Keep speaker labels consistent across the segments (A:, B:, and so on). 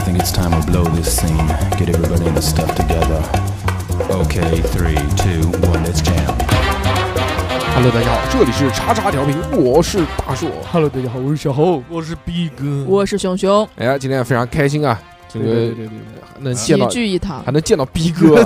A: think it's time to blow this scene. Get everybody in the stuff together. Okay, three, two, one, let's jam.
B: Hello，大家好，这里是叉叉调频，我是大硕。
C: Hello，大家好，我是小侯，我是逼哥，
D: 嗯
E: 我是熊熊，
B: 哎呀，今天非常开心啊，这
C: 对对对
B: 个
C: 对对
B: 能见
E: 齐
B: 到，
E: 聚一堂
B: 还。能见到逼 哥。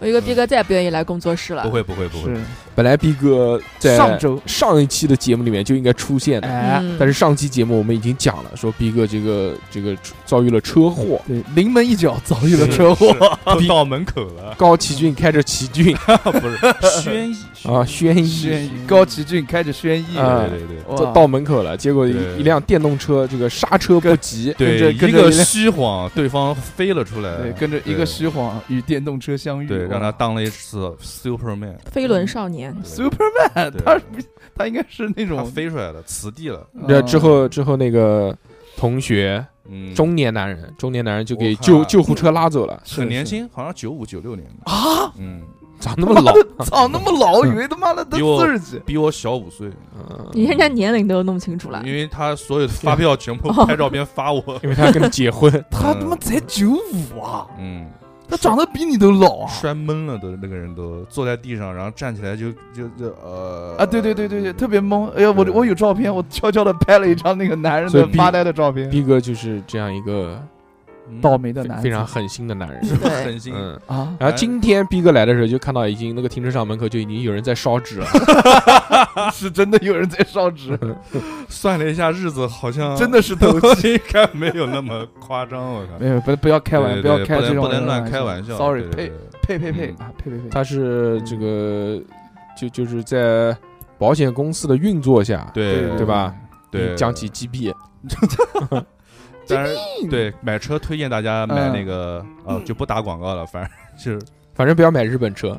E: 我一个逼哥再也不愿意来工作室了
D: 不。会不会不会，
C: 对，
B: 本来逼哥
C: 是
B: 在
C: 上周，
B: 上一期的节目里面就应该出现的，
C: 哎，
E: 嗯
B: 但是上期节目我们已经讲了，说逼哥这个这个遭遇了车祸，
C: 对，临门一脚遭遇了
D: 是
C: 车祸，
D: 都到门口 了，
B: 高奇骏开着奇骏
D: 不是轩逸
B: 啊，轩逸
C: 轩逸，高奇骏开着轩逸，
B: 啊
D: 对对对
C: 哇
B: 到到门口了，结果
D: 对
B: 一一辆电动车这个刹车不及，
C: 跟
D: 对
C: 着
D: 对，
C: 跟
D: 一
C: 着一
D: 个
C: 辆
D: 虚晃，对方飞了出来，
C: 对，跟着一个
D: 对
C: 虚晃与电动车相遇，
D: 对，让他
C: 哇
D: 当了一次 Superman，
E: 飞轮少年，
D: 嗯
C: Superman，
D: 对
C: 他他应该是那
D: 他
C: 种，
D: 飞出来了，此地了，
B: 这
C: 嗯
B: 之后之后那个同学
D: 嗯，
B: 中年男人，中年男人就给
D: 我靠
B: 救救护车拉走了，
D: 很年轻，好像九五九六年的啊，嗯，
B: 咋那么老？啊
C: 操，那么老，以为他妈的都
D: 比我
C: 四十几，
D: 比我小五岁，
B: 嗯
E: 你人家年龄都弄不清楚了
D: 因。为他所有的发票全部拍照片发我，
B: 因为他跟你结婚，
C: 他他妈才九五啊，
D: 嗯，
C: 他长得比你都老啊，
D: 摔懵了都，那个人都坐在地上，然后站起来就就就呃
C: 啊，对对对对对，特别懵，哎呀，我我有照片，我悄悄的拍了一张那个男人
B: 所以
C: 的
B: 逼
C: 发呆的照片，
B: 逼哥就是这样一个
D: 嗯
C: 倒霉的
B: 非
C: 男子，
B: 非常狠心的男人。
E: 对，
D: 狠心，
B: 嗯，
C: 啊，
B: 然后今天逼哥来的时候，就看到已经那个停车场门口就已经有人在烧纸了。
C: 是真的有人在烧纸，
D: 算了一下日子，好像
C: 真的是头 七。
D: 应该没有那么夸张，我靠。
C: 没有，不不要开玩，
D: 对对
C: 要开
D: 不
C: 这
D: 能
C: 种
D: 不能乱开
C: 开
D: 玩笑。
C: Sorry，
D: 对对对
C: 呸呸呸呸
D: 嗯
C: 啊呸呸呸！
B: 他是这个就就是在保险公司的运作下，
D: 对
B: 对吧？
D: 对，
B: 讲起 GB，
D: 当然对买车推荐大家买那个
C: 嗯
D: 呃就不打广告了，反正 就是
B: 反正不要买日本车。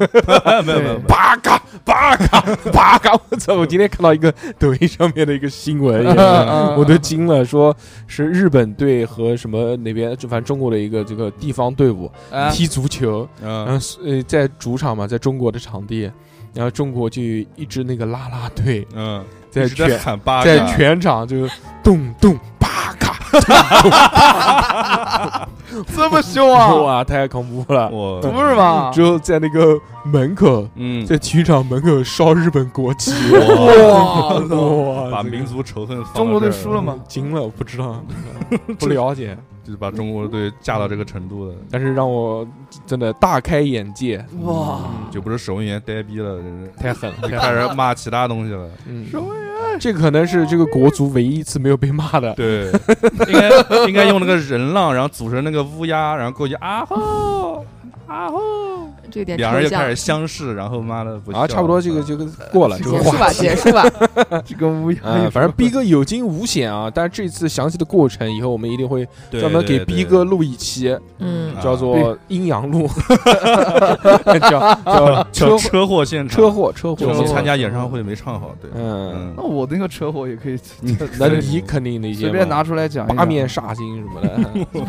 D: 没有没有没有
B: 八嘎八嘎八嘎！我操！我今天看到一个抖音上面的一个新闻，
C: 嗯嗯
B: 我都惊了，说是日本队和什么哪边，就反正中国的一个这个地方队伍
C: 啊
B: 踢足球，然
D: 嗯
B: 后是呃在主场嘛，在中国的场地，然后中国就有一支那个啦啦队
D: 嗯，
B: 在
D: 一直在
B: 全
D: 喊八嘎，
B: 在全场就咚咚八嘎，
C: 这么凶啊？
B: 哇，太恐怖了！
D: 我
C: 不是吧？
B: 之后在那个门口，
D: 嗯，
B: 在体育场门口烧日本国旗，
D: 哇
C: 哇操
B: 哇，
D: 把
B: 这个
D: 民族仇恨放到
C: 啊中国队
D: 这儿
C: 输了吗？
B: 惊了，我不知 道，不了解，
D: 就是把中国队架到这个程度了，
B: 但是让我真的大开眼界，
C: 哇！
D: 就不是守门员呆逼了，就是
B: 太狠了，
D: 就开始骂其他东西 了。
B: 嗯，这可能是这个国足唯一一次没有被骂的，
D: 对，应 该应该用那个人浪，然后组成那个乌鸦，然后过去啊吼啊吼，
E: 这点
D: 两人
E: 抽
D: 又开
E: 象
D: 始。相视，然后妈的不嗯
B: 啊，
D: 笑
B: 差不多这个就过了，这
E: 结
B: 个
E: 束吧，
B: 话题
E: 结。束吧。
C: 这跟乌鸦
D: 嗯
B: 啊、
C: 有什么
B: 反正逼哥有惊无险啊！但是这次详细的过程，以后我们一定会
D: 对
B: 专门给
D: 对对
B: 逼 哥录一期，
E: 嗯
D: 啊，
B: 叫做《阴 阳路》叫
D: 车
B: 叫车
D: 车祸现场，
B: 车祸车祸。
D: 就我
C: 车
D: 们
C: 祸
D: 参加演唱会没唱好，对，
B: 嗯，
D: 嗯
C: 那，我那个车祸也可以
B: 那你肯定那些
C: 随便拿出来讲一讲。
B: 八面煞星什么的。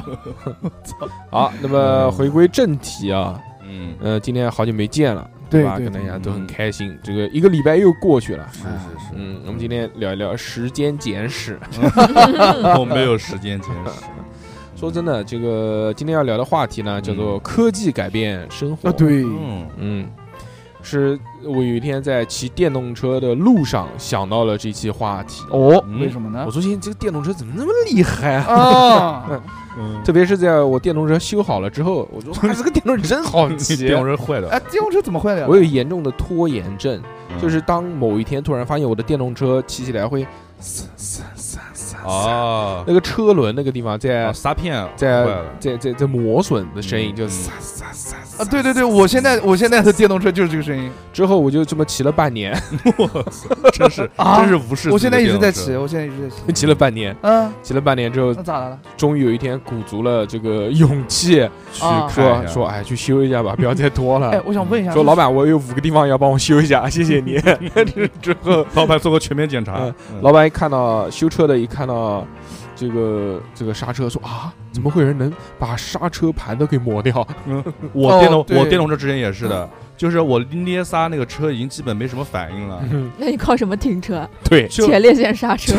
B: 好，那么回归正题啊，
D: 嗯，
B: 呃，今天好久没见了，
C: 对
B: 吧？
C: 对
B: 跟大家都很
D: 嗯
B: 开心，这个一个礼拜又过去了。
D: 是是是，
B: 嗯，我们今天聊一聊《时间简史》。
D: 嗯我没有时间解释，
B: 说真的，这个今天要聊的话题呢，叫做科技改变生活。
C: 啊，，对，
D: 嗯
B: 嗯，是我有一天在骑电动车的路上想到了这期话题。
C: 哦
D: 嗯
C: 为什么呢
B: 我？说现在这个电动车怎么那么厉害啊？
C: 啊，
D: 嗯，
B: 特别是在我电动车修好了之后，我 说哇，这个电动车真好骑啊
D: 电。容是坏的，
C: 哎，电动车怎么坏的呀？
B: 我有严重的拖延症，
D: 嗯
B: 就是当某一天突然发现我的电动车骑起来会嘶嘶嘶嘶
C: 哦
B: 嘶，
D: 啊
B: 那个车轮那个地方在
D: 啊，撒片
B: 哎在
D: 坏了，
B: 在在在磨损的声音，
D: 嗯
B: 就
D: 嗯
B: 嘶嘶嘶嘶
C: 啊，对对对，我现在我现在的电动车就是这个声音，
B: 之后我就这么骑了半年，
D: 真是
C: 啊
D: 真是无视，
C: 我现在一直在骑，，我现在一直在骑。
B: 骑了半年，
C: 嗯，
B: 骑了半年之后，
C: 那咋了？
B: 终于有一天鼓足了这个勇气，
D: 去
C: 啊
D: 看一
B: 说
D: 下
B: 说，哎，去修一下吧，不要再拖
C: 哎
B: 了，。
C: 我想问一下，
B: 说老板，我有五个地方要帮我修一下，谢谢你。 之后，
D: 老板做过全面检查
B: 嗯，
D: 嗯
B: 老板一看到修车的，一看到这个这个刹车，说啊，怎么会有人能把刹车盘都给磨掉？
D: 我
C: 哦
D: 电动
C: 对
D: 我电动车之前也是的，就是我捏刹那个车已经基本没什么反应了，
E: 那你靠什么停车？
B: 对，
D: 就
E: 前列腺刹车，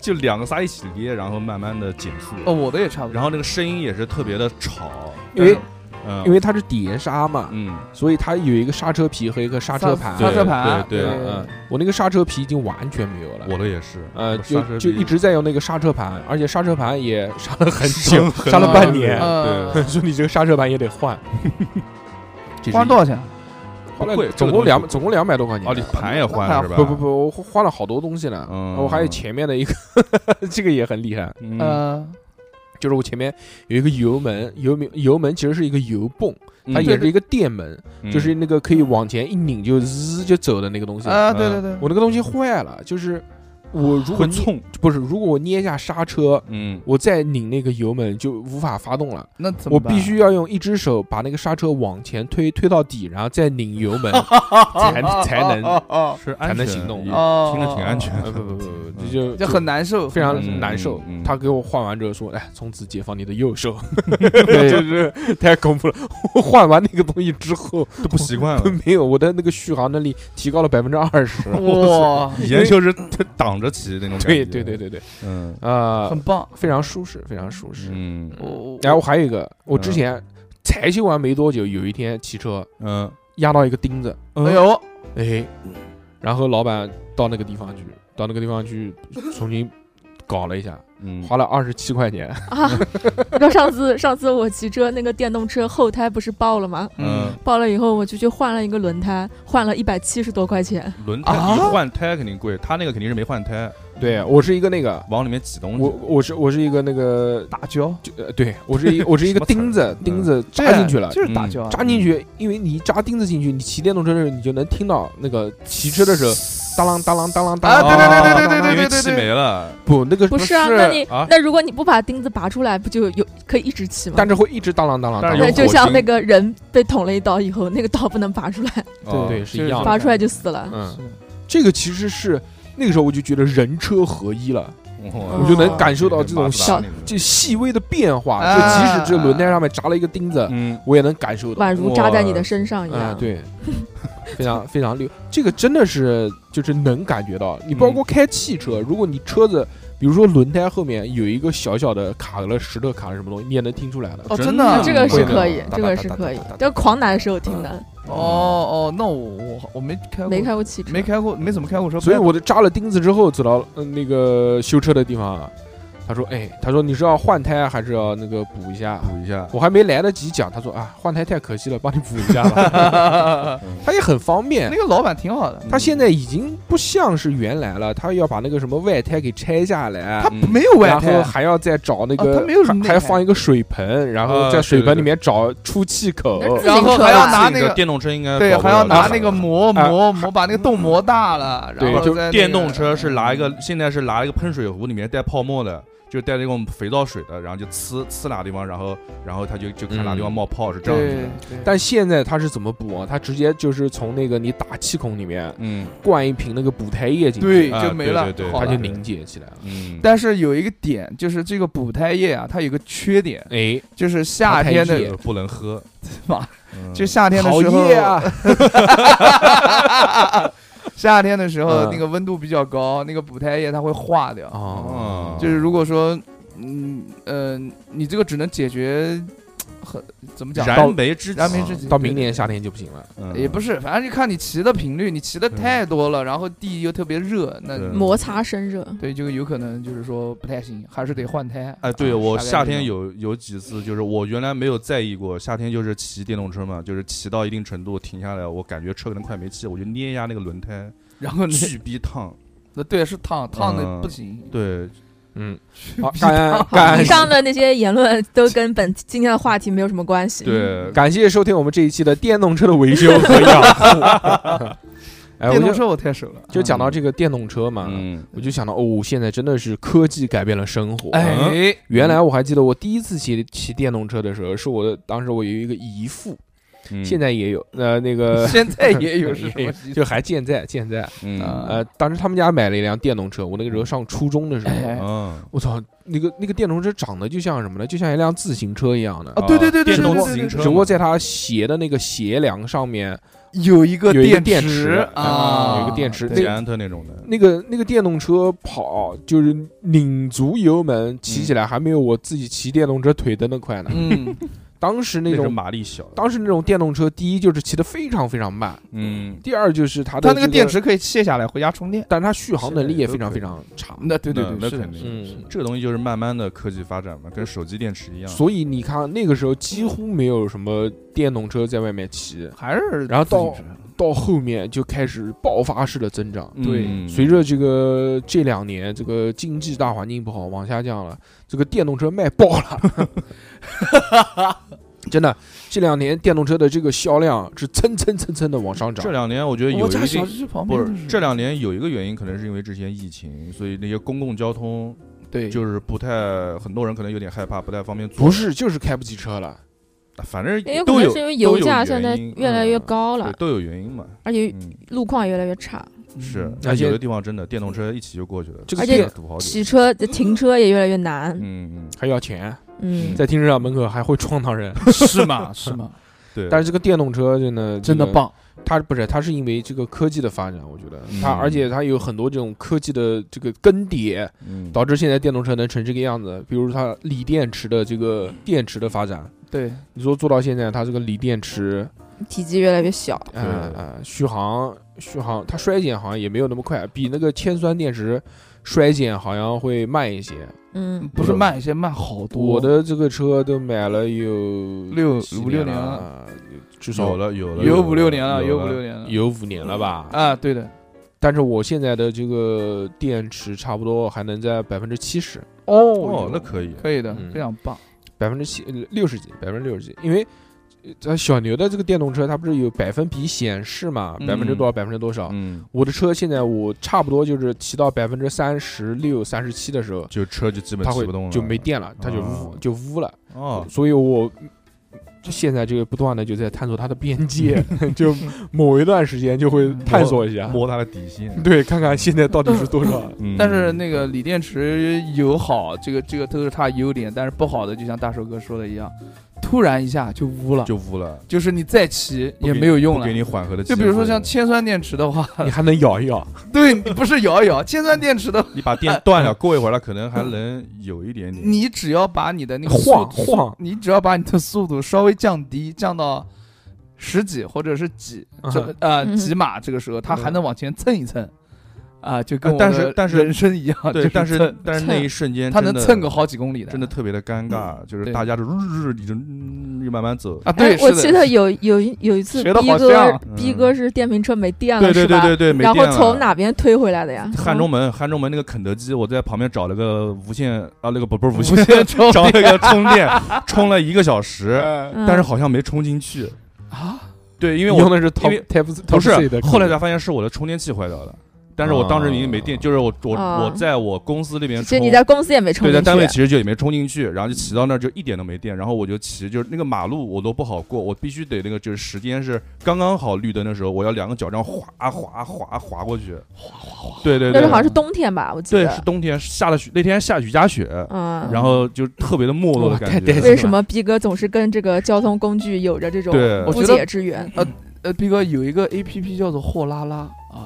D: 就两个刹一起捏，然后慢慢的减速，
C: 哦，我的也差不多。
D: 然后那个声音也是特别的吵，
B: 因为
D: 嗯，
B: 因为它是碟刹嘛，
D: 嗯，
B: 所以它有一个刹车皮和一个刹车盘。
C: 刹
D: 对
C: 车盘
D: 对对
B: 啊
C: 对
D: 嗯，
B: 我那个刹车皮已经完全没有了。
D: 我的也是，
B: 呃，
D: 我
B: 就
D: 刹车
B: 就
D: 皮
B: 一直在用那个刹车盘，而且刹车盘也 刹了很久
D: 伤，痕
B: 刹了半年。
C: 呃
D: 对，
B: 说你这个刹车盘也得换，
D: 这是
C: 花
D: 一
C: 多少钱？
B: 花了
D: 贵
B: 总
D: 这个东
B: 共
D: 西
B: 两总共两百多块钱。啊嗯
D: 哦，你盘也换了是吧？
B: 不不不，我花了好多东西呢。
D: 嗯
B: 我还有前面的一个， 这个也很厉害，
D: 嗯，
C: 呃，
B: 就是我前面有一个油门，油门油门其实是一个油泵，它也是一个电门，
D: 嗯
B: 就是那个可以往前一拧就滋就走的那个东西。
C: 啊，对对对，
B: 我那个东西坏了，就是我如果
D: 会
B: 捏
D: 冲，
B: 不是，如果我捏一下刹车，
D: 嗯，
B: 我再拧那个油门就无法发动了。
C: 那怎么
B: 我
C: 办
B: 必须要用一只手把那个刹车往前推，推到底，然后再拧 油门，才才能。
C: 哦哦
D: 是安
B: 才能
D: 全
B: 行动
D: 也
C: 哦
D: 听着挺安全
B: 呃不不不不，这就
C: 哦，就很难受，
B: 非
D: 嗯
B: 常难受
D: 嗯嗯。
B: 他给我换完之后说：“哎，从此解放你的右 手。
C: 对”
B: 就是太恐怖了。我换完那个东西之 后，
D: 都不习 惯了。
B: 没有我的那个续航能力提高了百分之二十。
C: 哇，
D: 以前就是挡着骑那种感觉，
B: 对对对，对对，
D: 嗯
B: 啊，
C: 很棒。
B: 非常舒适，非常舒适。
D: 嗯
C: 我
B: 然后还有一个，我之
D: 嗯
B: 前才修完没多久，有一天骑车
D: 嗯，
B: 压到一个钉子，
C: 哎呦，
B: 哎，然后老板到那个地方去，到那个地方去 重新搞了一下，
D: 嗯，
B: 花了二十七块钱。
E: 啊！你知道上次上次我骑车那个电动车后胎不是爆了吗？
D: 嗯，
E: 爆了以后我就去换了一个轮胎，换了一百七十多块钱。
B: 嗯
D: 轮胎
C: 啊
D: 你换胎肯定贵，他那个肯定是没换胎，
B: 对我是一个那个，
D: 往里面挤东
B: 我
D: 西。
B: 我是我是一个那个，
C: 打胶，
B: 就呃，对我 是一我是一
D: 什
B: 个
D: 么词儿
B: 钉子，钉子
C: 这
B: 扎进去了。嗯
C: 就是打胶啊，
B: 扎进去，因为你一扎钉子进去，你骑电动车的时候，你就能听到那个骑车的时候， 当啷当啷当啷当啷。
C: 啊对对对对对对对
D: 因为气没了，
B: 不， 那个
E: 不
B: 是
E: 是啊，那你、
D: 啊
E: 那如果你不把钉子拔出来，不就有可以一直骑吗？
B: 但是会一直当啷当啷。
D: 但
B: 当
D: 是
B: 啷。
D: 有
E: 对，就
D: 火
E: 像
D: 星
E: 那个人被捅了一刀以后，那个刀不能拔出来，
D: 哦
B: 对是一样的
E: 拔出来就死了。
B: 嗯，
C: 是
B: 这个其实是那个时候我就觉得人车合一了，
D: 哇
B: 我就能感受到这种
D: 马自达
E: 小
D: 那个
B: 这细微的变化。
C: 啊
B: 就即使这轮胎上面扎了一个钉子，
D: 嗯，
B: 我也能感受到。
E: 宛如扎在你的身上一样。
B: 啊， 对，非常非常溜。这个真的是就是能感觉到。你包
E: 嗯
B: 括开汽车，如果你车子，比如说轮胎后面有一个小小的卡了石头卡了什么东西，你也能听出来的。
C: 哦，
D: 真嗯
C: 真
D: 的
C: 的
E: 啊
C: 啊，
E: 这个是
B: 会的嗯
E: 可以，
D: 哒
E: 这
D: 哒
E: 个
D: 哒
E: 是
D: 哒
E: 可以
D: 哒哒，
E: 这狂难受听的，
C: 哦哦，那我我我没
D: 嗯
C: 开过，
E: 没开过汽车，
C: 没开过，没怎么开过车，
B: 所以我的扎了钉子之后，走到嗯那个修车的地方啊，他说：“哎，他说你是要换胎还是要那个补一下？”
D: 补一下，
B: 我还没来得及讲，他说啊，换胎太可惜了，帮你补一下吧。
C: 那
B: 他也很方便，
C: 个老板挺好的，
B: 他
D: 嗯
B: 现在已经不像是原来了，他要把那个什么外胎给拆下来，
C: 他
D: 嗯
C: 没有外
B: 然
C: 啊
B: 后
C: 胎，
B: 还要再找那
C: 哦
B: 个，
C: 他没有
B: 还
C: 内
B: 还要
C: 胎哦
B: 放一个水盆，然后
D: 啊
B: 在水
D: 对对
B: 盆里
D: 对
B: 面找出气口。
E: 那自
C: 然
E: 行
C: 后
E: 车
C: 还要
E: 吧
C: 拿
D: 自
C: 那
D: 行车
C: 个
D: 电动车应该
C: 对，
D: 搞不
C: 还要
D: 了
C: 拿
D: 这
C: 那个磨
B: 啊
C: 磨磨，把那个洞磨大了，然
B: 对
C: 后
B: 就
C: 再那
D: 电
C: 个嗯
D: 动车是拿一个，现在是拿一个喷水壶，里面带泡沫的，就带那种肥皂水的，然后就呲呲哪地方，然后然后它就就看哪地方冒泡，是这样子
C: 对
D: 的。，
C: 对
B: 但现在他是怎么补啊？他直接就是从那个你打气孔里面
D: 嗯
B: 灌一瓶那个补胎液进去，
C: 对
D: 啊
C: 就没了，
D: 对对对
C: 好
B: 它
C: 了
B: 就凝结起来了。
D: 嗯，
C: 但是有一个点，就是这个补胎液啊，它有个缺点，
B: 哎，
C: 就是夏天
B: 补胎
C: 的
B: 液，
D: 不能喝，
C: 妈
D: 嗯
C: 就夏天的
B: 好
C: 时候，
B: 液啊！
C: 夏天的时候
B: 嗯
C: 那个温度比较高，那个补胎液它会化掉。
B: 哦，
D: 哦
C: 就是如果说，嗯呃，你这个只能解决，很怎么讲？
D: 燃眉之急
C: 燃眉之急。
B: 到明年
C: 对
B: 夏天就不行了。
D: 嗯
C: 也不是，反正就看你骑的频率，你骑的太多了，然后地又特别热，那
D: 对
E: 摩擦生热，
C: 对就有可能就是说不太行，还是得换胎。
D: 哎，对我
C: 啊大概
D: 夏
C: 这
D: 天
C: 种
D: 有有几次，就是我原来没有在意过，夏天就是骑电动车嘛，就是骑到一定程度停下来，我感觉车可能快没气，我就捏一下那个轮 胎，
C: 然后那
D: 巨逼烫。
C: 那对是烫烫的
D: 嗯
C: 不行，
D: 对，
B: 嗯，
C: 去
B: 好，
C: 逼
B: 感恩
E: 好
B: 感
E: 以
B: 恩
E: 上的那些言论都跟本今天的话题没有什么关系。
D: 对，
B: 感谢收听我们这一期的电动车的维修和养 护。哎，我
C: 电动
B: 就
C: 车我太熟了，
B: 就讲到这个电动车嘛，
D: 嗯，
B: 我就想到哦，现在真的是科技改变了生活。
C: 哎，
B: 原来我还记得我第一次骑骑电动车的时候，是我的当时我有一个姨父，
D: 嗯
B: 现在也有，呃，那个
C: 现在也有是什
B: 也
C: 么
B: 有
C: 习俗？
B: 就还健在健在。
D: 嗯
C: 啊
B: 呃，当时他们家买了一辆电动车，我那个时候上初中的时候，
C: 嗯哎
D: 嗯
B: 我操，那个那个电动车长得就像什么呢？就像一辆自行车一样的，
C: 啊对对对
D: 电
C: 对对
D: 动
C: 对
D: 自
C: 对
D: 行
C: 对
D: 车
C: 对
D: 嘛，
B: 只不过在它鞋的那个鞋梁上面
C: 有一个
B: 有一个
C: 电
B: 电池
C: 啊，
B: 有一个电池
D: 捷
C: 对
D: 安特那种的，
B: 那个那个电动车跑就是拧足油门骑起来，还没有我自己骑电动车腿蹬的快呢。
C: 嗯，
B: 当时那
D: 那
B: 种
D: 种马力小，
B: 当时那种电动车，第一就是骑得非常非常慢，
D: 嗯，
B: 第二就是它的
C: 它
B: 这
C: 那个电，池可以卸下来回家充电。
B: 但它续航能力也
D: 现在
B: 非常
D: 都可
B: 非
D: 以
B: 常差。
C: 那对对
D: 那
C: 对，
D: 那
C: 是的
D: 肯定
C: 是的是
B: 嗯
C: 的
D: 这个东西就是慢慢的科技发展嘛，跟手机电池一样。
B: 所以你看那个时候几乎没有什么电动车在外面骑，
C: 还是
B: 然后到
C: 自行车
B: 到后面就开始爆发式的增长。
C: 对
D: 嗯
B: 随着这个这两年这个经济大环境不好往下降了，这个电动车卖爆了， 真的，这两年电动车的这个销量是蹭蹭蹭蹭的往上涨
D: 这。两年，我觉得有
C: 我
D: 一
C: 家哎小
D: 定
C: 区旁
D: 不
C: 边
D: 是这两年有一个原因，可能是因为之前疫情，所以那些公共交通
C: 对，
D: 就是不太，很多人可能有点害怕，不太方便坐。
B: 不，是，就是开不起车了。
D: 反正
E: 也有可
D: 都
E: 能
D: 有
E: 是因为
D: 都
E: 油
D: 有
E: 价
D: 原
E: 现在
D: 因
E: 越来越
D: 嗯
E: 高
D: 对
E: 了，
D: 都有原因嘛。
E: 而且
D: 嗯，
E: 路况越来越差，
D: 是
C: 嗯，
D: 但
B: 而且
D: 有的地方真的电动车一骑就过去了，
B: 这个
E: 而且
D: 堵了堵好久。
E: 洗车、停车也越来越难。
D: 嗯嗯，
B: 还要钱，
E: 嗯，
B: 在停车场门口还会撞到人。
C: 是吗？是吗？
D: 对。
B: 但是这个电动车 真的
C: 真的，棒，
B: 这个它不是，它是因为这个科技的发展，我觉得
D: 嗯
B: 它，而且它有很多这种科技的这个更迭，
D: 嗯
B: 导致现在电动车能成这个样子。比如它锂电池的这个
C: 嗯
B: 电池的发展，
C: 对，
B: 你说做到现在，它这个锂电池，
E: 体积越来越小。
B: 呃呃，续航续航，它衰减好像也没有那么快，比那个铅酸电池衰减好像会慢一些。
E: 嗯，
C: 不是慢一些，慢好多。
B: 我的这个车都买了有
C: 六
B: 几
C: 五六
B: 年
C: 年
B: 了，至少
D: 有了有了
C: 有五六年了，
D: 有
C: 有五六年了。
B: 有五年了吧？
C: 啊，对的，
B: 但是我现在的这个电池差不多还能在百分之七十
D: 哦，那可以。
C: 可以的
B: 嗯，
C: 非常棒。
B: 百分之七六十几，百分之六十几，因为。呃，小牛的这个电动车，它不是有百分比显示嘛？
C: 嗯
B: 百分之多少，百分之多少？
D: 嗯，
B: 我的车现在我差不多就是骑到百分之三十六、三十七的时候，
D: 就车就基本
B: 它
D: 骑
B: 会
D: 不动了，
B: 就没电了，它就
D: 哦
B: 污就污了。
D: 哦，
B: 所以我现在这个不断的就在探索它的边 界，就某一段时间就会
D: 嗯
B: 探索一下，
D: 摸它的底线。
B: 对，看看现在到底是 多少。
D: 嗯
C: 但是那个锂电池有好，这个这个都是它的优点，但是不好的就像大寿哥说的一样，突然一下就污了，
D: 就污了，
C: 就是你再骑
D: 不
C: 也
D: 给
C: 没有用
D: 不
C: 了
D: 给。你缓和的机
C: 就
D: 会。
C: 比如说像铅酸电池的话，
B: 你还能摇一摇，
C: 对你不是摇一摇，铅酸电池的，
D: 你把电断了，过一会儿它可能还能有一点点。
C: 你只要把你的那个速
B: 晃
C: 度
B: 晃，
C: 你只要把你的速度稍微降低，降到十几或者是几
B: 嗯
C: 这呃
E: 嗯
C: 几码，这个时候它还能往前蹭一蹭，啊，就跟
D: 呃
C: 我
D: 但是
C: 的
D: 但是
C: 人生一样，
D: 对
C: 啊就，
D: 但是
C: 蹭
D: 但是那一瞬间，
C: 它能蹭个，嗯好几公里的，
D: 真的特别的尴尬，就是大家就日日就就慢慢走。
C: 啊，
E: 哎
C: 对，，
E: 我
C: 是的
E: 记得有有一有一次
C: 学得
E: 逼
C: 好
E: 哥
C: 像
E: 逼
D: 嗯
E: 哥是电瓶车没电了
D: 对对
E: 是
D: 对
E: 吧？
D: 对对，没
E: 然后
D: 电了
E: 从哪边推回来的呀？
D: 汉中门，汉中门那个肯德基，我在旁边找了个无线啊，那个不不是无
C: 无
D: 线，
C: 线充
D: 找那个充电，充了一个小时，
C: 呃
E: 嗯
D: 但是好像没充进去。
C: 啊，
D: 对，因为
B: 用
D: 我
B: 的是
D: 因为
B: Type Type
D: 不
B: C
D: 是
B: 的，
D: 后来才发现是我的充电器坏掉了，但是我当时已经没电，
B: 啊
D: 就是我我
E: 啊
D: 我在我公司那边
E: 其实
D: 充
E: 你。在公司也没充
D: 对，在
E: 进
D: 单位
E: 去。
D: 其实就也没充进去，然后就骑到那儿就一点都没电，然后我就骑，就是那个马路我都不好过，我必须得那个就是时间是刚刚好绿灯的时候，我要两个脚这样滑滑滑滑过去，滑滑滑。对对
E: 那
D: 对
E: 时候，好像是冬天吧，我记
D: 对
E: 得。
D: 是冬天下了雪，那天下雨夹雪，
E: 嗯，
D: 然后就特别的没落的
B: 哇
D: 感
B: 太
D: 觉。
B: 带劲
E: 为什么逼哥总是跟这个交通工具有着这种
D: 对，
C: 我
E: 不
C: 觉得
E: 解之缘？
C: 呃，斌哥有一个 A P P 叫做货拉拉啊，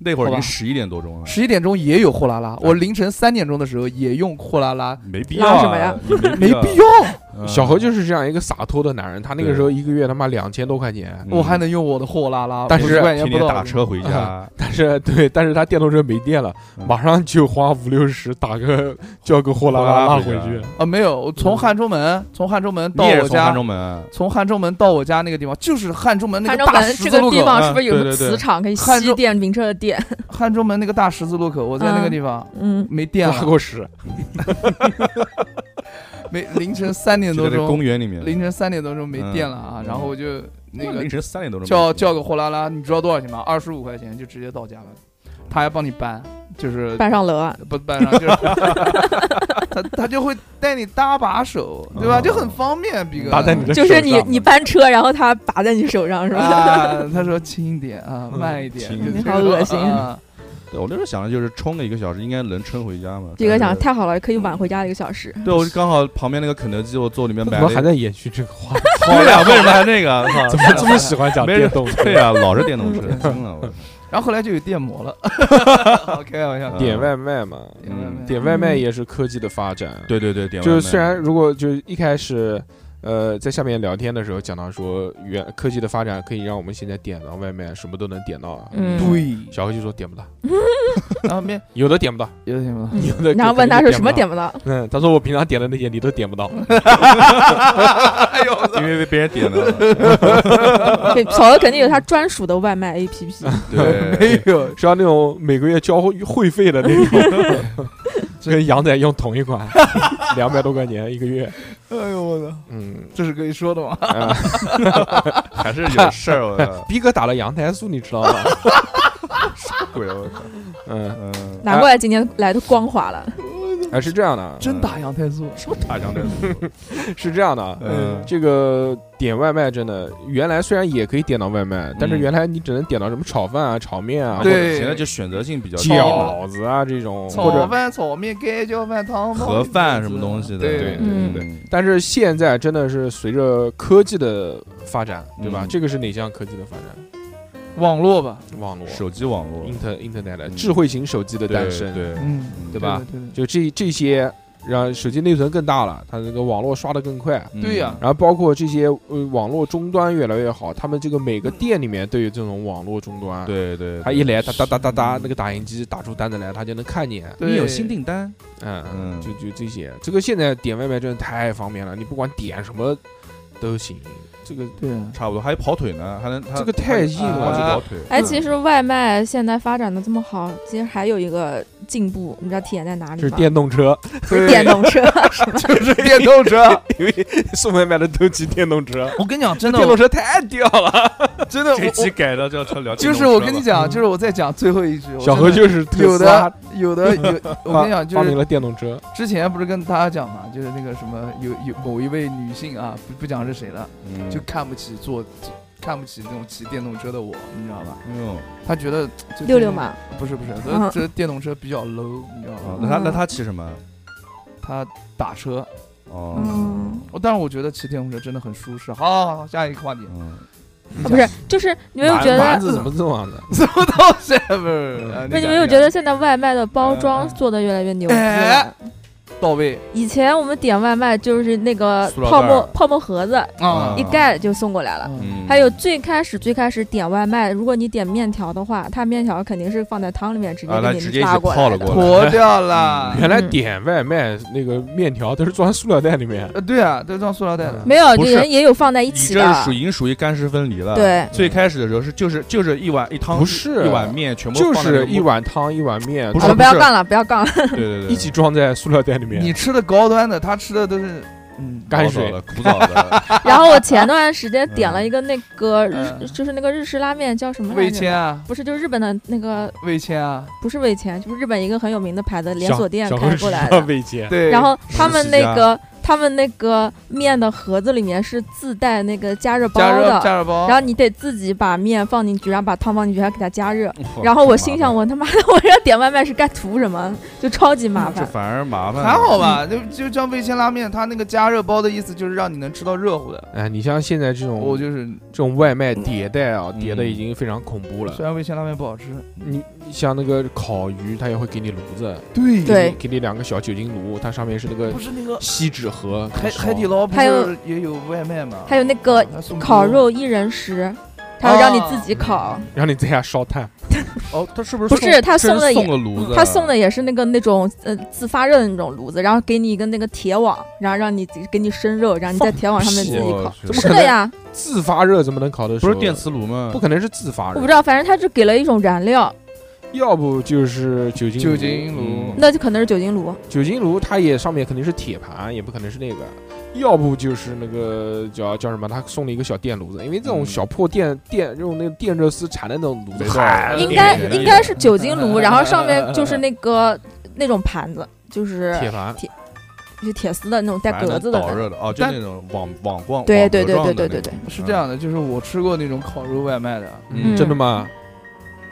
D: 那会儿已
C: 好吧
D: 经十一点多钟了，
C: 十一点钟也有货拉拉，我凌晨三点钟的时候也用货拉拉，
D: 没必要
E: 拉
D: 啊，
E: 什么呀
D: 你
C: 没
D: 没
C: 必
D: 要
C: 要，
D: 嗯。
B: 小何就是这样一个洒脱的男人，他那个
D: 对
B: 时候一个月他妈两千多块钱，
D: 嗯
C: 我还能用我的货拉拉，
B: 但是
C: 50块钱
D: 天
C: 不
D: 天
C: 到
D: 打车回家，
B: 但是对，但是他电动车没电了，
D: 嗯
B: 马上就花五六十打个叫个货拉拉
D: 货拉
B: 拉
D: 拉
B: 回
D: 回
B: 去
D: 去，
C: 啊，没有，我从汉中门从汉中门
D: 嗯你
C: 到
D: 也
C: 我
D: 是从
C: 家
D: 汉。中门，
C: 从汉中门到我家那个地方，就是汉中门那
E: 汉
C: 个
E: 中
C: 大
E: 门
C: 十
E: 这
C: 字
E: 个
C: 路
E: 地
C: 口。啊
E: 方
D: 嗯
E: 是不是有
D: 对
E: 个
D: 对对
E: 磁场可以
C: 汉
E: 吸
C: 中
E: 电瓶车的 电？
C: 汉中门那个大十字路口，我在那个地方、
E: 嗯，
C: 没
D: 啊
C: 电
B: 拉
C: 了，
B: 过屎，
C: 没凌晨三点
D: 就
C: 多
D: 在那公
C: 钟，
D: 园里面，
C: 凌晨三点多钟没电了啊，
D: 嗯
C: 然后我就那个
D: 凌晨三点多钟
C: 叫叫个货拉拉，你知道多少钱吗？二十五块钱就直接到家了，他还帮你搬，就是
E: 搬上 楼啊，
C: 不搬上就是 他他就会带你搭把手，对吧？
D: 哦
C: 就很方便，比哥
B: 打在你的
E: 啊就
B: 手
E: 是你
B: 上
E: 你搬车，然后他拔在你手上是吧？
C: 啊，他说轻一点啊，慢一点
D: 轻一，点
E: 你好恶心
C: 啊
D: 对我那时候想的就是充个一个小时，应该能撑回家嘛。
E: 逼哥
D: 但
E: 想
D: 是
E: 太好了，可以晚回家一个小时。
D: 对，我就刚好旁边那个肯德基，我坐里面
B: 他
D: 买
B: 怎么还
D: 了
B: 在延续这个话题？
D: 好呀，为什么还那个？操
B: 怎么这么喜欢讲
D: 没人
B: 电动车？
D: 对啊呀，老是电动车，真的。我
C: 然后后来就有电摩了，好开玩笑，
D: 嗯
B: 点外卖嘛，
C: 点外卖
B: 点外卖也是科技的发展。
D: 对对对，点
B: 就是
D: 外卖
B: 虽然如果就是一开始，呃，在下面聊天的时候讲到说，原科技的发展可以让我们现在点到外卖，什么都能点到啊。
E: 嗯，
C: 对，
B: 小何就说点不到，
C: 然后面
B: 有的点不到，
C: 有点什么，
B: 有的。
E: 然后问他说什么？点不嗯到，
B: 嗯，他说我平常点的那些你都点不到。
D: 因为被别人点的，
E: 对，小鹅肯定有他专属的外卖 APP，
D: 对，
C: 没有，
B: 像啊那种每个月交会会费的那种， 跟杨仔用同一款，两百多块钱一个月。
C: 哎呦我操，
B: 嗯，
C: 这是可以说的吗？
B: 啊
D: 还是有事儿，我操，
B: 逼哥打了阳台素，你知道吗？
D: 鬼，我操，
B: 嗯，
D: 嗯，
E: 难怪今天来的光滑了。
B: 哎，是这样的，
C: 真打羊胎素，
D: 大张的，
B: 是这样的啊。
D: 嗯，
B: 这个点外卖真的，原来虽然也可以点到外卖，但
D: 嗯
B: 是原来你只能点到什么炒饭啊、炒面啊、
D: 或
B: 或者
D: 者
C: 对
D: 现在就选择性比较低嘛，
B: 饺子啊这种，或
C: 炒
B: 者。
C: 饭、炒面、盖浇饭、汤包
D: 盒饭什么东西的，
C: 对
B: 对
E: 嗯
D: 对，
B: 但是现在真的是随着科技的发展，对吧？
D: 嗯
B: 这个是哪项科技的发展？
C: 网络吧，
B: 网络、
D: 手机网络
B: inter internet、
D: 嗯
B: 智慧型手机的诞生，
D: 对，
C: 嗯，
B: 对吧？
C: 对的
B: 就这这些，让手机内存更大了，它这个网络刷的更快，
D: 嗯
C: 对呀
B: 然后包括这些呃网络终端越来越好，他们这个每个店里面都有这种网络终端，，
D: 对对，
B: 他一来他哒哒哒哒，那个打印机打出单子来，他就能看见，
C: 对
D: 你有新订单，
B: 嗯
D: 嗯
B: 就就这些，这个现在点外卖真的太方便了，你不管点什么都行，这个
C: 对啊，
D: 差不多，还有跑腿呢，还能他
B: 这个太硬
D: 还能
B: 了嗯
D: 跑腿
E: 哎，其实外卖现在发展的这么好，其实还有一个进步，你知道体现在哪里
B: 就是
E: 吗？
B: 电动车，
E: 不是电动车，是吗？
B: 就是电动车，因为 送外卖的都骑电动车，
C: 我跟你讲，真的，
B: 电动车太屌了，
C: 真的，我
D: 这期
C: 我
D: 改到就要聊电动车了，
C: 就是我跟你讲，就是我再讲最后一句，我
B: 小何
C: 真的
B: 就是特
C: 有
B: 斯拉
C: 的有的 有，我跟你讲，就
B: 发明
C: 是
B: 了电动车，
C: 之前不是跟大家讲嘛，就是那个什么有有某一位女性啊，不不讲是谁了，
D: 嗯
C: 就看不起坐。看不起那种骑电动车的我，你知道吧？
D: 哎呦
C: 她觉得这
E: 六六嘛，
C: 不是不是，这
E: 嗯
C: 这电动车比较 low，你知道
D: 啊
B: 嗯
C: 吧？
D: 那他那他骑什么？
C: 她打车，
D: 哦，
E: 嗯，
C: 我但是我觉得骑电动车真的很舒适。好，好，好，下一个话题，
D: 嗯，
E: 啊不是，就是你们有
B: 丸
E: 觉得
B: 丸子怎么这样的？
C: 什么东西？不是，
B: 嗯
C: 呃
E: 不
C: 你
E: 是你
C: 讲
E: 们有
C: 你
E: 觉
C: 讲
D: 啊
E: 得现在外卖的包
D: 嗯
E: 装做的越来越牛逼
C: 哎
E: 了？
C: 到位
E: 以前我们点外卖就是那个
D: 塑料
E: 泡
D: 袋
E: 沫
D: 儿
E: 泡沫盒子
D: 啊
E: 一盖就送过来了。
C: 嗯，
D: 嗯
E: 还有最开始最开始点外卖，如果你点面条的话，它面条肯定是放在汤里面直
D: 啊
E: 接
D: 它
E: 给
D: 直
E: 你
D: 接一起
E: 拉过
D: 泡
E: 来
D: 了
E: 的。
D: 过来
C: 坨嗯掉 了。
B: 原来点外卖那个面条都是装塑料袋里面，
C: 呃，对啊，都装塑料袋的
B: 嗯。
E: 没有，
D: 不是
E: 人也有放在一
D: 你
E: 起
D: 这是
E: 的
D: 属。已经属于干湿分离了，
E: 对
D: 最开始的时候是就是就是一碗一汤
B: 不是
D: 一碗面全部
B: 就
D: 放在那
B: 是
D: 个
B: 一碗汤一碗面，
D: 不
E: 我
D: 是
E: 们不要
D: 是
E: 杠了，不要杠了。
D: 对对对
B: 一起装在塑料袋里面
C: 你，吃的高端的，他吃的都是嗯，
B: 泔水
D: 了，古早的
E: 然后我前段时间点了一个那个
C: 嗯
E: 日，就是那个日式拉面叫什么来
C: 味
E: 着？
C: 千啊，
E: 不是，就是日本的那个，
C: 味千啊，
E: 不是味千，就是日本一个很有名的牌子连锁店
B: 小
E: 开过
B: 小
E: 来
B: 何是
E: 的
B: 上。位 阶，
C: 对。
E: 然后他
D: 十
E: 们
D: 几
E: 那
D: 家
E: 个他们那个面的盒子里面是自带那个加热包
C: 加热
E: 的，
C: 加热包，
E: 然后你得自己把面放进去，然后把汤放进去，还给它加热。
D: 哇
E: 然后我
D: 这麻
E: 心想，
D: 烦
E: 我他妈的，我要点外卖是该图什么？就超级麻
D: 这
C: 嗯
E: 烦。
D: 反而麻
B: 嗯
D: 烦，
C: 还好吧？就就像味千拉面，它那个加热包的意思就是让你能吃到热乎的。
B: 哎，你像现在这种
C: 我就是，
B: 这种外卖迭代啊，
D: 嗯
B: 迭的已经非常恐怖了
C: 虽。然味千拉面不好吃，
B: 你你像那个烤鱼，它也会给你炉子，
C: 对
E: 对
B: 给你两个小酒精炉，它上面是那个
C: 不是那个
B: 锡纸盒，
C: 海海底
B: 捞。
C: 捞不
E: 还有
C: 是也有外卖吗？
E: 还有那个
C: 它送
E: 烤
C: 锅
E: 肉一人食，
C: 嗯
E: 他要让
C: 哦
E: 你自己烤，
B: 让你在家烧 炭，
D: 哦，他是不是
E: 不是他送的
D: 真
E: 也
D: 送个炉子啊，
E: 嗯他送的也是那个那种呃自发热的那种炉子，然后给你一个那个铁网，然后让你自己给你生肉，然后你在铁网上面自己
D: 我
E: 烤。
D: 去
B: 怎么
E: 是
B: 可
E: 的
B: 能
E: 呀，
B: 自发热怎么能烤得熟？
D: 不
B: 啊
D: 是电，磁炉吗？
B: 不可能是自发
E: 我
B: 热
E: 不知，道，反正他就给了一种燃料，
B: 要不就是酒精
C: 酒
B: 炉
C: 精炉
D: 嗯，
E: 那就可能是酒精炉。
B: 酒精炉它也上面肯定是铁盘，也不可能是那个，要不就是那个叫叫什么，他送了一个小电炉子，因为这种
D: 嗯
B: 小破电电用那个电热丝缠的那种炉
D: 没
B: 子，
D: 错
B: 嗨
E: 应该
D: 对
E: 应该是酒精炉，然后上面就是那个那种盘子，就是
B: 铁盘
E: 铁就铁丝的那种带
D: 反正
E: 格
D: 能
E: 子的
D: 导
E: 那种。
D: 热的哦，就
C: 但
D: 那种网网逛，
E: 对
D: 网
E: 对
D: 格
E: 对
D: 状
E: 对
D: 的
E: 对对
D: 那种
C: 是这，样的，就是我吃过那种烤肉外卖的，
D: 嗯
E: 嗯
B: 真的吗？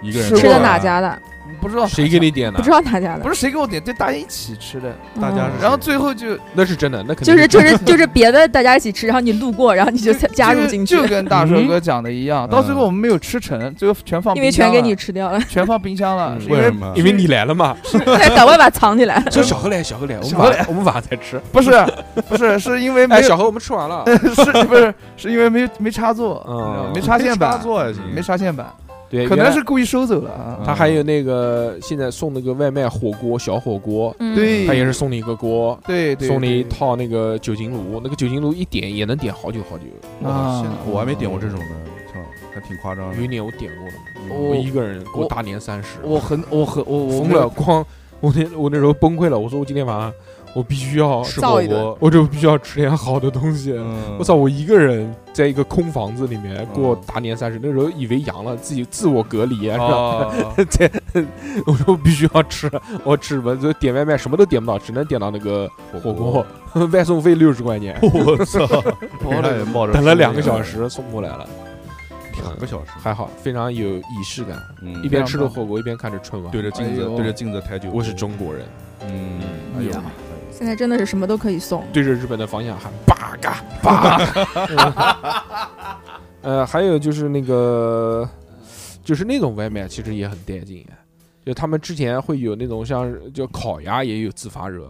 D: 一个人啊
E: 吃
D: 过
E: 的
D: 来
E: 哪家的？
C: 不不知道
B: 谁给你点的
E: 不？知道哪家的
C: 不，是谁给我点，对，大家一起吃的。
D: 大家
E: 嗯
D: 是
C: 然后最后就
B: 那是真的，那肯定
E: 就是就是就是别的大家一起吃，然后你路过，然后你就参加入进去
C: 就，跟大寿哥讲的一样，到最后我们没有吃成，最后全放
E: 因为
C: 冰箱
E: 全给
C: 了
E: 你吃 掉了，
C: 全放冰箱了，
B: 嗯
C: 是因
D: 为什么？
B: 因为你来了嘛，
E: 对，赶快把它藏起来。
B: 说小何来，小何来，我们
C: 小何
B: 晚我们晚上再吃。
C: 不是不是是因为没
B: 哎，
C: 有。
B: 小何，我们吃完了
C: 是不是是因为没没插座
B: 嗯，
C: 你知道吗没
D: 插
C: 插线板，
D: 座也行，
C: 没插线板，
B: 对，
C: 可
B: 原
C: 能
B: 来嗯
C: 是故意收走了啊。
B: 他还有那个现在送那个外卖火锅小火锅，
E: 嗯，
C: 对
B: 他也是送你一个锅，
C: 对对，
B: 送你一
C: 对
B: 套那个酒精炉，那个酒精炉一点也能点好久好久。
C: 啊
D: 现在我还没点过这种呢，操，还挺夸张
B: 有一
D: 的。
B: 年我点过的，
C: 我
B: 我一个人过
C: 我
B: 大年三十，
C: 我很我很我我
B: 疯
C: 没有
B: 了，光我那我那时候崩溃了，我说我今天晚上我必须要
D: 吃
E: 造
D: 火
E: 一顿
D: 锅，
B: 我就必须要吃点好的东西。
D: 嗯
B: 我操！我一个人在一个空房子里面过
D: 嗯
B: 大年三十，那时候以为阳了，自己自我隔离
C: 哦
B: 啊，是吧？
D: 啊！
B: 这 我说我必须要吃， 我吃什么？就点外卖，什么都点不到，只能点到那个火锅， 外送费六十块钱，
D: 我操！
C: 我
D: 人家也
C: 的
D: 冒着
B: 等了两
D: 生
B: 个
D: 命
B: 小，时送过来了，
D: 两个小时，
B: 啊还好，非常有仪式感。
D: 嗯
B: 一边吃着火锅，一边看着春晚。
D: 对，着镜子
C: 哎呦
D: 对着镜子抬酒，
B: 我是中国人，
D: 嗯，哎
C: 哎
D: 呦
C: 呀，
E: 现在真的是什么都可以送，
B: 对着日本的方向喊“八嘎八”嗯。 呃，还有就是那个，就是那种外卖其实也很带劲，啊就他们之前会有那种像就烤鸭也有自发热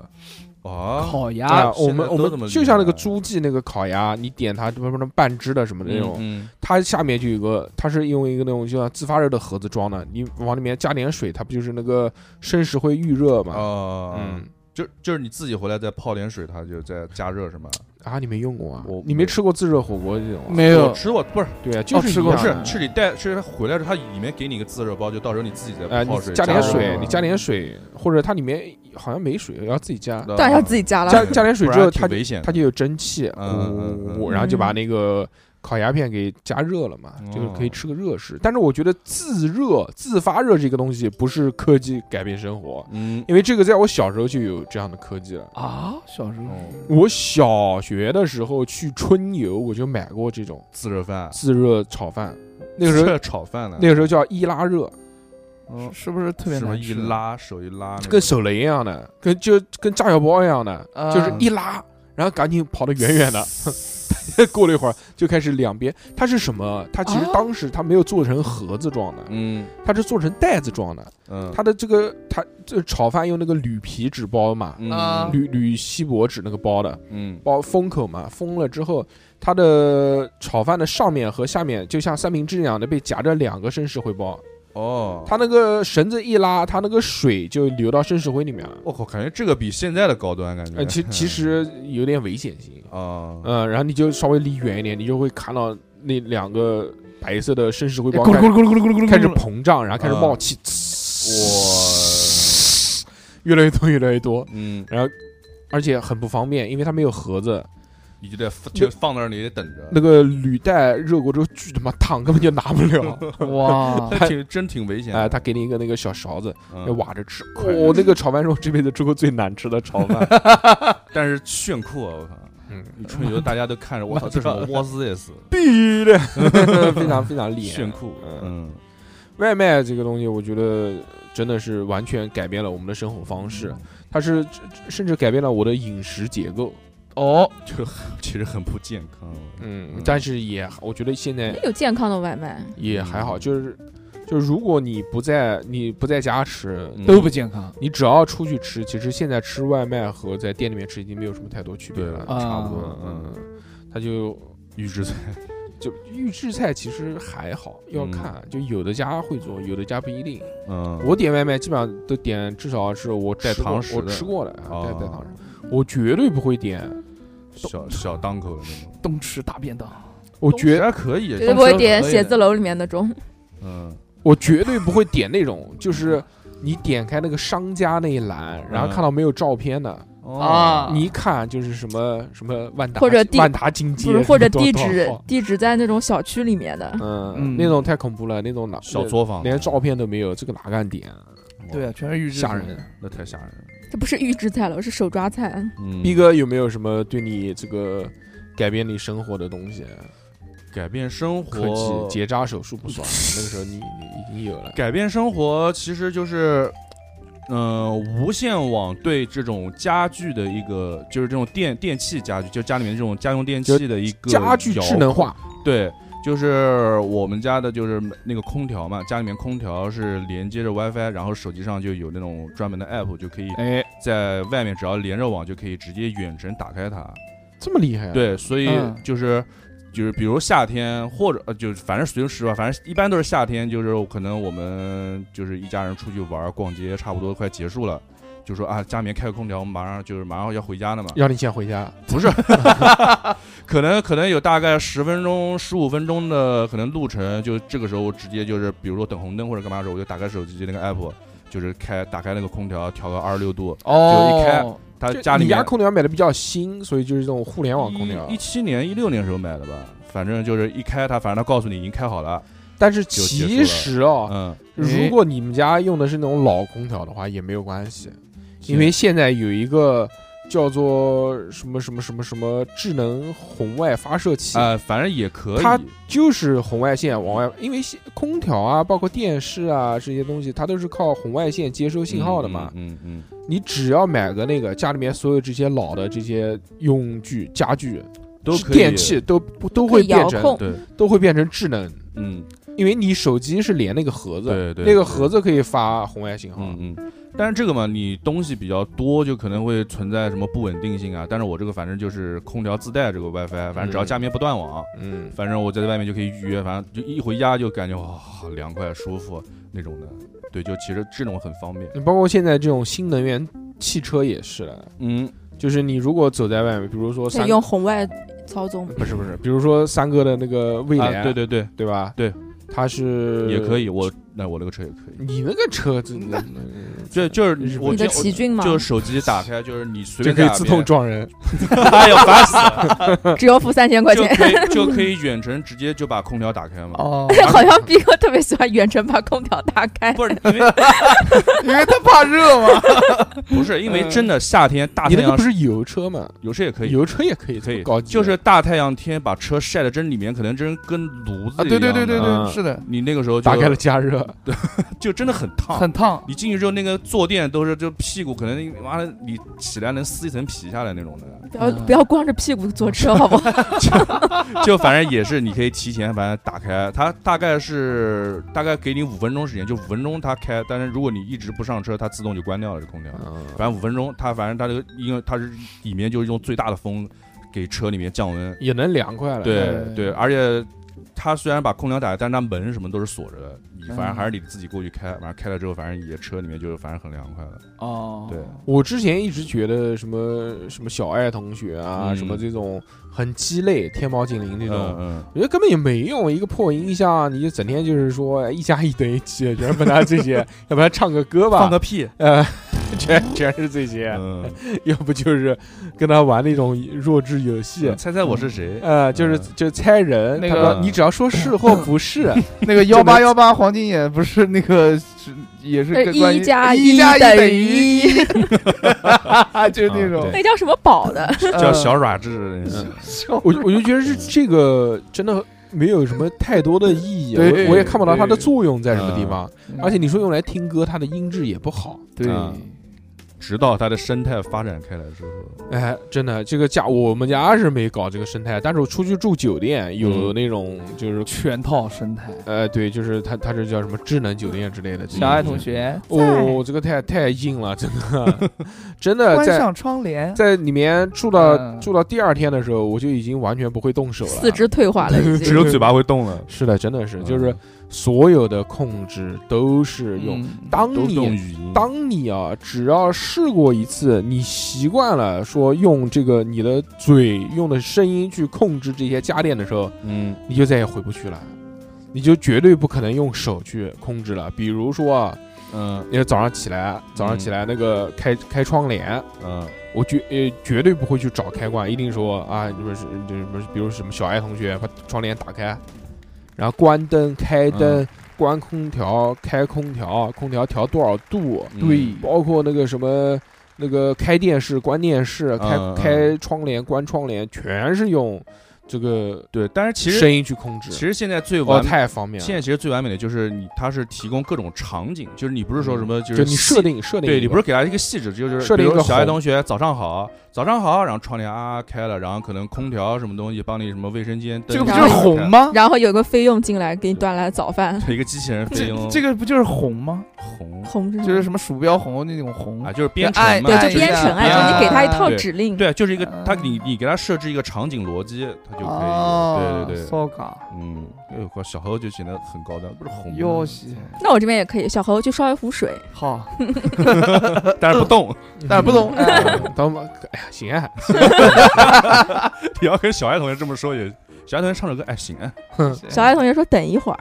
D: 啊，
C: 烤鸭
B: 啊，我
D: 现在
B: 们
D: 都
B: 我
D: 这么
B: 们
D: 厉
B: 就像那个
D: 害
B: 诸记那个烤鸭，你点它什么什么半只的什么的那种，
D: 嗯，
B: 它下面就有个，它是用一个那种就像自发热的盒子装的，你往里面加点水，它不就是那个生食会预热
D: 嗯
B: 嘛？
D: 啊，
B: 嗯，
D: 就就是你自己回来再泡点水，它就再加热是吗？
B: 啊，你没用过啊？
D: 我
B: 你没吃过自热火锅这种啊？
C: 没有
D: 我吃过，不是
B: 对啊，就是
C: 吃
B: 一
C: 过
D: 不
B: 样
D: 是
B: 的
D: 是你带是它回来之后，它里面给你一个自热包，就到时候你自己再
B: 哎，你
D: 泡水，
B: 加点
D: 热嗯
B: 水，
D: 嘛
B: 你加点水，或者它里面好像没水，要自己加，
E: 当然要自己加了。
B: 加加点水
D: 不
B: 之
D: 然
B: 后，
D: 挺
B: 它
D: 危险的
B: 它就有蒸汽，
D: 嗯嗯嗯
B: 呜，然后就把那个烤鸭片给加热了嘛，就是可以
D: 哦
B: 吃个热食。但是我觉得自热、自发热这个东西不是科技改变生活，
D: 嗯
B: 因为这个在我小时候就有这样的科技了。
C: 啊，小时候
D: 哦
B: 我小学的时候去春游，我就买过这种
D: 自热饭，
B: 自热炒饭， 那个 时候
D: 这炒饭呢，
B: 那个时候叫易拉热，
D: 嗯
C: 是不是特别
D: 什么
C: 难
D: 一
C: 吃？
D: 拉手一拉那种，
B: 跟手雷一样的，跟就跟炸药包一样的，
C: 啊
B: 就是一拉，然后赶紧跑得远远的。 过了一会儿就开始两边，它是什么？它其实
E: 啊
B: 当时它没有做成盒子装的，
D: 嗯
B: 它是做成袋子装的。
D: 嗯，
B: 它的这个它这炒饭用那个铝皮纸包嘛，
D: 嗯
C: 啊
B: 铝铝锡箔纸那个包的，
D: 嗯
B: 包封口嘛，封了之后，它的炒饭的上面和下面就像三明治一样的被夹着两个生石灰包，
D: 哦，
B: 它那个绳子一拉，它那个水就流到生石灰里面了。
D: 我靠，感觉这个比现在的高端，感觉。
B: 呃，其其实有点危险性，
D: 啊，
B: 嗯，然后你就稍微离远一点，你就会看到那两个白色的绅士
C: 咕
B: 灰包
C: 噜
B: 开
C: 咕噜咕噜咕噜咕噜咕噜，
B: 开始膨胀，然后开始
D: 啊
B: 冒气，
D: 我
B: 越来越多，越来越多，
D: 嗯，
B: 然后而且很不方便，因为它没有盒子，
D: 你就得就放那儿，你得等着。
B: 那个履带热过之后巨他妈烫，根本就拿不了。
C: 哇，
D: 那挺真挺危险
B: 哎，他给你一个那个小勺子，要
D: 嗯，
B: 挖着吃。我那个炒饭是我这辈子吃过最难吃的炒 饭。
D: 但是炫酷啊！我靠，
B: 嗯，
D: 你春游大家都看着， 我操，这什么沃斯也是
B: 必的，非常非常厉害。
D: 炫酷，
B: 嗯，
D: 嗯
B: 外卖这个东西，我觉得真的是完全改变了我们的生活方式，啊它是甚至改变了我的饮食结构。
C: 哦，
D: 其实很不健康。
B: 嗯
D: 嗯
B: 但是也我觉得现在
E: 也有健康的外卖，
B: 也还
D: 嗯
B: 好，就是就如果你不在你不在家吃，
D: 嗯
C: 都不健康。
B: 你只要出去吃，其实现在吃外卖和在店里面吃已经没有什么太多区别了，
D: 对
B: 差不
D: 啊
B: 多。嗯，它就
D: 预制菜，
B: 就预制菜其实还好，要
D: 嗯
B: 看，就有的家会做，有的家不一定。
D: 嗯，
B: 我点外卖基本上都点，至少是我吃
D: 带
B: 过
D: 堂食
B: 我
D: 的
B: 吃过的，啊，带带
D: 哦
B: 糖食，我绝对不会点，
D: 小小档口的那种，
C: 东吃大便当，
B: 我
D: 觉
B: 绝
D: 得可以
E: 绝，对不会点写字楼里面那种。
D: 嗯
B: 我绝对不会点那种，就是你点开那个商家那一栏，
D: 嗯
B: 然后看到没有照片的，
D: 哦
C: 啊
B: 你一看就是什么什么万达
E: 或者地
B: 万达金街
E: 不是，或者
B: 多
E: 地
B: 多少
E: 址
B: 号
E: 地址在那种小区里面的，
B: 嗯，
C: 嗯
B: 那种太恐怖了，那种哪
D: 小作坊
B: 连照片都没有，这个哪敢点？
C: 对啊，，全是预制
B: 吓
C: 菜
B: 人。
D: 那太吓人了。
E: 这不是预制菜了，是手抓菜。
D: 嗯
B: 逼哥有没有什么对你这个改变你生活的东西？
D: 改变生
B: 科技
D: 活，
B: 结扎手术 不算，啊那个时候你你已经有了。
D: 改变生活其实就是，嗯、无线网对这种家具的一个，就是这种电电器家具，就家里面这种家用电器的一个
B: 家具
D: 遥
B: 智能化，
D: 对，就是我们家的，就是那个空调嘛，家里面空调是连接着 WiFi，然后手机上就有那种专门的 app，就可以
C: 哎，
D: 在外面只要连着网就可以直接远程打开它。
B: 这么厉害、啊？，
D: 对，所以
C: 嗯
D: 就是。就是比如夏天，或者呃，就是反正随时吧，反正一般都是夏天。就是可能我们就是一家人出去玩儿逛街，差不多快结束了，就说啊，家里面开个空调，我们马上就是马上要回家了嘛。
B: 让你先回家。啊
D: 不是， 可能可能有大概十分钟、十五分钟的可能路程，就这个时候我直接就是，比如说等红灯或者干嘛的时候，我就打开手机那个 app，就是开打开那个空调调个二十六度，就一开
C: 哦，
D: 它
B: 就
D: 呃家里
B: 你家
D: 面
B: 空调买的比较新，所以就是这种互联网空调
D: 一。七年、一六年时候买的吧，反正就是一开它，反正它告诉你已经开好了，
B: 但是
D: 就结束
B: 其
D: 了
B: 实哦，
D: 嗯，
B: 如果你们家用的是那种老空调的话，也没有关系，因为现在有一个叫做什么什么什么什么智能红外发射器，
D: 啊、反正也可以，
B: 它就是红外线往外，因为现空调啊，包括电视啊这些东西，它都是靠红外线接收信号的嘛。
D: 嗯嗯，嗯
B: 你只要买个那个，家里面所有这些老的这些用具、家具、
D: 都可以
B: 电器，都都会
E: 可以遥
B: 变成
E: 控
D: 对，
B: 都会变成智能，
D: 嗯，
B: 因为你手机是连那个盒子，
D: 对对
B: 那
D: 对
B: 个盒子可以发红外信号。
D: 嗯嗯，但是这个嘛，你东西比较多，就可能会存在什么不稳定性啊。但是我这个反正就是空调自带这个 WiFi，反正只要
B: 嗯
D: 家里面不断网，
B: 嗯，
D: 反正我在外面就可以预约，反正就一回家就感觉哇、好凉快舒服那种的。对，就其实这种很方便。
B: 你嗯包括现在这种新能源汽车也是的，
D: 嗯，
B: 就是你如果走在外面，比如说
E: 在
B: 三
E: 用红外操纵。
B: 不是不是，比如说三哥的那个蔚来，
D: 啊，对对对，
B: 对吧？
D: 对，
B: 它是
D: 也可。以，我那我那个车也可以。
B: 你那个车子，
D: 就就是我
E: 你的
D: 见我
E: 奇骏吗？
D: 就是手机打开，就是你随
B: 就
D: 便
B: 可以
D: 在哪
B: 自动
D: 边，
B: 撞人，
D: 哎呀烦死了，
E: 只要付三千块
D: 就
E: 钱，
D: 可以就可以远程直接就把空调打开嘛。
C: 哦，
E: 好像逼哥特别喜欢远程把空调打开。
D: 不是因 为
C: 因为他怕热嘛。
D: 不是因为真的夏天大
B: 嗯你
D: 太
B: 那个
D: 阳
B: 不是油车吗？
D: 有时也啊可以，
B: 油车也可以，
D: 可以
B: 搞，
D: 就是大太阳天把车晒的真里面，可能真跟炉子
C: 啊，
D: 一样
C: 对对对对
D: 的
B: 嗯
C: 对，是的，
D: 你那个时候就
B: 打开了，加热，
D: 就真的很烫。
C: 很烫。
D: 你进去之后，那个坐垫都是就屁股，可能妈的你起来能撕一层皮下来那种的。
E: 不要不要光着屁股坐车，好不好？
D: 就反正也是，你可以提前反正打开，它大概是大概给你五分钟时间，就五分钟它开，但是如果你一直不上车，它自动就关掉了这空调。
B: 嗯，
D: 反正五分钟，它反正它这个因为它是里面就是用最大的风给车里面降温，
B: 也能凉快了。嗯
D: 对
C: 哎
D: 对，而且它虽然把空调打开，但是它门什么都是锁着的，你反正
C: 嗯
D: 还是你自己过去开，反正开了之后，反正也车里面就是反正很凉快了。
C: 哦，
D: 对，
B: 我之前一直觉得什么什么小爱同学啊，
D: 嗯
B: 什么这种很鸡肋、天猫精灵这种，
D: 嗯
B: 我觉得根本也没用，一个破音箱，你就整天就是说哎一加一等于几，全是问他这些， 要不然唱个歌吧，
D: 屁，
B: 呃，全全是这些，
D: 嗯，
B: 要不就是跟他玩那种弱智游戏，
D: 猜猜我是谁？
B: 呃，就是
D: 嗯
B: 就猜人，
C: 那
B: 他
C: 个
B: 说你只要说是或 不是，
C: 那个幺八幺八黄金眼不是那个是也是跟关于
E: 一加
C: 呃一
E: 加
C: 等
E: 等于一，
C: 啊， 就是那种嗯
D: 啊
E: 那叫什么宝的？
D: 对叫小软质，
B: 嗯
C: 小
B: 我我就觉得是这个真的没有什么太多的意义，我
C: 对
B: 我也看不到它的
C: 对
B: 作用在什么地方，
C: 嗯
B: 而且你说用来听歌，它的音质也不好。
C: 对
D: 嗯直到它的生态发展开来之后，
B: 哎，真的，这个家我们家是没搞这个生态，但是我出去住酒店有
D: 嗯
B: 那种就是，
C: 全套生态。
B: 呃，对，就是它它是叫什么智能酒店之类的。
C: 小爱同学，
B: 哦，这个太太硬了，真 的，真的
C: 关
B: 在
C: 上窗帘，
B: 嗯在里面住到、
C: 嗯
B: 住到第二天的时候，我就已经完全不会动手了。
E: 四肢退化了，已
D: 只
E: 经。
D: 有嘴巴会动了，
B: 是的，真的是，
D: 嗯
B: 就是所有的控制都是用。
C: 嗯
B: 当
D: 都动
B: 你
D: 语音，
B: 当你啊，只要试过一次，你习惯了说用这个你的嘴用的声音去控制这些家电的时候，
D: 嗯
B: 你就再也回不去了。你就绝对不可能用手去控制了，比如说啊，
D: 嗯
B: 你早上起来，早上起来那个开开窗帘，
D: 嗯
B: 我绝呃绝对不会去找开关，一定说啊，你们是就是不是，比如什么小爱同学把窗帘打开，然后关灯、开灯、
D: 嗯
B: 关空调、开空调，空调调多少度，
D: 嗯
C: 对
B: 包括那个什么那个开电视、关电视、开、
D: 嗯嗯
B: 开窗帘、关窗帘，全是用这个
D: 对，但是其实
B: 声音去控
D: 其
B: 制，
D: 实现在最
B: 哦，
D: 完美。
B: 太方便了。
D: 现在其实最完美的就是你，它是提供各种场景，就是你不是说什么就是
B: 嗯就你设
D: 细
B: 定设定一个，
D: 对你不是给他一个细致，就是
B: 设定
D: 比如
B: 一个
D: 小爱
B: 红
D: 同学早上好，早上好，然后窗帘啊开了，然后可能空调什么东西帮你什么卫生间灯
C: 这个不
D: 什
C: 就
D: 么
C: 是
D: 都开
C: 红？吗？
E: 然后有个菲佣进来给你端来早饭，
D: 一个机器人飞
C: 这
D: 用
C: 这个不就是红吗？
D: 红
E: 红是
C: 就是什么鼠标红那种红
D: 啊，，就是编程
C: 按
D: 嘛
E: 对，，
C: 按
E: 就
C: 一
E: 编
C: 下
E: 程啊，就你给他一套
D: 对
E: 指令，
D: 对，就是一个他
C: 嗯
D: 你你给他设置一个场景逻辑，他就可
C: 哦，
D: 以，对对对，
C: 骚卡
D: 嗯，哎呦，我小时候就显得很高端，不是红
C: 哟
D: 吗，
C: 西，
E: 那我这边也可以，小猴去烧一壶水，
C: 好，
D: 但是不动，
C: 但是不懂，哎
B: 当妈，哎呀，行啊，
D: 你要跟小爱同学这么说也，小爱同学唱首歌，哎行， 哎
E: 小
C: 嗯
E: 爱同学说等一 会儿，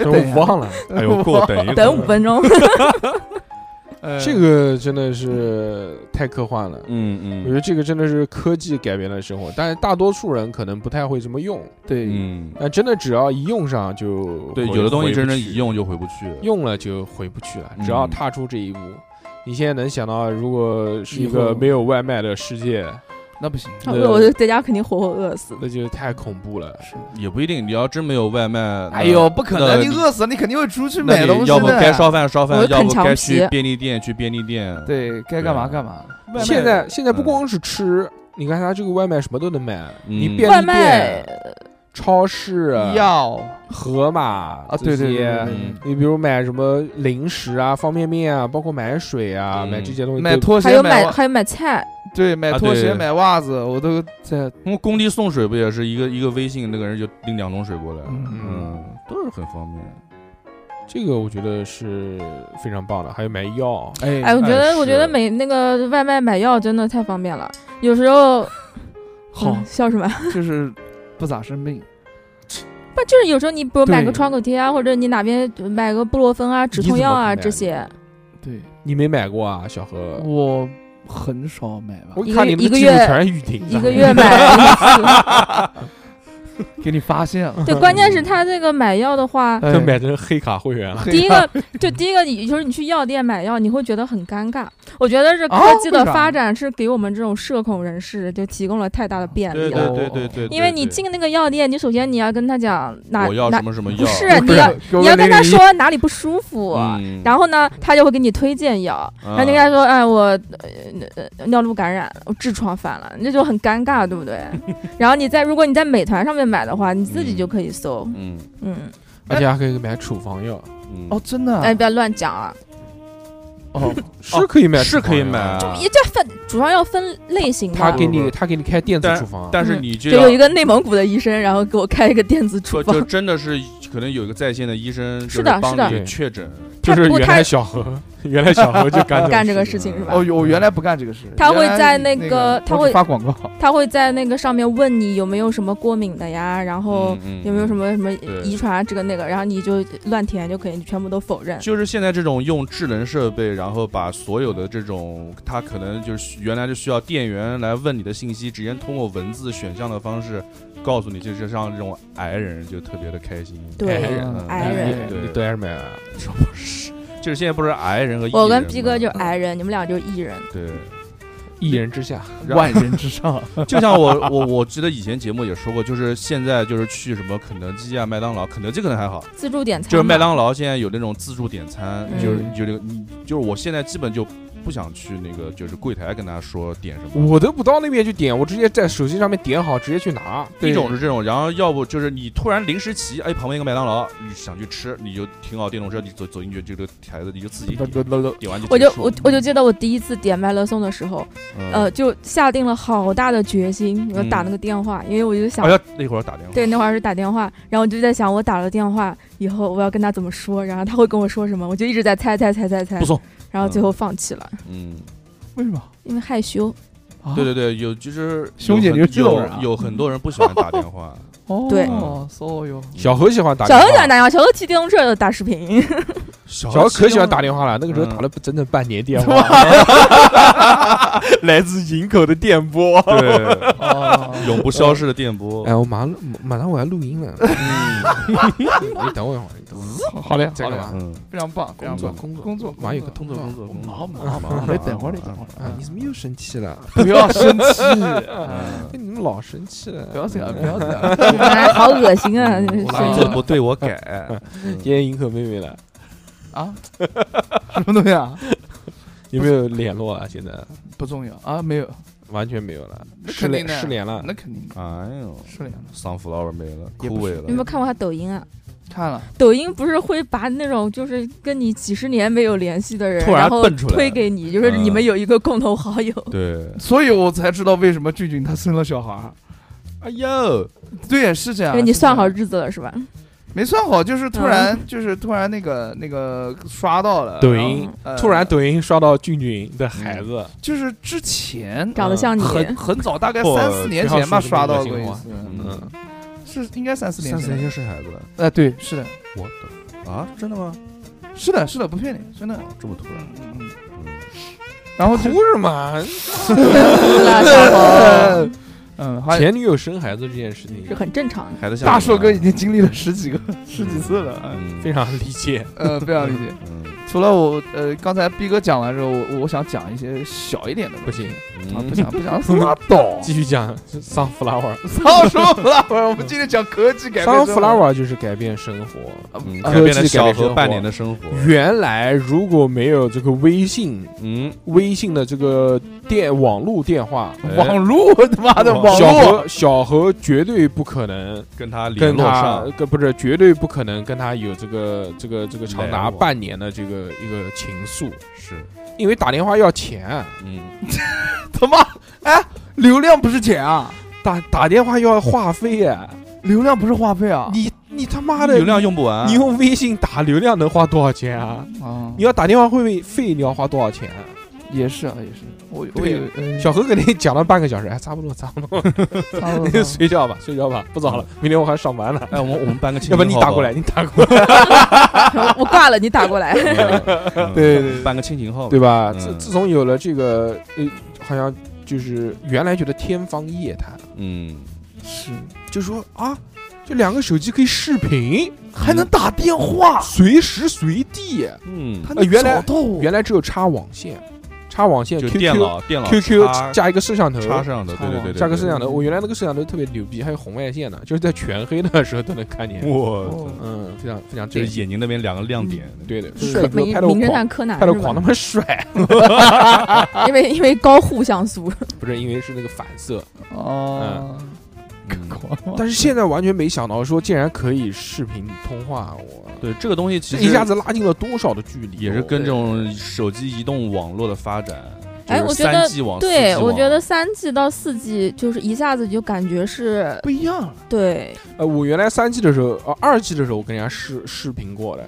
B: 我
C: 等一下
B: 忘了，
D: 哎呦，给我等一 会儿，
E: 等五分钟，
C: 呃
B: 这个真的是太科幻了。
D: 嗯
B: 我觉
D: 嗯
B: 得这个真的是科技改变了生活，但是大多数人可能不太会这么用。
C: 对，
D: 嗯，
B: 但真的只要一用上就
D: 对，
B: 回
D: 有的东西真正
B: 回不去
D: 一用就回不去，
B: 用了就回不去了。
D: 嗯
B: 只要踏出这一步，你现在能想到，如果是一
C: 以
B: 个
C: 后
B: 没有外卖的世界，
C: 那不行，
B: 对
E: 我就在家肯定活活饿死。
B: 那就太恐怖了。
C: 是的
D: 也不一定，你要真没有外卖，那
C: 哎呦，不可
D: 那
C: 能，你
D: 你
C: 饿死了你肯定会出去
D: 那
C: 买东
D: 你
C: 西
D: 要不
C: 的，
D: 该烧饭烧
E: 我
D: 饭，
E: 就
D: 要
E: 啃
D: 不
E: 肠
D: 该去
E: 皮
D: 便利店去便利店。
C: 对该干
D: 啊
C: 嘛干嘛，
D: 外卖
B: 现在现在不光是吃，你看它这个外卖什么都能买，
D: 嗯
B: 你便
E: 外
B: 利
E: 卖
B: 店、超市、啊
C: 要
B: 盒马啊
C: 啊，对对对对，
D: 嗯
C: 对
B: 你比如买什么零食啊、方便面啊，包括买水啊，
D: 嗯
B: 买这些东西都，
C: 买拖
E: 还
C: 鞋
E: 有买
C: 袜
E: 还有买菜，
C: 对买
D: 啊
C: 拖鞋
D: 对
C: 买袜子我都在，
E: 嗯
D: 那么工地送水不也是一个一个微信，那个人就拎两桶水过来，
C: 嗯
D: 嗯，都是很方便。
B: 这个我觉得是非常棒的。还有买药，
E: 哎，
C: 哎
E: 我觉得
D: 是
E: 我觉得每那个外卖买药真的太方便了，有时候
C: 好
E: 嗯笑什么？
C: 就是不咋生病，
E: 不就是有时候你比如买个
C: 对
E: 创可贴啊，或者你哪边买个布洛芬啊、止
B: 你
E: 痛
B: 怎么
E: 药
B: 不买
E: 啊
B: 呢
E: 这些，
C: 对
B: 你没买过啊，小
D: 呃
B: 何？
C: 我很少买吧，
B: 我
E: 一个
B: 看你们
E: 一
B: 的
E: 个
B: 记录
E: 月
B: 全是雨停的，
E: 一 个月买一次。
C: 给你发现了，
E: 对，关键是他这个买药的话，
B: 就
C: 哎
B: 买成黑卡会员了。
C: 嘿
E: 第一个，就第一个，你就是你去药店买药，你会觉得很尴尬。我觉得是科技
C: 啊为
E: 的
C: 啥
E: 发展是给我们这种社恐人士就提供了太大的便利
D: 哦对
E: 了。
D: 对对对对，对
E: 因为你
D: 对
E: 进那个药店，你首先你要跟他讲哪
D: 我要
E: 哪
D: 什，么什么药，
E: 不是你要
C: 给我
E: 你要跟他
C: 001
E: 说哪里不舒服，
D: 嗯啊
E: 然后呢，他就会给你推荐药。然后你跟他说，哎，我呃呃尿路感染，我痔疮犯了，那就很尴尬，对 不对？然后你在如果你在美团上面买的话，你自己就可以搜，
D: 嗯
E: 嗯，
B: 而且还可以买处方药，
D: 嗯
C: 哦，真的啊，
E: 哎，不要乱讲啊，
C: 哦，
B: 是可以买，
D: 是可以买啊，，
E: 也叫分，主要要分类型的。
B: 他给
D: 不不
B: 你
D: 不
B: 他给你开电子处方啊，
D: 但是
E: 嗯
D: 你就
E: 就有一
D: 要
E: 个内蒙古的医生，然后给我开一个电子处
D: 说就
E: 方。
D: 真的是可能有一个在线的医生，就是
E: 的
D: 帮
E: 是的
D: 你确诊，
B: 就
E: 他
B: 是
E: 不
B: 原
E: 他
B: 来小何，原来小何就干
E: 干
B: 这
E: 这
B: 种
E: 个
B: 事
E: 事情是吧
C: 哦，？我原来不干这个事，
E: 他会
C: 原来
E: 在
C: 那
E: 那个他
C: 我只
E: 会
C: 发广告，
D: 嗯
E: 他会在那个上面问你有没有什么过敏的呀，然后
D: 嗯
E: 哦有没有什？
D: 嗯嗯
E: 么什么
D: 对
E: 遗传啊这个那个，然后你就乱填就可以，你全部都否认。
D: 就是现在这种用智能设备，然后把所有的这种，它可能就是原来就需要店员来问你的信息，直接通过文字选项的方式告诉你，就是让这种癌人就特别的开心。
E: 对
B: 哎
D: 嗯
E: 癌人
B: 你
D: 对
B: 你得什么呀？
D: 不是，就是现在不是癌人和嗯
E: 我跟
D: 逼
E: 逼哥就是癌人，你们俩就是艺人。
D: 对，
B: 一人之下，
D: 然
C: 万人之上，
D: 就像我我我记得以前节目也说过，就是现在就是去什么肯德基啊、麦当劳，肯德基可能还好，
E: 自助点餐嘛
D: 就是麦当劳现在有那种自助点餐，
E: 嗯
D: 就是就那个 你 就是我现在基本就不想去那个就是柜台跟他说点什么。
B: 我都不到那边去点，我直接在手机上面点好，直接去拿。
D: 一种是这种，然后要不就是你突然临时起，哎，旁边一个麦当劳，你想去吃，你就停好电动车，你走走进去这个台子，你就自己点，点完就
E: 我
D: 结
E: 就
D: 束
E: 我我就记得我第一次点麦乐送的时候，
D: 嗯
E: 呃，就下定了好大的决心，我要打
D: 嗯
E: 那个电话，因为我就想
D: 哎呀那会儿打电话，
E: 对，那会儿是打电话，然后我就在想，我打了电话以后我要跟他怎么说，然后他会跟我说什么，我就一直在猜猜猜猜猜
D: 不，送，
E: 然后最后放弃了，
D: 嗯，
C: 为什么？
E: 因为害羞。
C: 啊
D: 对对对，有就是
C: 兄弟
D: 有很
C: 你就知道我啊
D: 有有很多人不喜欢打电 话，
C: 哦，
E: 对
C: 所有
B: 小何喜欢打
E: 小
B: 电
E: 何
B: 话，
E: 喜欢打电话，小何骑电动车打视 频，
D: 小
B: 小何可喜欢打电话了，那个时候
D: 嗯
B: 打了整整半年电
C: 是
B: 话，
C: 吧？
F: 来自营口的电波。
D: 对，
C: 哦，
D: 永不消逝的电波。
B: 哎，我马上马上我要录音 了，你 等我一会儿，你等我一会儿，
C: 好嘞，
B: 在
C: 好
B: 干
C: 嘞，
B: 嘛？
D: 嗯，
C: 非常棒，非常
B: 工作
C: 棒，
B: 工作，
C: 工作，
B: 马上有个通
D: 工作工作工
C: 忙
D: 作，
C: 忙忙，
D: 忙
C: 你等会儿，你等会儿，
B: 啊，你怎么又生气 了？
C: 嗯
B: 哎
C: 不要生 气，
D: 嗯
B: 你怎么老生气
C: 不
B: 了？
C: 要这样，不要这样，
E: 哎好恶心啊！真
D: 嗯我哪里做
E: 是
D: 的不对，我改。
B: 今天迎合妹妹了，
C: 啊， 什么东西啊？
B: 有没有联络啊？现在
C: 不重要啊，没有，
B: 完全没有了，
C: 那
B: 失
C: 肯定
B: 联
C: 的，
B: 失联了。
C: 那肯定的，
D: 哎呦，
C: 失联了，
D: 桑 flower 没了，
C: 也不
D: 枯
C: 是
D: 萎
E: 你有没有
D: 了。
E: 看过他抖音啊？
C: 看了，
E: 抖音不是会把那种就是跟你几十年没有联系的人，
D: 突然
E: 然后
D: 蹦出来嗯
E: 推给你，就是你们有一个共同好友。
D: 对，
C: 所以我才知道为什么俊俊他生了小孩儿。
D: 哎呦，
C: 对，是这样
E: 因为。你
C: 是这
E: 算
C: 样
E: 好日子了是吧？
C: 没算好，就是突然，就是突然那个那个刷到了
B: 抖音
C: 然后呃
B: 突然抖音刷到俊俊的孩子，
C: 就是之前
E: 长得
D: 嗯
E: 像你，
C: 很很早，大概
D: 嚯
C: 三四年前吧，
B: 这
C: 刷
B: 样
C: 到
B: 说
C: 过一次，
D: 嗯，
B: 嗯，
C: 是应该三四年
D: 三四年前
C: 前。
D: 生孩子了，
C: 哎，对，是的，
D: 我的啊，真的吗？
C: 是的，是的，不骗你，真的。
D: 这么突然？
C: 嗯嗯
D: 嗯，
C: 然后
B: 哭
C: 就
B: 什么？
E: 了 小红
C: 嗯，还有
B: 前女友生孩子这件事情
E: 是很正常的。
D: 孩子像
C: 大
D: 你
C: 硕
D: 吗
C: 哥已经经历了十几个、十几次了，嗯
D: 嗯
B: 非常理解，
C: 呃，非常理解。
D: 嗯
C: 除了我，呃，刚才逼哥讲完之后，我我想讲一些小一点的，
B: 不行，，
C: 啊，不
D: 嗯，
C: 想不 想，拉倒。
B: 继续讲 sunflower。
C: 好，说 flower，我们今天讲科技改变生活
B: sunflower 就是改变生活。
D: 嗯
B: 啊
D: 改变
B: 自
D: 了
B: 己改
D: 小
B: 变生
D: 河
B: 活
D: 半年的生活。
B: 原来如果没有这个微信，
D: 嗯，
B: 微信的这个电网络电话，
D: 哎
C: 网络，他妈的网
B: 小
C: 络，
B: 何小何绝对不可能
D: 跟他联
B: 跟
D: 络
B: 他
D: 上，
B: 跟不是绝对不可能跟他有这个这个这个长
D: 来
B: 达
D: 往
B: 半年的这个一个情愫，
D: 是，
B: 因为打电话要钱，啊
D: 嗯，
C: 他妈，哎，流量不是钱啊，
B: 打打电话要话费哎，
C: 流量不是话费啊，
B: 你你他妈的
D: 流量用不完，
B: 你用微信打流量能花多少钱啊？
C: 啊，
B: 你要打电话会费费你要花多少钱啊？
C: 也是啊，也是，我我
B: 对
C: 有呃
B: 小何给你讲了半个小时，哎，差不多差不多。
C: 差 不多
B: 睡觉吧，睡觉吧，不早
D: 嗯
B: 了，明天我还上班呢。
D: 哎，我们我们办个亲，
B: 要不你打过来，，你打过来，
E: 我挂了，你打过来。
D: 嗯
B: 对对对
D: 办个亲情号吧，
B: 对吧？
D: 嗯
B: 自自从有了这个，呃，好像就是原来觉得天方夜谭，
D: 嗯，
C: 是，
B: 就说啊，这两个手机可以视频，
C: 还能打电话，
B: 随时随地。
D: 嗯，
C: 还
B: 呃
C: 能
B: 原来
C: 找到我，
B: 原来只有插网线，插网线
D: 就电
B: QQ
D: 脑电脑
B: QQ
D: 插
B: 加一个摄像头，
D: 插上的，对对对对，
B: 加个摄像
D: 头，
B: 头。我原来那个摄像头特别牛逼，还有红外线呢，就是在全黑的时候都能看见。
D: 我
C: 哦
B: 嗯，非常非常
D: 就
B: 震
D: 是
B: 惊。
D: 眼睛那边两个亮点，
B: 对的，帅
E: 水
B: 哥
E: 名
B: 拍的我
E: 名侦
B: 狂
E: 探，柯南
B: 拍的
E: 是吧
B: 狂他妈甩。
E: 因为因为高互像素，
B: 不是因为是那个反射，
C: 哦，
D: 嗯
C: 狂
B: 但是现在完全没想到说竟然可以视频通话，我
D: 对这个东西其
B: 这
D: 实
B: 一下子拉近了多少的距离哦，
D: 也是跟这种手机移动网络的发展，
E: 哎
D: 就是
E: 我觉得
D: 三 G 网，
E: 对
D: 4G
E: 我
D: 网
E: 觉得三 G 到四 G 就是一下子就感觉是
C: 不一样了，
E: 对，
B: 呃，我原来三 G 的时候，呃，二 G 的时候我跟人家视视频过的，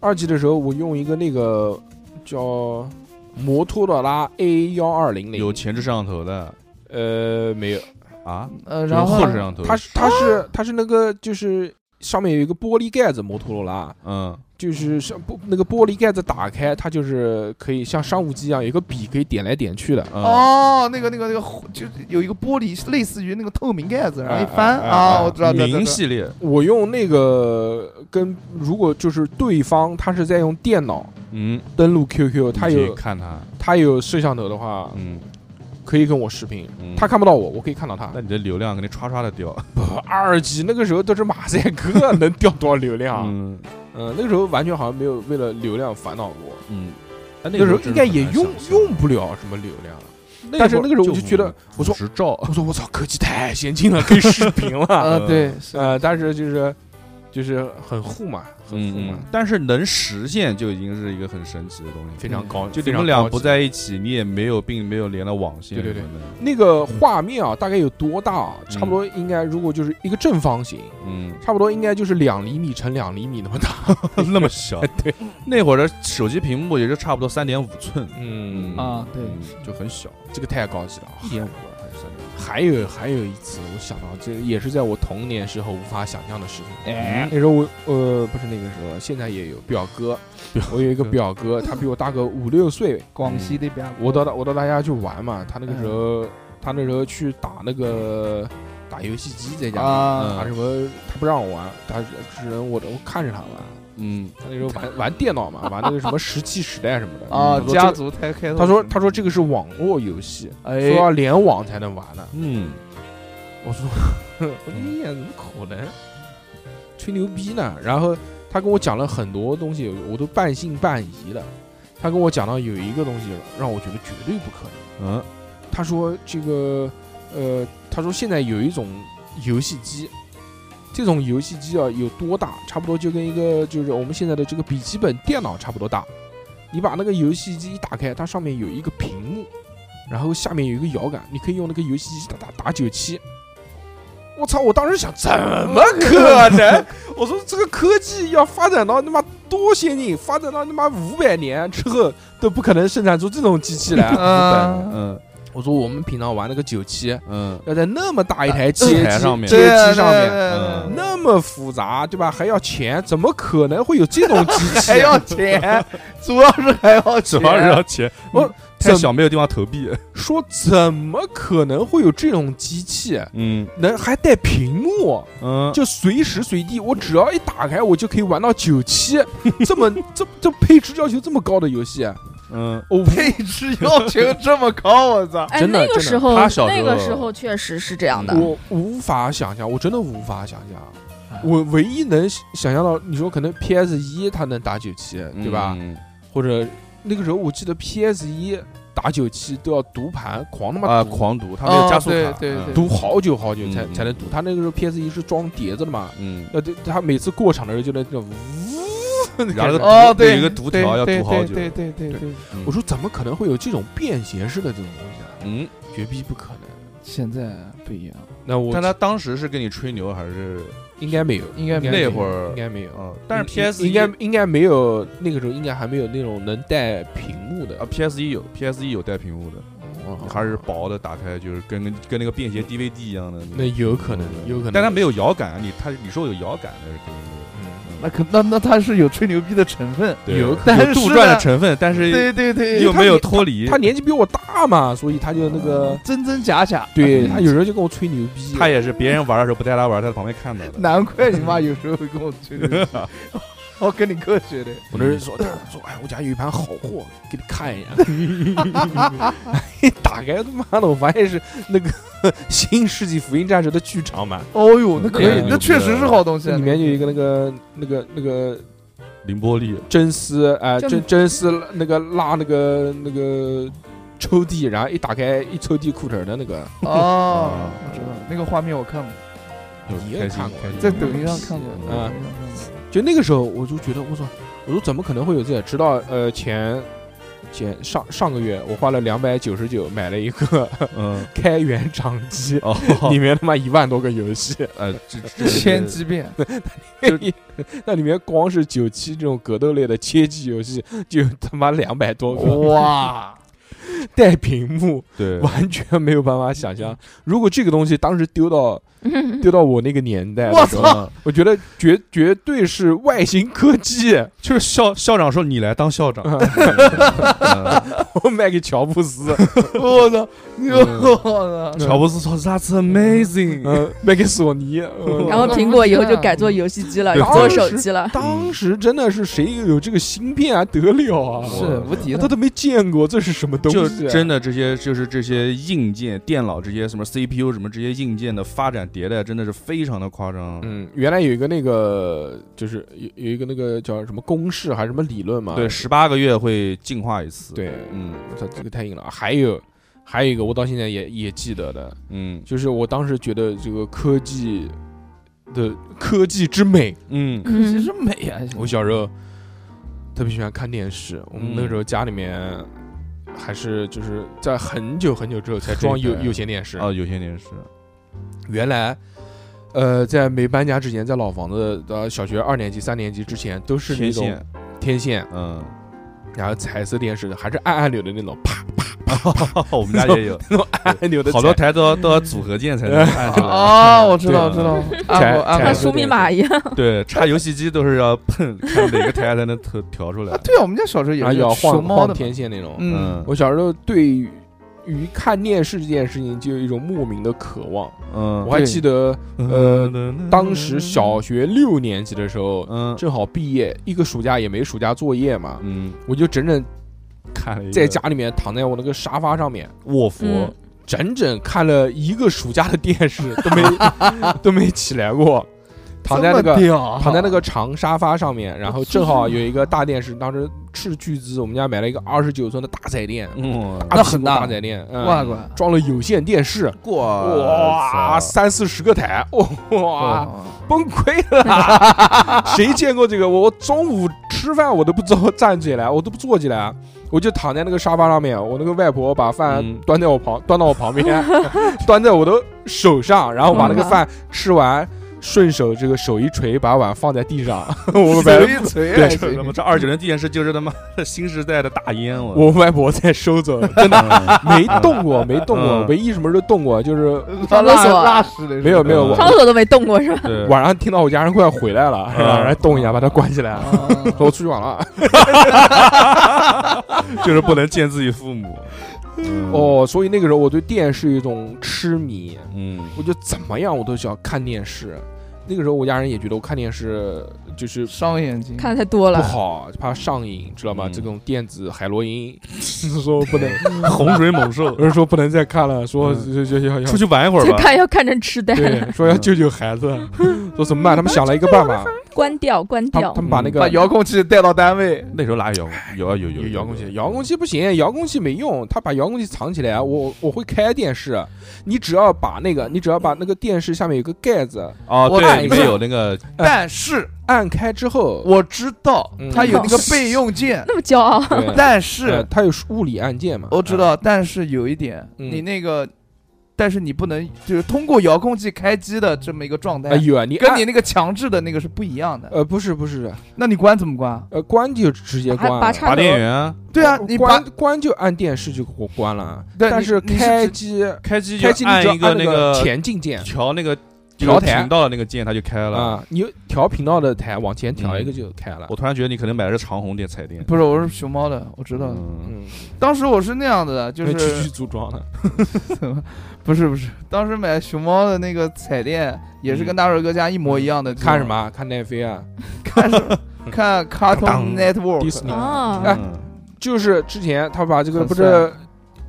B: 二 G 的时候我用一个那个叫摩托罗拉 A 幺二零零，
D: 有前置摄像头的
B: 呃没有，
D: 啊，
C: 呃，
D: 有
C: 然
D: 后
C: 后
D: 置摄像头，
B: 它是它是它是那个就是上面有一个玻璃盖子，摩托罗拉。
D: 嗯
B: 就是像玻那个玻璃盖子打开，它就是可以像商务机一样，有一个笔可以点来点去的。
D: 嗯，
C: 哦，那个那个那个，就是有一个玻璃，类似于那个透明盖子，然后
B: 哎
C: 一翻
B: 哎哎
C: 啊，
B: 哎
C: 我知道，知道知道
D: 明系列，
B: 我用那个跟如果就是对方他是在用电脑
D: 嗯，
B: 登录 QQ，他
D: 你可以
B: 有
D: 看它，
B: 他有摄像头的话，
D: 嗯，
B: 可以跟我视频，
D: 嗯
B: 他看不到我，我可以看到他
D: 那。你的流量肯定唰唰的掉，
B: 二 G 那个时候都是马赛克， 能掉多少流量？
D: 嗯
B: 嗯，那个时候完全好像没有为了流量烦恼过，
D: 嗯，那
B: 那个时候应该也用用
D: 不，
B: 不了什么流量。
D: 会儿
B: 但是那个时候我就觉得，我说
D: 执照，
B: 我说我操，科技太先进了，可以视频了。
C: 呃，对，是
B: 呃，但是就是就是很糊嘛，很糊
D: 嗯
B: 嘛
D: 嗯，，但是能实现就已经是一个很神奇的东西。
B: 非常高，
D: 就嗯你
B: 非常
D: 们俩
B: 高
D: 不
B: 级
D: 在一起，你也没有并没有连了网线，
B: 对对对，那个画面啊，大概有多大啊？差不多应该，如果就是一个正方形，
D: 嗯，
B: 差不多应该就是两厘米乘两厘米那么大。
D: 那么小，对，那会儿的手机屏幕也就差不多三点五寸，
B: 嗯
C: 啊，对，
D: 嗯就很小，
B: 这个太高级了。
D: 一点五吧，还是三点
B: 还有还有一次，我想到这也是在我童年时候无法想象的事情。
C: 哎，
B: 那时候我呃不是那那个时候，现在也有表哥，我有一个表哥，他比我大个五六岁，
C: 广西那边，
B: 我到他我到他家去玩嘛，他那个时候、
C: 嗯
B: 他那时候去打那个打游戏机在家里，
C: 啊
B: 打什么他不让我玩，他只能我我看着他玩。
D: 嗯，
B: 他那时候 玩玩电脑嘛，玩那个什么石器时代什么的
C: 啊，
B: 嗯
C: 家族开开头，
B: 他说他说这个是网络游戏，说
C: 哎，
B: 要联网才能玩呢。
D: 嗯，
B: 我说
C: 嗯
B: 我说你怎么可能？吹牛逼呢？然后他跟我讲了很多东西，我都半信半疑了。他跟我讲到有一个东西让我觉得绝对不可能。
D: 嗯，
B: 他说这个，呃，他说现在有一种游戏机，这种游戏机啊有多大？差不多就跟一个就是我们现在的这个笔记本电脑差不多大。你把那个游戏机一打开，它上面有一个屏幕，然后下面有一个摇杆，你可以用那个游戏机打打打九七。我操！我当时想，怎么可能？我说这个科技要发展到他妈多先进，发展到他妈五百年之后都不可能生产出这种机器来。
C: 啊，
D: 嗯
B: 我说我们平常玩那个九七，
D: 嗯，
B: 要在那么大一台街
D: 台
B: 啊机
D: 上面
B: 街机上面
D: 嗯
C: 那
B: 那么复杂，对吧？还要钱，怎么可能会有这种机 器？哎
C: 还要钱，主要是还要
D: 主
C: 钱，啊
D: 要是要钱，
B: 我
D: 太
B: 怎
D: 小没有地方投币，
B: 说怎么可能会有这种机器？
D: 嗯
B: 能还带屏幕，
D: 嗯，
B: 就随时随地，我只要一打开，我就可以玩到九 七，这么这这配置要求这么高的游戏，
D: 嗯，
B: 我无
C: 配置要求这么高，我操！
E: 哎，
B: 真的
E: 那
B: 真
E: 个
B: 的
E: 时候
D: 他小时
E: 那个
D: 候
E: 时候确实是这样的。
B: 我无法想象，我真的无法想象。我唯一能想象到，你说可能 PS 一它能打九七，对吧？
D: 嗯？
B: 或者那个时候我记得 PS 一打九七都要读盘，狂他妈
D: 啊，
B: 读、
D: 狂读，他没有加速卡，
C: 啊
D: 嗯
C: 对对对
B: 读好久好久才、
D: 嗯嗯
B: 才能读。他那个时候 PS 一是装碟子的嘛，
D: 嗯，
B: 呃，对，他每次过场的时候就那种呜，
D: 然后
C: 哦，
D: 对
C: 对，
D: 有一个读条要
C: 对
D: 读好久
C: 对对对对对。
B: 我说怎么可能会有这种便携式的这种东西啊？
D: 嗯，
B: 绝逼不可能。
C: 现在不一样，
B: 那我
D: 但他当时是跟你吹牛还是
B: 应该没有，
C: 应该没有
B: 没有
D: 那会儿
B: 应该没有。
D: 嗯，但是
B: 啊应
D: PS
B: 应该应该没有，那个时候应该还没有那种能带屏幕的
D: 啊。PS 一有 PS 一有带屏幕的，
B: 哦
D: 啊还是薄的，打开就是跟跟那个便携 DVD 一样的那
B: 那
D: 种，
B: 有可能，有可能。
D: 但它没有摇杆啊，你它你说有摇杆那是肯定没有。
B: 嗯，
C: 那可那那他是有吹牛逼的成分，
D: 对
B: 有可
C: 但是
D: 有杜撰的
C: 呢
D: 成分，但是
C: 对对对，
D: 又没有脱离
B: 他。年纪比我大嘛，所以他就那
D: 嗯
B: 个，
C: 真真假假，
B: 对他有时候就跟我吹牛逼。啊
D: 他也是别人玩的时候不带他玩，他在旁边看到的。
C: 难怪你妈有时候会跟我吹牛逼， 我跟你科学的，
B: 我那人说，他说，哎，我家有一盘好货，给你看一眼。 一打开他妈的，我发现是那个 《新世纪福音战士》的剧场版，
C: 哦呦，那可以
B: 嗯，
C: 那确实是好东西啊，
B: 这里面有一个那个那个那个
D: 凌波丽，
B: 真丝，哎，
E: 真
B: 真真丝那个拉那个那个抽屉，然后一打开一抽屉裤腿儿的那个，
C: 哦，我知道了那个画面我看过，
B: 你也
D: 开心
B: 看过
D: 开心
C: 在抖音上看过，
B: 嗯
C: 抖音上看过
B: 就那个时候我就觉得，我操，我说怎么可能会有这个？直到呃前前上上个月，我花了两百九十九买了一个
D: 嗯，
B: 开源掌机，
D: 哦，
B: 里面他妈一万多个 游戏，
D: 呃，这 这
C: 千机变，
B: 那里面光是九七这种格斗类的街机游戏就有他妈两百多个，
C: 哇，
B: 带屏幕，
D: 哦对，嗯
B: 完全没有办法想象，如果这个东西当时丢到丢到我那个年代，
C: 我
B: 时候，
D: 嗯
B: 我觉得绝绝对是外星 科技，
D: 就是校校长说你来当校长， 嗯
B: 我卖给乔布 斯。
C: 我操，你我操，
D: 乔布斯说 That's amazing，
B: 嗯，卖给索尼。嗯
E: 然后苹果以后就改做游戏机了，
D: 对
E: 做手机了。
B: 当时真的是谁有这个芯片啊，得了啊！
D: 是
C: 是无敌
B: 他
C: 的，
B: 都没见过这是什么东
D: 就
B: 西啊，
D: 真的这些就是这些硬件、电脑这些什么 CPU 什么这些硬件的发展迭代，真的是非常的夸张。
B: 嗯，原来有一个那个，就是有有一个那个叫什么公式还是什么理论嘛？
D: 对，十八个月会进化一次。，
B: 对，
D: 嗯
B: 我操，这个太硬了。还有还有一个，我到现在也也记得的，
D: 嗯
B: 就是我当时觉得这个科技的科技之美，
D: 嗯
C: 其
E: 嗯
C: 实美啊，
B: 我小时候特别喜欢看电视，我们
D: 嗯
B: 那个时候家里面还是就是在很久很久之后才装
D: 黑
B: 有
D: 白
B: 有线电视。
D: 啊，有些年是，
B: 原来，呃，在没搬家之前，在老房子的小学二年级、三年级之前都是那
D: 天
B: 种
D: 线，
B: 天线，
D: 嗯，
B: 然后彩色电视，还是按按钮的那种，啪啪
D: 我们家也 有，
B: 按钮的
D: 好多台都要都要组合键才能按 出来。
B: 哦
C: 啊，我知道，
D: 对
C: 知道，
D: 柴
C: 按摩按
D: 柴
C: 摩
E: 像
D: 是
E: 输密码一样，
D: 对，插游戏机都是要碰看哪个台才能调调出来
C: 啊，。对啊，我们家小时候也
B: 然后
C: 是
B: 要
C: 熊
B: 晃
C: 猫
B: 晃
C: 的嘛，
B: 天线那种。
C: 嗯，
D: 嗯
B: 我小时候对于看电视这件事情就有一种莫名的渴望。
D: 嗯
B: 我，还记得呃，当时小学六年级的时候，
D: 嗯
B: 正好毕业，一个暑假也没暑假作业嘛，
D: 嗯，
B: 我就整整
D: 看了一个
B: 在家里面躺在我那个沙发上面，
D: 卧佛，
E: 嗯
B: 整整看了一个暑假的电视，都没都没 起来过，躺在那个
C: 哦
B: 躺在那
C: 啊
B: 个长沙发上面，然后正好有一个大电视，当时斥巨资我们家买了一个二十九寸的大彩电，
D: 嗯，
C: 那很大
B: 大彩电，嗯
C: 哇乖，
B: 装了有线电视，
D: 塞
B: 哇，三四十个台，哇，
C: 哦
B: 崩溃了！ 谁见过这个？我中午吃饭我都不坐站起来，我都不坐起来，啊我就躺在那个沙发上面。我那个外婆把饭
D: 嗯
B: 端在我旁，端到我 旁边，端在我的手上，然后把那
D: 嗯
B: 个饭吃完，顺手这个手一捶，把碗放在地上。 我外
C: 捶一捶还
D: 对，
C: 行
D: 这他妈这二九零电视就是他妈的新时代的大烟，我
B: 我外婆在收走，真的
D: 嗯
B: 没动 过，没动过，
D: 嗯
B: 唯一什么时候动过就是
E: 上厕所
C: 拉屎的
B: 没有没有
D: 嗯
B: 我
E: 上厕所都没动过是吧？
D: 对，
B: 晚上听到我家人快要回来了，
D: 嗯
B: 然后动一下把它关起来，啊
C: 啊
B: 说我出去玩了。啊
D: 就是不能见自己父母。嗯，
B: 哦，所以那个时候我对电视有一种痴迷，
D: 嗯，
B: 我就怎么样我都想看电视。那个时候我家人也觉得我看电视就是
C: 伤眼睛，
E: 看的太多
B: 不
E: 了，
B: 好，怕上瘾，知道吗？
D: 嗯
B: 这种电子海洛因， 说不能，
D: 洪水猛兽
B: 有，人说不能再看了，说要要 要
D: 出去玩一会儿
E: 就
D: 吧。
E: 看要看成痴呆了，
B: 对，
C: 嗯
B: 说要救救孩子， 说怎么办？他们想了一个办法，
E: 关掉关
B: 他
E: 掉
B: 他，们把那个
C: 把遥控器带到单位，
B: 嗯
D: 那时候哪有遥控？有啊有有
B: 有遥控器，嗯遥控器不行，遥控器没用，他把遥控器藏起来，我我会开电视，你只要把那个，你只要把那个电视下面有个盖子
D: 哦，
B: 我
D: 对，
B: 看
D: 里
B: 一下
D: 面有那个
C: 但是
B: 按开之后，
C: 我知道
B: 嗯
C: 它有那个备用键，
E: 那么骄傲，
B: 对
C: 但
B: 呃
C: 是
B: 它有物理按键嘛，
C: 我知道，但是有一点，
B: 嗯
C: 你那个，但是你不能就是通过遥控器开机的这么一个状态
B: 哎，有啊，你
C: 跟
B: 按
C: 你那个强制的那个是不一样的。
B: 呃不是不是，
C: 那你关怎么关？
B: 呃关就直接
E: 拔
B: 关
E: 拔
B: 了。
E: 插
D: 拔
E: 头，
D: 电源啊，
C: 对啊，你把
B: 关关就按电视就给我关了，
C: 对
B: 但
C: 你
B: 是
C: 你是
B: 开
C: 指
B: 机
D: 开机就
B: 开机你
D: 按
B: 只要
D: 一个
B: 那
D: 那
B: 前进键
D: 调那个
B: 调台
D: 频道的那个键，它就开了。
B: 啊，你调频道的台往前调一个
D: 嗯
B: 就开了
D: 我。突然觉得你可能买的是长虹电彩电，
C: 不是，我是熊猫的，我知道。
D: 嗯，
B: 嗯，哎
C: 当时我是那样子的，就
B: 那继续
C: 是
B: 组装了。
C: 不是不是，当时买熊猫的那个彩电也是跟大帅哥家一模一样的。
B: 嗯看什么？啊？看奈飞啊，
C: 看什 么？看 Cartoon
B: 迪
C: Network
B: 士尼啊。
E: 哦，
B: 哎
D: 嗯
B: 就是之前他把这个
C: 很
B: 不是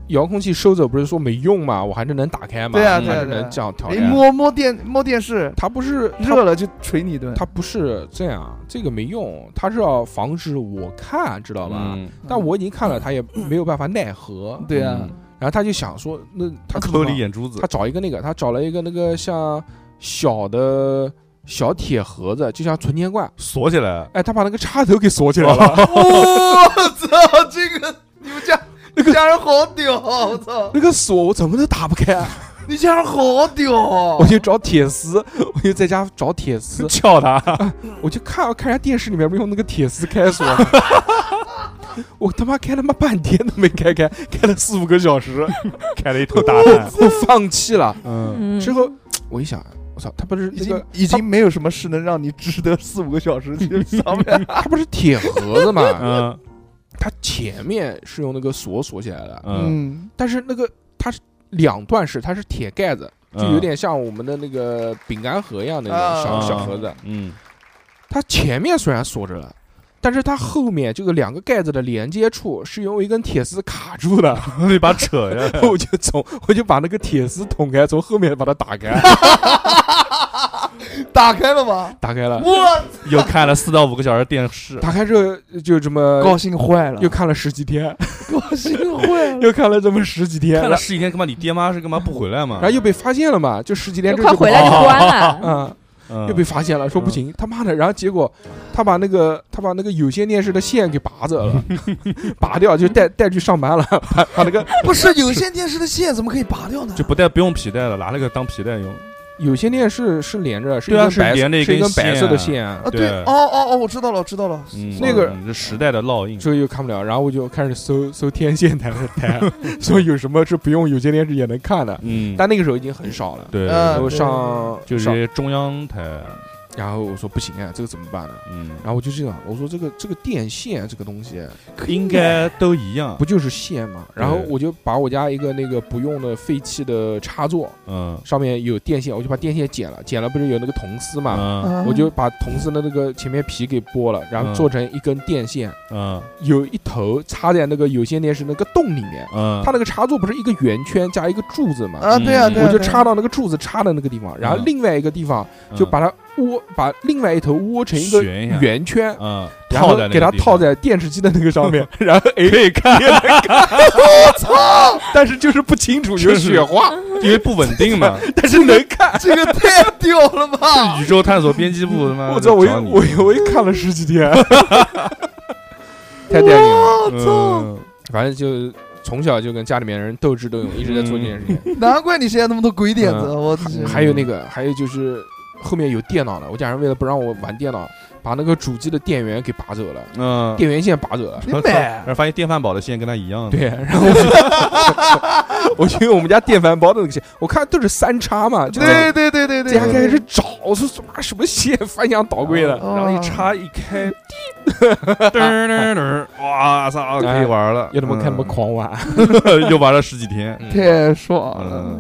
B: 遥控器收走，不是说没用嘛，我还是能打开嘛，
C: 对啊
B: 还
D: 对啊
B: 是
C: 对啊
B: 能这样调
C: 哎，
B: 的。
C: 摸摸电摸电视，
B: 它不是
C: 热了就捶你一顿。
B: 它不是这样，这个没用，它是要防止我看，知道吧？
D: 嗯
B: 但我已嗯经看了，他也没有办法奈何。
C: 对啊，
B: 然后他就想说，那他
D: 抠你眼珠子
B: 他，找一个那个，他找了一个那个像小的小铁盒子，就像存钱罐。
D: 锁起来。
B: 哎，他把那个插头给锁起来了，
C: 哦我操，这个你们家那个家人好屌，我操，
B: 那个锁我怎么都打不开，
C: 你家人好屌，
B: 我就找铁丝， 我就在家找铁丝，
D: 撬它，
B: 我就看看人家电视里面不是用那个铁丝开锁 吗，我他妈开他妈半天都没开开，开了四五个小时，
D: 开了一头大 蛋。
B: 我 放弃了。
D: 嗯，
E: 嗯
B: 之后我一想，我操，他不是
C: 已
B: 那
C: 经
B: 个
C: 已经没有什么事能让你值得四五个小时去上 面。
B: 他不是铁盒子嘛，
D: 嗯
B: 它前面是用那个锁锁起来的，
D: 嗯，
B: 但是那个它是两段式，它是铁盖子，
D: 嗯
B: 就有点像我们的那个饼干盒一样的那种小
C: 啊
B: 小盒子。
D: 嗯，
B: 它前面虽然锁着了，但是它后面这个两个盖子的连接处是用一根铁丝卡住的。
D: 嗯，那把扯呀，
B: 我就从我就把那个铁丝捅开，从后面把它打开，
C: 打开了吗？
B: 打开了，
C: 我
D: 又看了四到五个小时电视。
B: 打开之后就这么
C: 高兴坏了，
B: 又看了十几天，
C: 高兴坏 了。
B: 又看了这么十几天，
D: 看
B: 然
D: 了
B: 后
D: 十几天，干嘛？你爹妈是干嘛不回来嘛
B: 然后？又被发现了嘛，就十几天
E: 就
B: 之
E: 快
B: 后
E: 回来就关了，
B: 啊，
D: 嗯
B: 又被发现了，说不行，他妈的，然后结果他把那个他把那个有线电视的线给拔 走了，拔掉就带带去上班了，把把那个
C: 不是有线电视的线怎么可以拔掉呢
D: 就不带不用皮带了，拿那个当皮带用。
B: 有些店是是连着，是一
D: 对啊
B: 根白
D: 是连着一
B: 是一
D: 根
B: 根白色的
D: 线
B: 线啊，
D: 对
C: 对，哦哦哦，我知道了，我知道了，
D: 嗯
B: 那个
D: 嗯这时代的烙印，
B: 这个又看不了，然后我就开始搜搜天线台的台， 说有什么是不用有线电视也能看的，
D: 嗯，
B: 但那个时候已经很少了。
D: 对，
C: 嗯
B: 然后
C: 对
B: 上
D: 就是
B: 上
D: 这些中央台，
B: 然后我说不行啊，这个怎么办呢？
D: 嗯，
B: 然后我就这样，我说这个这个电线这个东西啊
D: 应该都一样
B: 不，就是线吗？然后
D: 对
B: 我就把我家一个那个不用的废弃的插座
D: 嗯
B: 上面有电线，我就把电线剪了，剪了不是有那个铜丝嘛，
D: 嗯
C: 啊
B: 我就把铜丝的那个前面皮给剥了，然后
D: 嗯
B: 做成一根电线，
D: 嗯
B: 有一头插在那个有线电视那个洞里面。
D: 嗯，
B: 它那个插座不是一个圆圈加一个柱子嘛？
C: 啊，对啊，对
B: 嗯
C: 啊，
B: 我就
C: 对啊
B: 插到那个柱子插的那个地方，然后
D: 嗯
B: 另外一个地方就把它窝，把另外一头窝成一个
D: 旋一下
B: 圆圈，
D: 嗯
B: 然后
D: 套在那个
B: 给它
D: 地方
B: 套在电视机的那个上 面，然后哎，
D: 可以看，
B: 但是就是不清楚有
D: 就是
B: 雪花，
D: 因为不稳定 嘛。
B: 但是能看。
D: 啊
C: 这个太屌了 吧！
D: 宇宙探索编辑部他妈，
B: 我操！我又我又我又看了十 几天， 太带劲了。
D: 我操，
B: 反正就从小就跟家里面人斗智斗勇，一直在做这件事情。
D: 嗯
C: 难怪你现在那么多鬼点
B: 嗯
C: 子，我真是
B: 还有那个，还有就是后面有电脑了，我家人为了不让我玩电脑，把那个主机的电源给拔走了，
D: 嗯，
B: 电源线拔走了。
C: 你
D: 然后
C: 买
D: 然后发现电饭煲的线跟它一
C: 嗯
D: 样的，
B: 对，然后我去我去我们家电饭煲的那个线，我看都是三叉嘛，就在
C: 对对对对对，哦
B: 家开始找，我说什么什么线翻箱倒柜的，
D: 然后一插一
C: 嗯
D: 开，滴噔噔噔，哇操，可以玩了，
B: 又他妈看他们狂玩，嗯
D: 狂， 又玩了十几天，
C: 太爽了，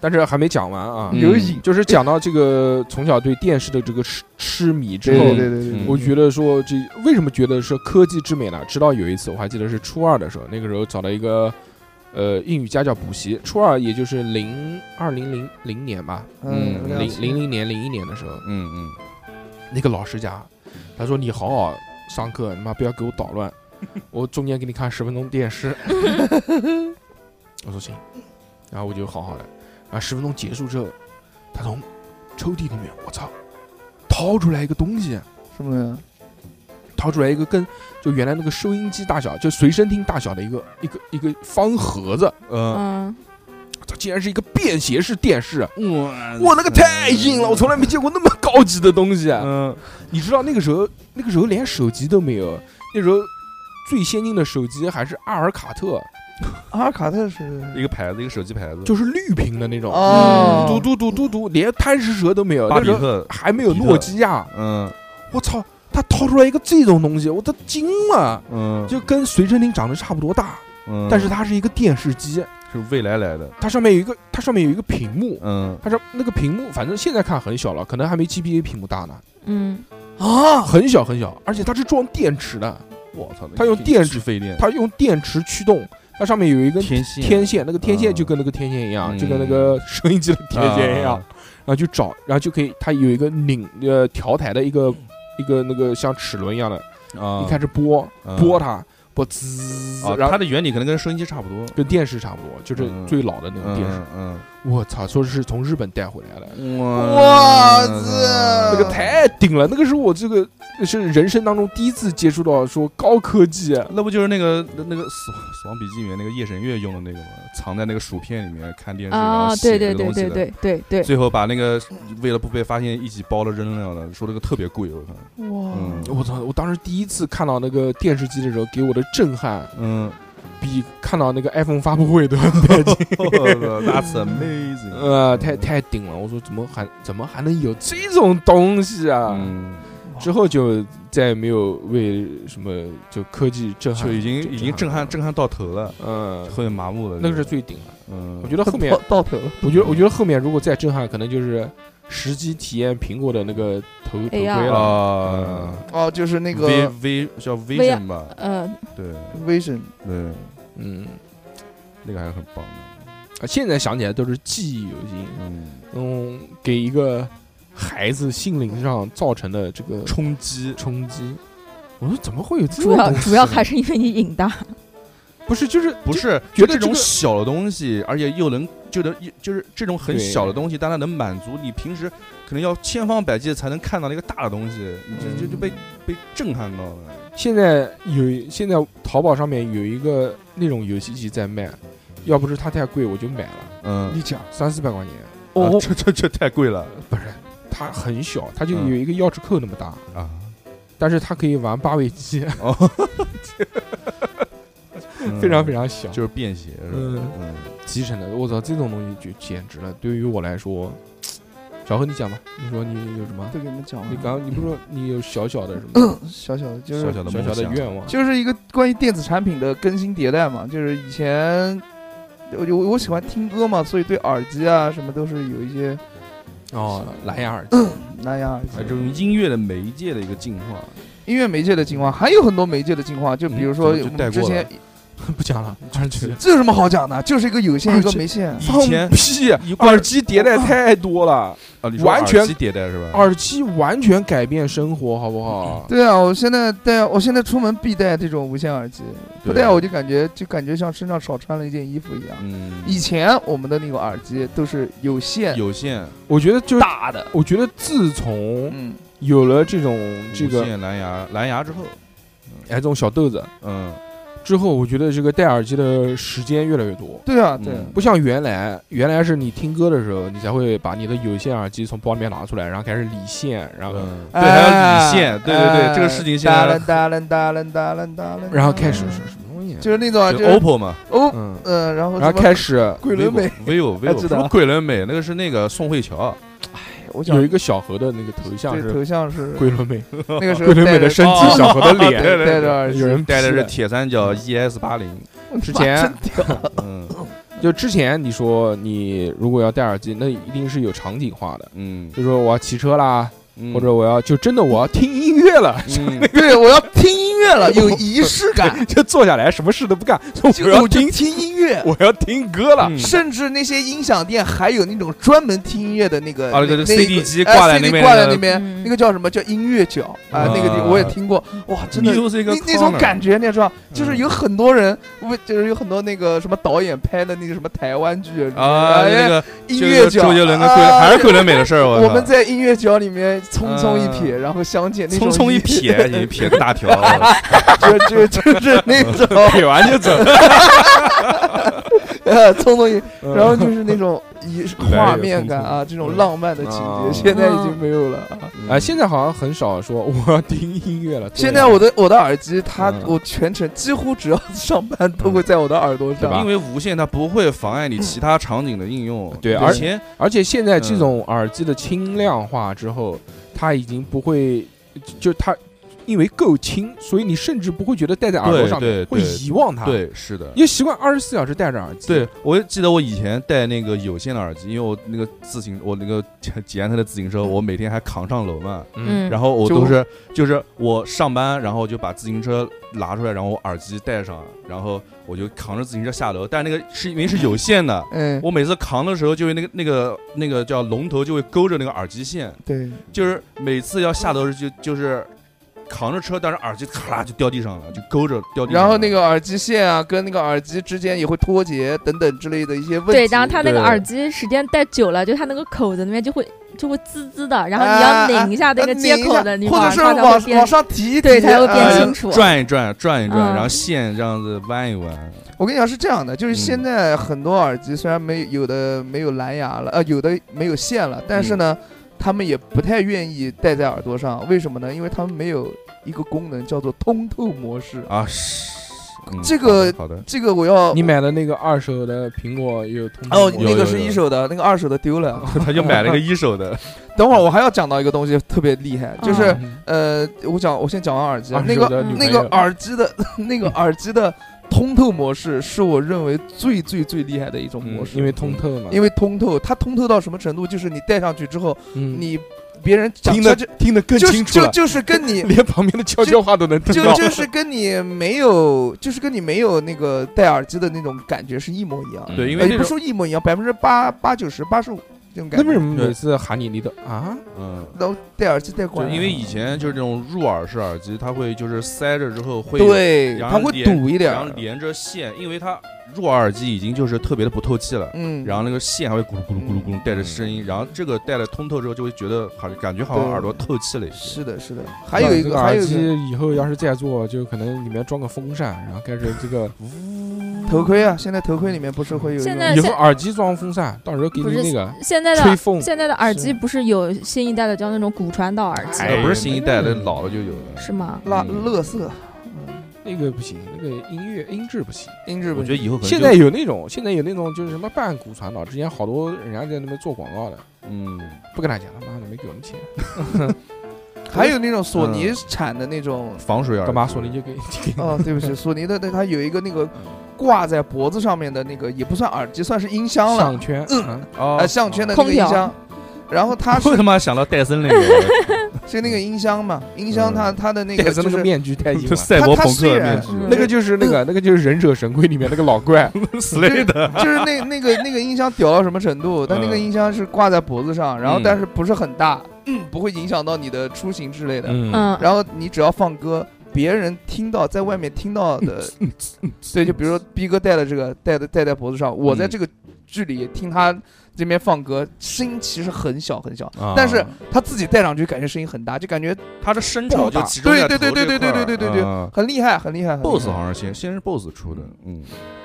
B: 但是还没讲完啊，
D: 嗯
C: 有瘾。
B: 就是讲到这个从小对电视的这个痴痴迷之
C: 对
B: 后
C: 对
D: 嗯，
C: 对对对，
B: 我觉得说这为什么觉得是科技之美呢？直到有一次，我还记得是初二的时候，那个时候找到一个呃英语家教补习，初二也就是零二零零零年吧，
D: 嗯
C: 嗯，
D: 了
B: 零零零年零一年的时候，
D: 嗯嗯，
B: 那个老师家，他说你好好上课，你妈不要给我捣 乱，我中间给你看十分钟电视。 我说行，然后我就好好的，啊，十分钟结束之后，他从抽屉里面，我操，掏出来一个东西。
C: 什么
B: 掏出来一个跟就原来那个收音机大小，就随身听大小的一个一个一个方盒子，
D: 嗯，
E: 嗯，
B: 它竟然是一个便携式电视，
D: 我
B: 我那个太硬了，我从来没见过那么高级的东西。啊
D: 嗯
B: 你知道那个时候，那个时候连手机都没有，那时候最先进的手机还是阿尔卡特，
C: 阿尔卡特是
B: 嗯
D: 一个牌子，一个手机牌子，
B: 就是绿屏的那种，
C: 哦，
B: 嘟嘟嘟嘟嘟，连贪吃蛇都没有，
D: 巴
B: 那
D: 比
B: 时候
D: 特，
B: 还没有
D: 比特
B: 诺基亚，
D: 嗯
B: 我操，他掏出来一个这种东西，我都惊了，
D: 嗯，
B: 就跟随身听长得差不多大，
D: 嗯
B: 但是它是一个电视机。
D: 是未来来的，
B: 它上面有一个，它上面有一个屏幕，
D: 嗯
B: 它是那个屏幕，反正现在看很小了，可能还没 GBA 屏幕大呢，
E: 嗯，
B: 啊，很小很小，而且它是装电池的，
D: 我操，
B: 它用电池
D: 费电，
B: 它用电池驱动，它上面有一根
D: 天线
B: 天线，那个天线
D: 嗯
B: 就跟那个天线一样，
D: 嗯
B: 就跟那个收音机的天线一样，
D: 啊
B: 然后去找，然后就可以，它有一个拧呃调台的一个一个那个像齿轮一样的，
D: 啊，
B: 你开始拨
D: 嗯嗯
B: 拨它，拨滋，
D: 啊，
B: 然后
D: 它的原理可能跟收音机差不多，
B: 跟电视差不多，就是
D: 嗯
B: 最老的那种电视。
D: 嗯，
B: 我操，说是从日本带回来的。
D: 嗯
C: 哇塞
B: 那
D: 那
B: 个太顶了，那个是我这个是人生当中第一次接触到说高科技，
D: 那不就是那个那那个死亡死亡笔记里面那个夜神月用的那个吗？藏在那个薯片里面看电视，然
E: 啊
D: 后，写这
E: 对对
D: 个
E: 对
D: 东西
E: 对
D: 的
E: 对对对，
D: 最后把那个为了不被发现一起包了扔了的，说那个特别贵，我看，
E: 哦
C: 哇，
D: 嗯
B: 我操！我当时第一次看到那个电视机的时候，给我的震撼
D: 嗯
B: 比看到那个 iPhone 发布会都要带劲，
D: ，That's amazing，
B: 呃，太太顶了！我说怎么还怎么还能有这种东西啊？
D: 嗯，
B: 之后就再也没有为什么就科技震撼，
D: 就已经已经震撼震撼到头了，
B: 嗯，
D: 后面麻木了，
B: 那个是最顶了。
D: 嗯，
B: 我觉得后面
C: 到，到头了，
B: 我觉得我觉得后面如果再震撼，可能就是实际体验苹果的那个头头盔
E: AR
B: 了。嗯
D: 啊。
C: 哦，就是那
D: V
C: 个
D: V 叫 Vision 吧，
E: 呃，
D: 对
C: Vision，
D: 对，
B: 嗯，
D: 那个还是很棒的。
B: 啊现在想起来都是记忆犹新，
D: 嗯，
B: 嗯，给一个孩子心灵上造成的这个
D: 冲击，
B: 冲击。我说怎么会有这
E: 主
B: 种
E: 要
B: 东西呢？啊
E: 主要还是因为你瘾大，
B: 不是就是
D: 不是
B: 觉
D: 就
B: 得
D: 这
B: 这
D: 种
B: 个
D: 小的东西，而且又能就能就是这种很
B: 对
D: 小的东西，但它能满足你平时可能要千方百计才能看到那个大的东西，你就就就
B: 嗯
D: 被被震撼到了。
B: 现在有现在淘宝上面有一个那种游戏机在卖，要不是它太贵我就买了，
D: 嗯
C: 你讲
B: 三四百块钱。
D: 啊
B: 哦，
D: 这这这太贵了
B: 它很小，它就
D: 嗯
B: 有一个钥匙扣那么大，
D: 啊！
B: 但是它可以玩八位机，
D: 哦，
B: 非常非
D: 常
B: 常小，
D: 嗯就是便携，是吧
B: 嗯
D: 嗯，
B: 集成的。我操，这种东西就简直了。对于我来说，小何你讲吧，你说你有什么？
C: 都给你们讲完了。
B: 你刚你不是说你有小小的什么
C: 小小的，就
D: 小
C: 是
D: 小的
B: 小嗯小
D: 梦
B: 的
D: 想
B: 愿望？
C: 就是一个关于电子产品的更新迭代嘛，就是以前我我我喜欢听歌嘛，所以对耳机啊什么都是有一些嗯
B: 哦，蓝牙耳机，
C: 蓝牙耳机
D: 哎，这种音乐的媒介的一个进化，
C: 音乐媒介的进化，还有很多媒介的进化，就比如说
D: 嗯
C: 我
D: 就带过
C: 们之
D: 了
C: 前
B: 嗯 不讲了，耳机。
C: 这有什么好讲的？就是一个有线
B: 而
C: 一个
B: 且
C: 没线，
D: 以前
B: 屁！啊
D: 一块
B: 耳机迭代太多了，
D: 啊，你说
B: 完全
D: 耳机迭代是吧？
B: 耳机完全改变生活，好不好？
C: 对啊，我现在戴，我现在出门必戴这种无线耳机，不
D: 对啊
C: 戴我就感觉就感觉像身上少穿了一件衣服一样。
D: 嗯，
C: 以前我们的那个耳机都是有线
D: 有线、
B: 我觉得就，
C: 大的，
B: 我觉得自从
C: 嗯，
B: 有了这种这
D: 无
B: 个
D: 线、蓝牙、蓝牙之后，
B: 哎这种小豆子
D: 嗯，
B: 之后，我觉得这个戴耳机的时间越来越多。
C: 对啊，对啊，
D: 嗯
B: 不像原来，原来是你听歌的时候，你才会把你的有线耳机从包里面拿出来，然后开始理线，然后、
D: 嗯，对，还
C: 哎
D: 有理线，对对对，这个事情现在
C: 哒啦哒啦哒啦哒啦，
B: 然后开始是什么东西？
C: 就是那种啊
D: 就
C: 就是
D: OPPO 嘛，
C: 哦，
B: 嗯，
C: 嗯，然后
B: 然后开始
C: 鬼伦美，
D: vivo
C: 哎
D: vivo
C: 知
D: 什
C: 道
D: 么鬼伦美，那个是那个宋慧乔，
C: 我讲
B: 有一个小何的那个头像
C: 对
B: 是
C: 头像是
B: 桂纶镁，
C: 那个时候
B: 桂纶镁
C: 戴
B: 的
C: 着
B: 身体
D: 哦，
B: 小何的
D: 对
B: 脸，
D: 对对
C: 戴着耳机
B: 有，人
D: 戴的
B: 批
D: 是
B: 了
D: 铁三
C: 嗯
D: 角 ES 八 零，
B: 之前
D: 嗯
B: 就之前你说你如果要戴耳机，那一定是有场景化的，
D: 嗯
B: 就说我要骑车啦，
D: 嗯，
B: 或者我要就真的我要听音乐了，，
D: 嗯
C: 对我要听音乐了，有仪式 感
B: 就坐下来什么事都不干，说
C: 就
B: 我
C: 我
B: 要
C: 就
B: 听
C: 听音乐。
B: 我要听歌了。
D: 嗯
C: 甚至那些音响店还有那种专门听音乐的那个
D: 啊
C: 那
D: 对对
C: 那
D: CD
C: 一个
D: 机
C: 哎
D: 挂在
C: CD
D: 那边
C: 挂
D: 那
C: 在
D: 个
C: 那边
E: 嗯，
C: 那个叫什么叫音乐角啊
D: 啊？
C: 那个地我也听过，哇，真的
D: ，music
C: 那那种感觉，你知道，
D: 嗯
C: 就是有很多人，为就是有很多那个什么导演拍的那个什么台湾剧
D: 啊，
C: 哎
D: 那个
C: 音
D: 就
C: 乐
D: 是
C: 角，
D: 周杰伦跟
C: 啊
D: 桂纶还是桂纶镁的事儿，
C: 我
D: 操
C: 们在音乐角里面匆匆一瞥，然后相见那种
D: 嗯匆匆一，瞥，你瞥个大条，
C: 就 就 就是那种
D: 瞥完就走，
C: 呃匆匆一，然后就是那 种仪式
D: 嗯来
C: 画
D: 也
C: 面
D: 匆
C: 感
D: 匆
C: 啊，这种浪漫的情
D: 嗯啊嗯
C: 节现在已经没有了啊。
B: 啊，现在好像很少说我要听音乐了。
C: 现在我的我的耳机，它
D: 嗯
C: 我全程几乎只要上班都会在我的耳朵
D: 对吧？
C: 上
D: 因。为无线它不会妨碍你其他场景的应用。
B: 对
D: 以
B: 而
D: 前
B: 而且现在这
C: 嗯
B: 种耳机的轻量化之后，它已经不会，就它因为够轻，所以你甚至不会觉得戴在耳朵
D: 对
B: 上面
D: 对
B: 会
D: 对
B: 遗忘
C: 啊
B: 它，，
D: 对是的
B: 因，为习惯二十四小时戴着耳机。
D: 对，我记得我以前戴那个有线的耳机，因为我那个自行我那个
C: 嗯
D: 捷安特的自行车，我每天还扛上楼嘛。
B: 嗯，
E: 嗯
D: 然后我
B: 就
D: 都是就是我上班，然后就把自行车拿出来，然后我耳机戴上，然后我就扛着自行车下楼。但那个是因为是有线的，
C: 嗯，
D: 我每次扛的时候就会那个那个那个叫龙头就会勾着那个耳机线，
C: 对，
D: 就是每次要下楼就就是扛着车，但是耳机咔啦就掉地上了，就勾着掉地上了。
C: 然后那个耳机线啊，跟那个耳机之间也会脱节等等之类的一些问题。
E: 对，然后它那个
D: 对
E: 耳机时间戴久了，就它那个口子那边就会就会滋滋的，然后
C: 啊
E: 你要拧一下那个
C: 拧
E: 接
C: 一
E: 口
C: 下
E: 的，你
C: 或者是
E: 上才
C: 往
E: 会
C: 往
E: 变，
C: 上提一提，
E: 对，才会变
C: 哎
E: 清楚。
D: 呃转一转，转一转，
E: 嗯
D: 然后线这样子弯一弯。
C: 我跟你讲是这样的，就是
D: 嗯
C: 现在很多耳机虽然没有的没有蓝牙了，呃，有的没有线了，但是
B: 嗯
C: 呢，他们也不太愿意戴在耳朵上，为什么呢？因为他们没有一个功能叫做通透模式。
D: 啊，是，嗯
C: 这个
D: 好的，好的
C: 这个我要
B: 你买的那个二手的苹果有通
C: 哦，
B: 知
D: 有
C: 那
B: 吗
C: 个是一手的，那个二手的丢了。
D: 他就买了个一手 的，
C: 等会儿我还要讲到一个东西特别厉害，就是、
E: 嗯
B: 嗯
C: 呃，我讲我先讲完耳机，啊
B: 二手
C: 那个
B: 的
E: 嗯
B: 女
C: 那
B: 朋
C: 个
B: 友
C: 耳机的 那个耳机的通透模式是我认为最最最厉害的一种模
D: 嗯
C: 式，
B: 因为通透嘛，
C: 因为通透，它通透到什么程度？就是你戴上去之后，
B: 嗯
C: 你别人讲
B: 听
C: 这
B: 得
C: 就
B: 听得更
C: 就是
B: 清楚
C: 就
B: 了，
C: 就是 跟你
B: 连旁边的悄悄话都能听
C: 就
B: 到。
C: 就是跟你没有就是跟你没有那个戴耳机的那种感觉是一模一样，
D: 对，嗯因
C: 呃
D: 为
C: 也
D: 那
C: 不
D: 种
C: 是说一模一样，百分之八八九十八十五这种感
B: 那
C: 觉。
B: 为什么
D: 对
B: 每次喊你你都啊？
D: 嗯。
C: 然后戴耳机戴
D: 就
C: 惯了，
D: 因为以前就是这种入耳式耳机，它会就是塞着之后会，
C: 对
D: 然
C: 它
D: 后
C: 会
D: 连
C: 堵一点
D: 然后
C: 儿，
D: 连着线，因为它入耳耳机已经就是特别的不透气了，
C: 嗯，
D: 然后那个线还会咕噜咕噜咕噜咕噜带着声音，然后这个带了通透之后，就会觉得好像感觉好像
C: 对
D: 耳朵透气了一些。
C: 是的，是的， 啊还有一
B: 这
C: 个，还
B: 耳
C: 有一个，
B: 机以后要是再做，就可能里面装个风扇，然后开始这个呜
C: 头盔啊，现在头盔里面不是会有一种
E: 现在
B: 以后耳机装风扇，到时候给你那个
E: 现在
B: 吹
E: 的
B: 风
E: 现在的耳机
B: 是
E: 不是有新一代的叫那种骨传导耳机
D: 哎，不是新一代的，老了就有了。
E: 是吗？
C: 拉
D: 嗯
C: 乐色，嗯
B: 那个不行，那个音乐音质不行。
C: 音质
D: 我
C: 不
D: 觉得以后可能
B: 现
D: 就
B: 在有那种，现在有那种就是什么半骨传导，之前好多人家在那边做广告的，
D: 嗯，
B: 不跟他讲，他妈的没给我们钱，
C: 还有那种索尼
D: 嗯
C: 产的那种，
D: 防水耳
B: 干嘛
D: 机
B: 索尼就给就 给
C: 哦，对不起，索尼的那它有一个那个挂在脖子上面的那个，也不算耳机，算是音箱 了，
B: 项圈？嗯，
D: 啊
C: 呃，项圈的那
E: 空
C: 个音
E: 调
C: 箱。然后它
D: 我
C: 是
D: 他妈想到戴森那 个
C: 是那个音箱嘛，音箱它它的
B: 嗯
C: 那
B: 戴
C: 个
B: 森
C: 就
B: 那个
C: 是
B: 面具太 硬了，
D: 赛博朋克
C: 它它
D: 面
C: 虽
E: 然
D: 具，
B: 那个就是那个那个就是忍者神龟里面那个老怪，
D: s l a 的，
C: 就是那那个那个音箱屌到什么程度？它那个
D: 嗯
C: 音箱是挂在脖子上，然后
D: 嗯
C: 但是不是很大，嗯，不会影响到你的出行之类的。
D: 嗯，
E: 嗯，
C: 然后你只要放歌，别人听到在外面听 到的，对，就比如说逼哥戴了这个戴的戴在脖子上，我在
D: 嗯
C: 这个距离听他这边放歌，声音其实很小很小，
D: 啊
C: 但是他自己戴上去感觉声音很大，就感觉
D: 它的声场就集中
C: 对
D: 在
C: 对对
D: 头这
C: 对对
D: 块儿
C: 对对对对
D: 啊
C: 很厉害，很厉害。很厉害
D: BOSS 好像是先先是 BOSS 出的，嗯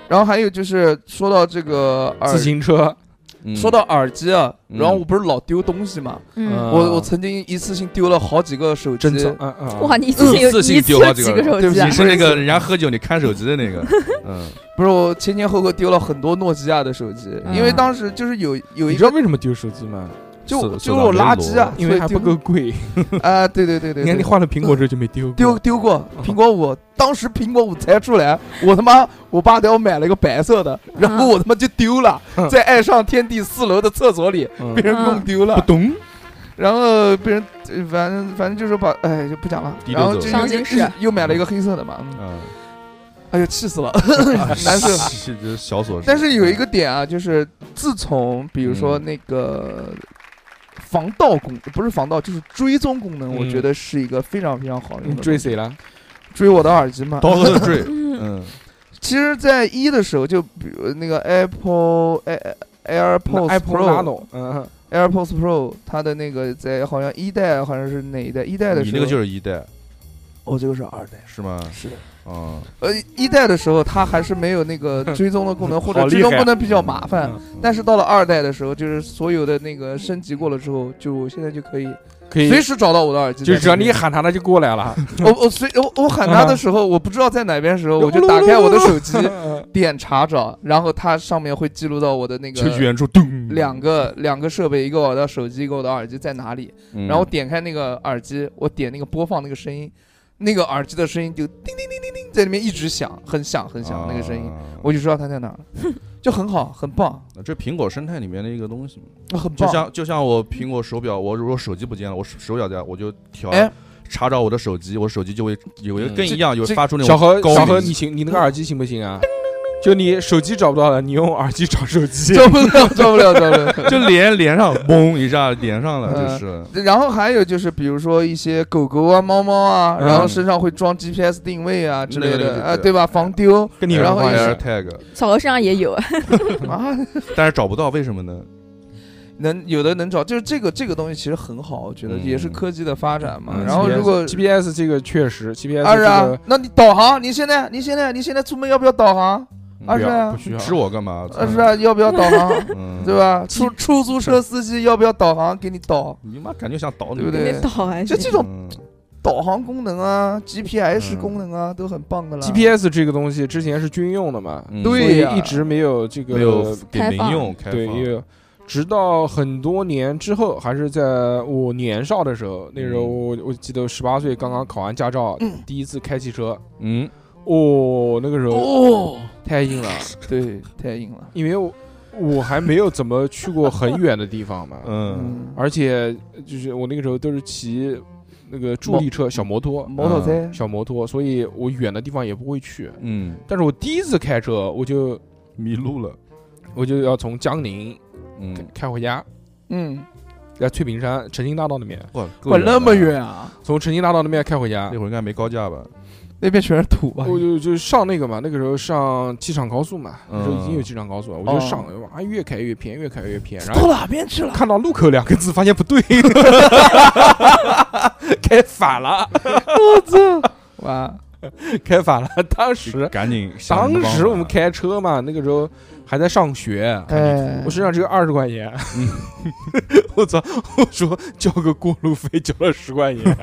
C: 然后还有就是说到这个耳
B: 自，行车，
D: 嗯，
C: 说到耳机啊，
D: 嗯
C: 然后我不是老丢东西嘛，
E: 嗯，
C: 我我曾经一次性丢了好几个手机
B: 珍，藏，嗯嗯，
E: 哇，你一次性
D: 一
E: 有
D: 次性
E: 一次
D: 丢好
E: 有
D: 几
E: 几
D: 个
E: 个手
C: 对不
E: 机
C: 起
E: 啊
D: 你？是那个人家喝酒你看手机的 那个，嗯，
C: 不是我前前后后丢了很多诺基亚的手机，因为当时就是有有
B: 嗯你
C: 一
B: 知道
C: 个
B: 为什么丢手机吗？
C: 就
D: 手
C: 就是我垃圾啊，
B: 因为还
C: 所
B: 不
C: 以丢
B: 够贵。
C: 啊，对对对 对，
B: 你看你
C: 对
B: 换了苹果之后就没丢过
C: 丢丢过苹果五，当时苹果五才出来，我他妈我爸给我买了一个白色的，
B: 嗯
C: 然后我他妈就丢了，在爱上天地四楼的厕所里
B: 嗯
C: 被人弄丢
B: 不
C: 了，
B: 懂，
C: 然后被人呃反正反正就是把哎就不讲了，
D: 滴溜
C: 然后
D: 走
C: 就
E: 伤心事
C: 又买了一个黑色的嘛，嗯
D: 嗯，
C: 哎呦气死了， 难受。
D: 是这小琐事。
C: 但是有一个点啊，就是自从比如说
D: 嗯
C: 那个防盗功不是防盗，就是追踪功能，我
B: 嗯
C: 觉得是一个非常非常好用
B: 你
C: 的。
B: 追谁了？
C: 追我的耳机嘛？
D: 刀哥的坠，
E: 嗯，
D: 嗯，
C: 其实，在一的时候，就比如那个 Apple Air AirPods
B: Apple
C: Pro
B: Nano，嗯，
C: AirPods Pro，它的那个在好像一代好像是哪一代？一代的
D: 你
C: 时
D: 那
C: 候，
D: 个就是一代
C: 哦，这个是二代。
D: 是吗？
C: 是的，
D: 啊，
C: 呃，一代的时候它还是没有那个追踪的功能，或
F: 好
C: 者
F: 厉
C: 追踪
F: 害
C: 功能比较麻烦。
B: 嗯
C: 但是到了二代的时候，就是所有的那个升级过了之后，就我现在就可以
B: 可以
C: 随，时找到我的耳机在
B: 就
C: 那边。
B: 只要你 一喊他，他就过来了。
C: 我我随我我喊他的时候，我不知道在哪边的时候，我就打开我的手机， 点查找，然后它上面会记录到我的那
D: 就
C: 个
D: 远处咚
C: 两个两个设备，一个我的手机，一个我的耳机在哪里。
D: 嗯
C: 然后点开那个耳机，我点那个播放那个声音，那个耳机的声音就叮叮叮叮叮在里面一直响，很响很响那个声音，
D: 啊
C: 我就知道它在哪儿了，就很好，很棒，
D: 这苹果生态里面的一个东西嘛，
C: 很
D: 就
C: 棒。
D: 像就像我苹果手表，我如果手机不见了，我手手表在，我就调
C: 哎
D: 查找我的手机，我手机就会有一个
B: 嗯
D: 跟
C: 这
D: 一样，有
C: 这
D: 发出那
B: 小
D: 种
B: 何，
D: 高
B: 小何，
D: 音
B: 你行，你那个耳机行不行啊？就你手机找不到了，你用耳机找手机。
C: 找不了，找不了，找不了。
D: 就连连上，嘣一下连上了，
C: 嗯
D: 就是了。
C: 然后还有就是，比如说一些狗狗啊、猫猫啊，
B: 嗯
C: 然后身上会装 GPS 定位啊之类
D: 那个那
C: 的，
D: 个
C: 啊，
D: 对
C: 对吧？防丢，
B: 跟你有
C: 然
B: 什
C: 后
B: 么关
C: 也
B: 系？
D: AirTag，
E: 小何身上也有，
C: 啊，
D: 但是找不到，为什么呢？
C: 能有的能找，就是这个这个东西其实很好，我觉得
D: 嗯
C: 也是科技的发展嘛。
D: 嗯
C: 然后如果
B: GPS 这个确实，GPS
C: 二
B: 这
C: 十啊
B: 个，
C: 那你导航，你现在你现在你现在出门要不要导航？
B: 嗯
C: 二
B: 不
C: 十
B: 要
C: 啊
B: 不，需
D: 指
B: 要。
D: 我干嘛？
C: 二十啊，要不要导 航？
D: 嗯，
C: 对？吧？出出租车司机要不要导航？给你导，
B: 嗯
D: 你妈感觉想倒你，
C: 对不对
E: 那倒还
C: 就是这种
D: 嗯？
C: 导航功能啊，GPS
D: 嗯
C: 功能啊，都很棒的了。
B: GPS 这个东西之前是军用的嘛，
D: 嗯
B: 所
C: 对
B: 以
C: 呀
B: 一直没有这
D: 没有
B: 个
D: 给民用开
B: 对，
D: 放
B: 因，为直到很多年之后，还是在我年少的时候，那时
D: 嗯
B: 候我我记得十八岁刚刚考完驾照，第一次开汽车，
D: 嗯，
B: 哦，那个时候
C: 哦，
B: 太硬了，
C: 对，太硬了。
B: 因为我我还没有怎么去过很远的地方嘛，
D: 嗯，
C: 嗯，
B: 而且就是我那个时候都是骑那个助力车、小摩托、
C: 摩托车，
B: 小摩托，所以我远的地方也不会去。
D: 嗯，
B: 但是我第一次开车，我就
D: 迷路了，
B: 我就要从江宁
D: 嗯
B: 开，开回家，
C: 嗯，
B: 在翠屏山诚信大道那边。
D: 哇，够
C: 管那么
D: 了，
C: 远啊？
B: 从诚信大道那边开回家
D: 那，会儿应该没高架吧？
C: 那边全是土啊吧？
B: 我就就上那个嘛，那个时候上机场高速嘛，那时候已经有
D: 嗯
B: 机场高速了，我就
C: 哦
B: 上，啊，越开越偏，越开越偏，然
C: 到
B: 后
C: 哪边去了？
B: 看到路口两个字，发现不 对，开反了，
C: 哇，
B: 开反了。当时
D: 赶紧想什么
B: 当
D: 办法。
B: 时我们开车嘛，那个时候还在上学，
C: 哎
B: 我，身上只有二十块钱，
D: 嗯
B: 我操！我说交个过路费交了十 块钱，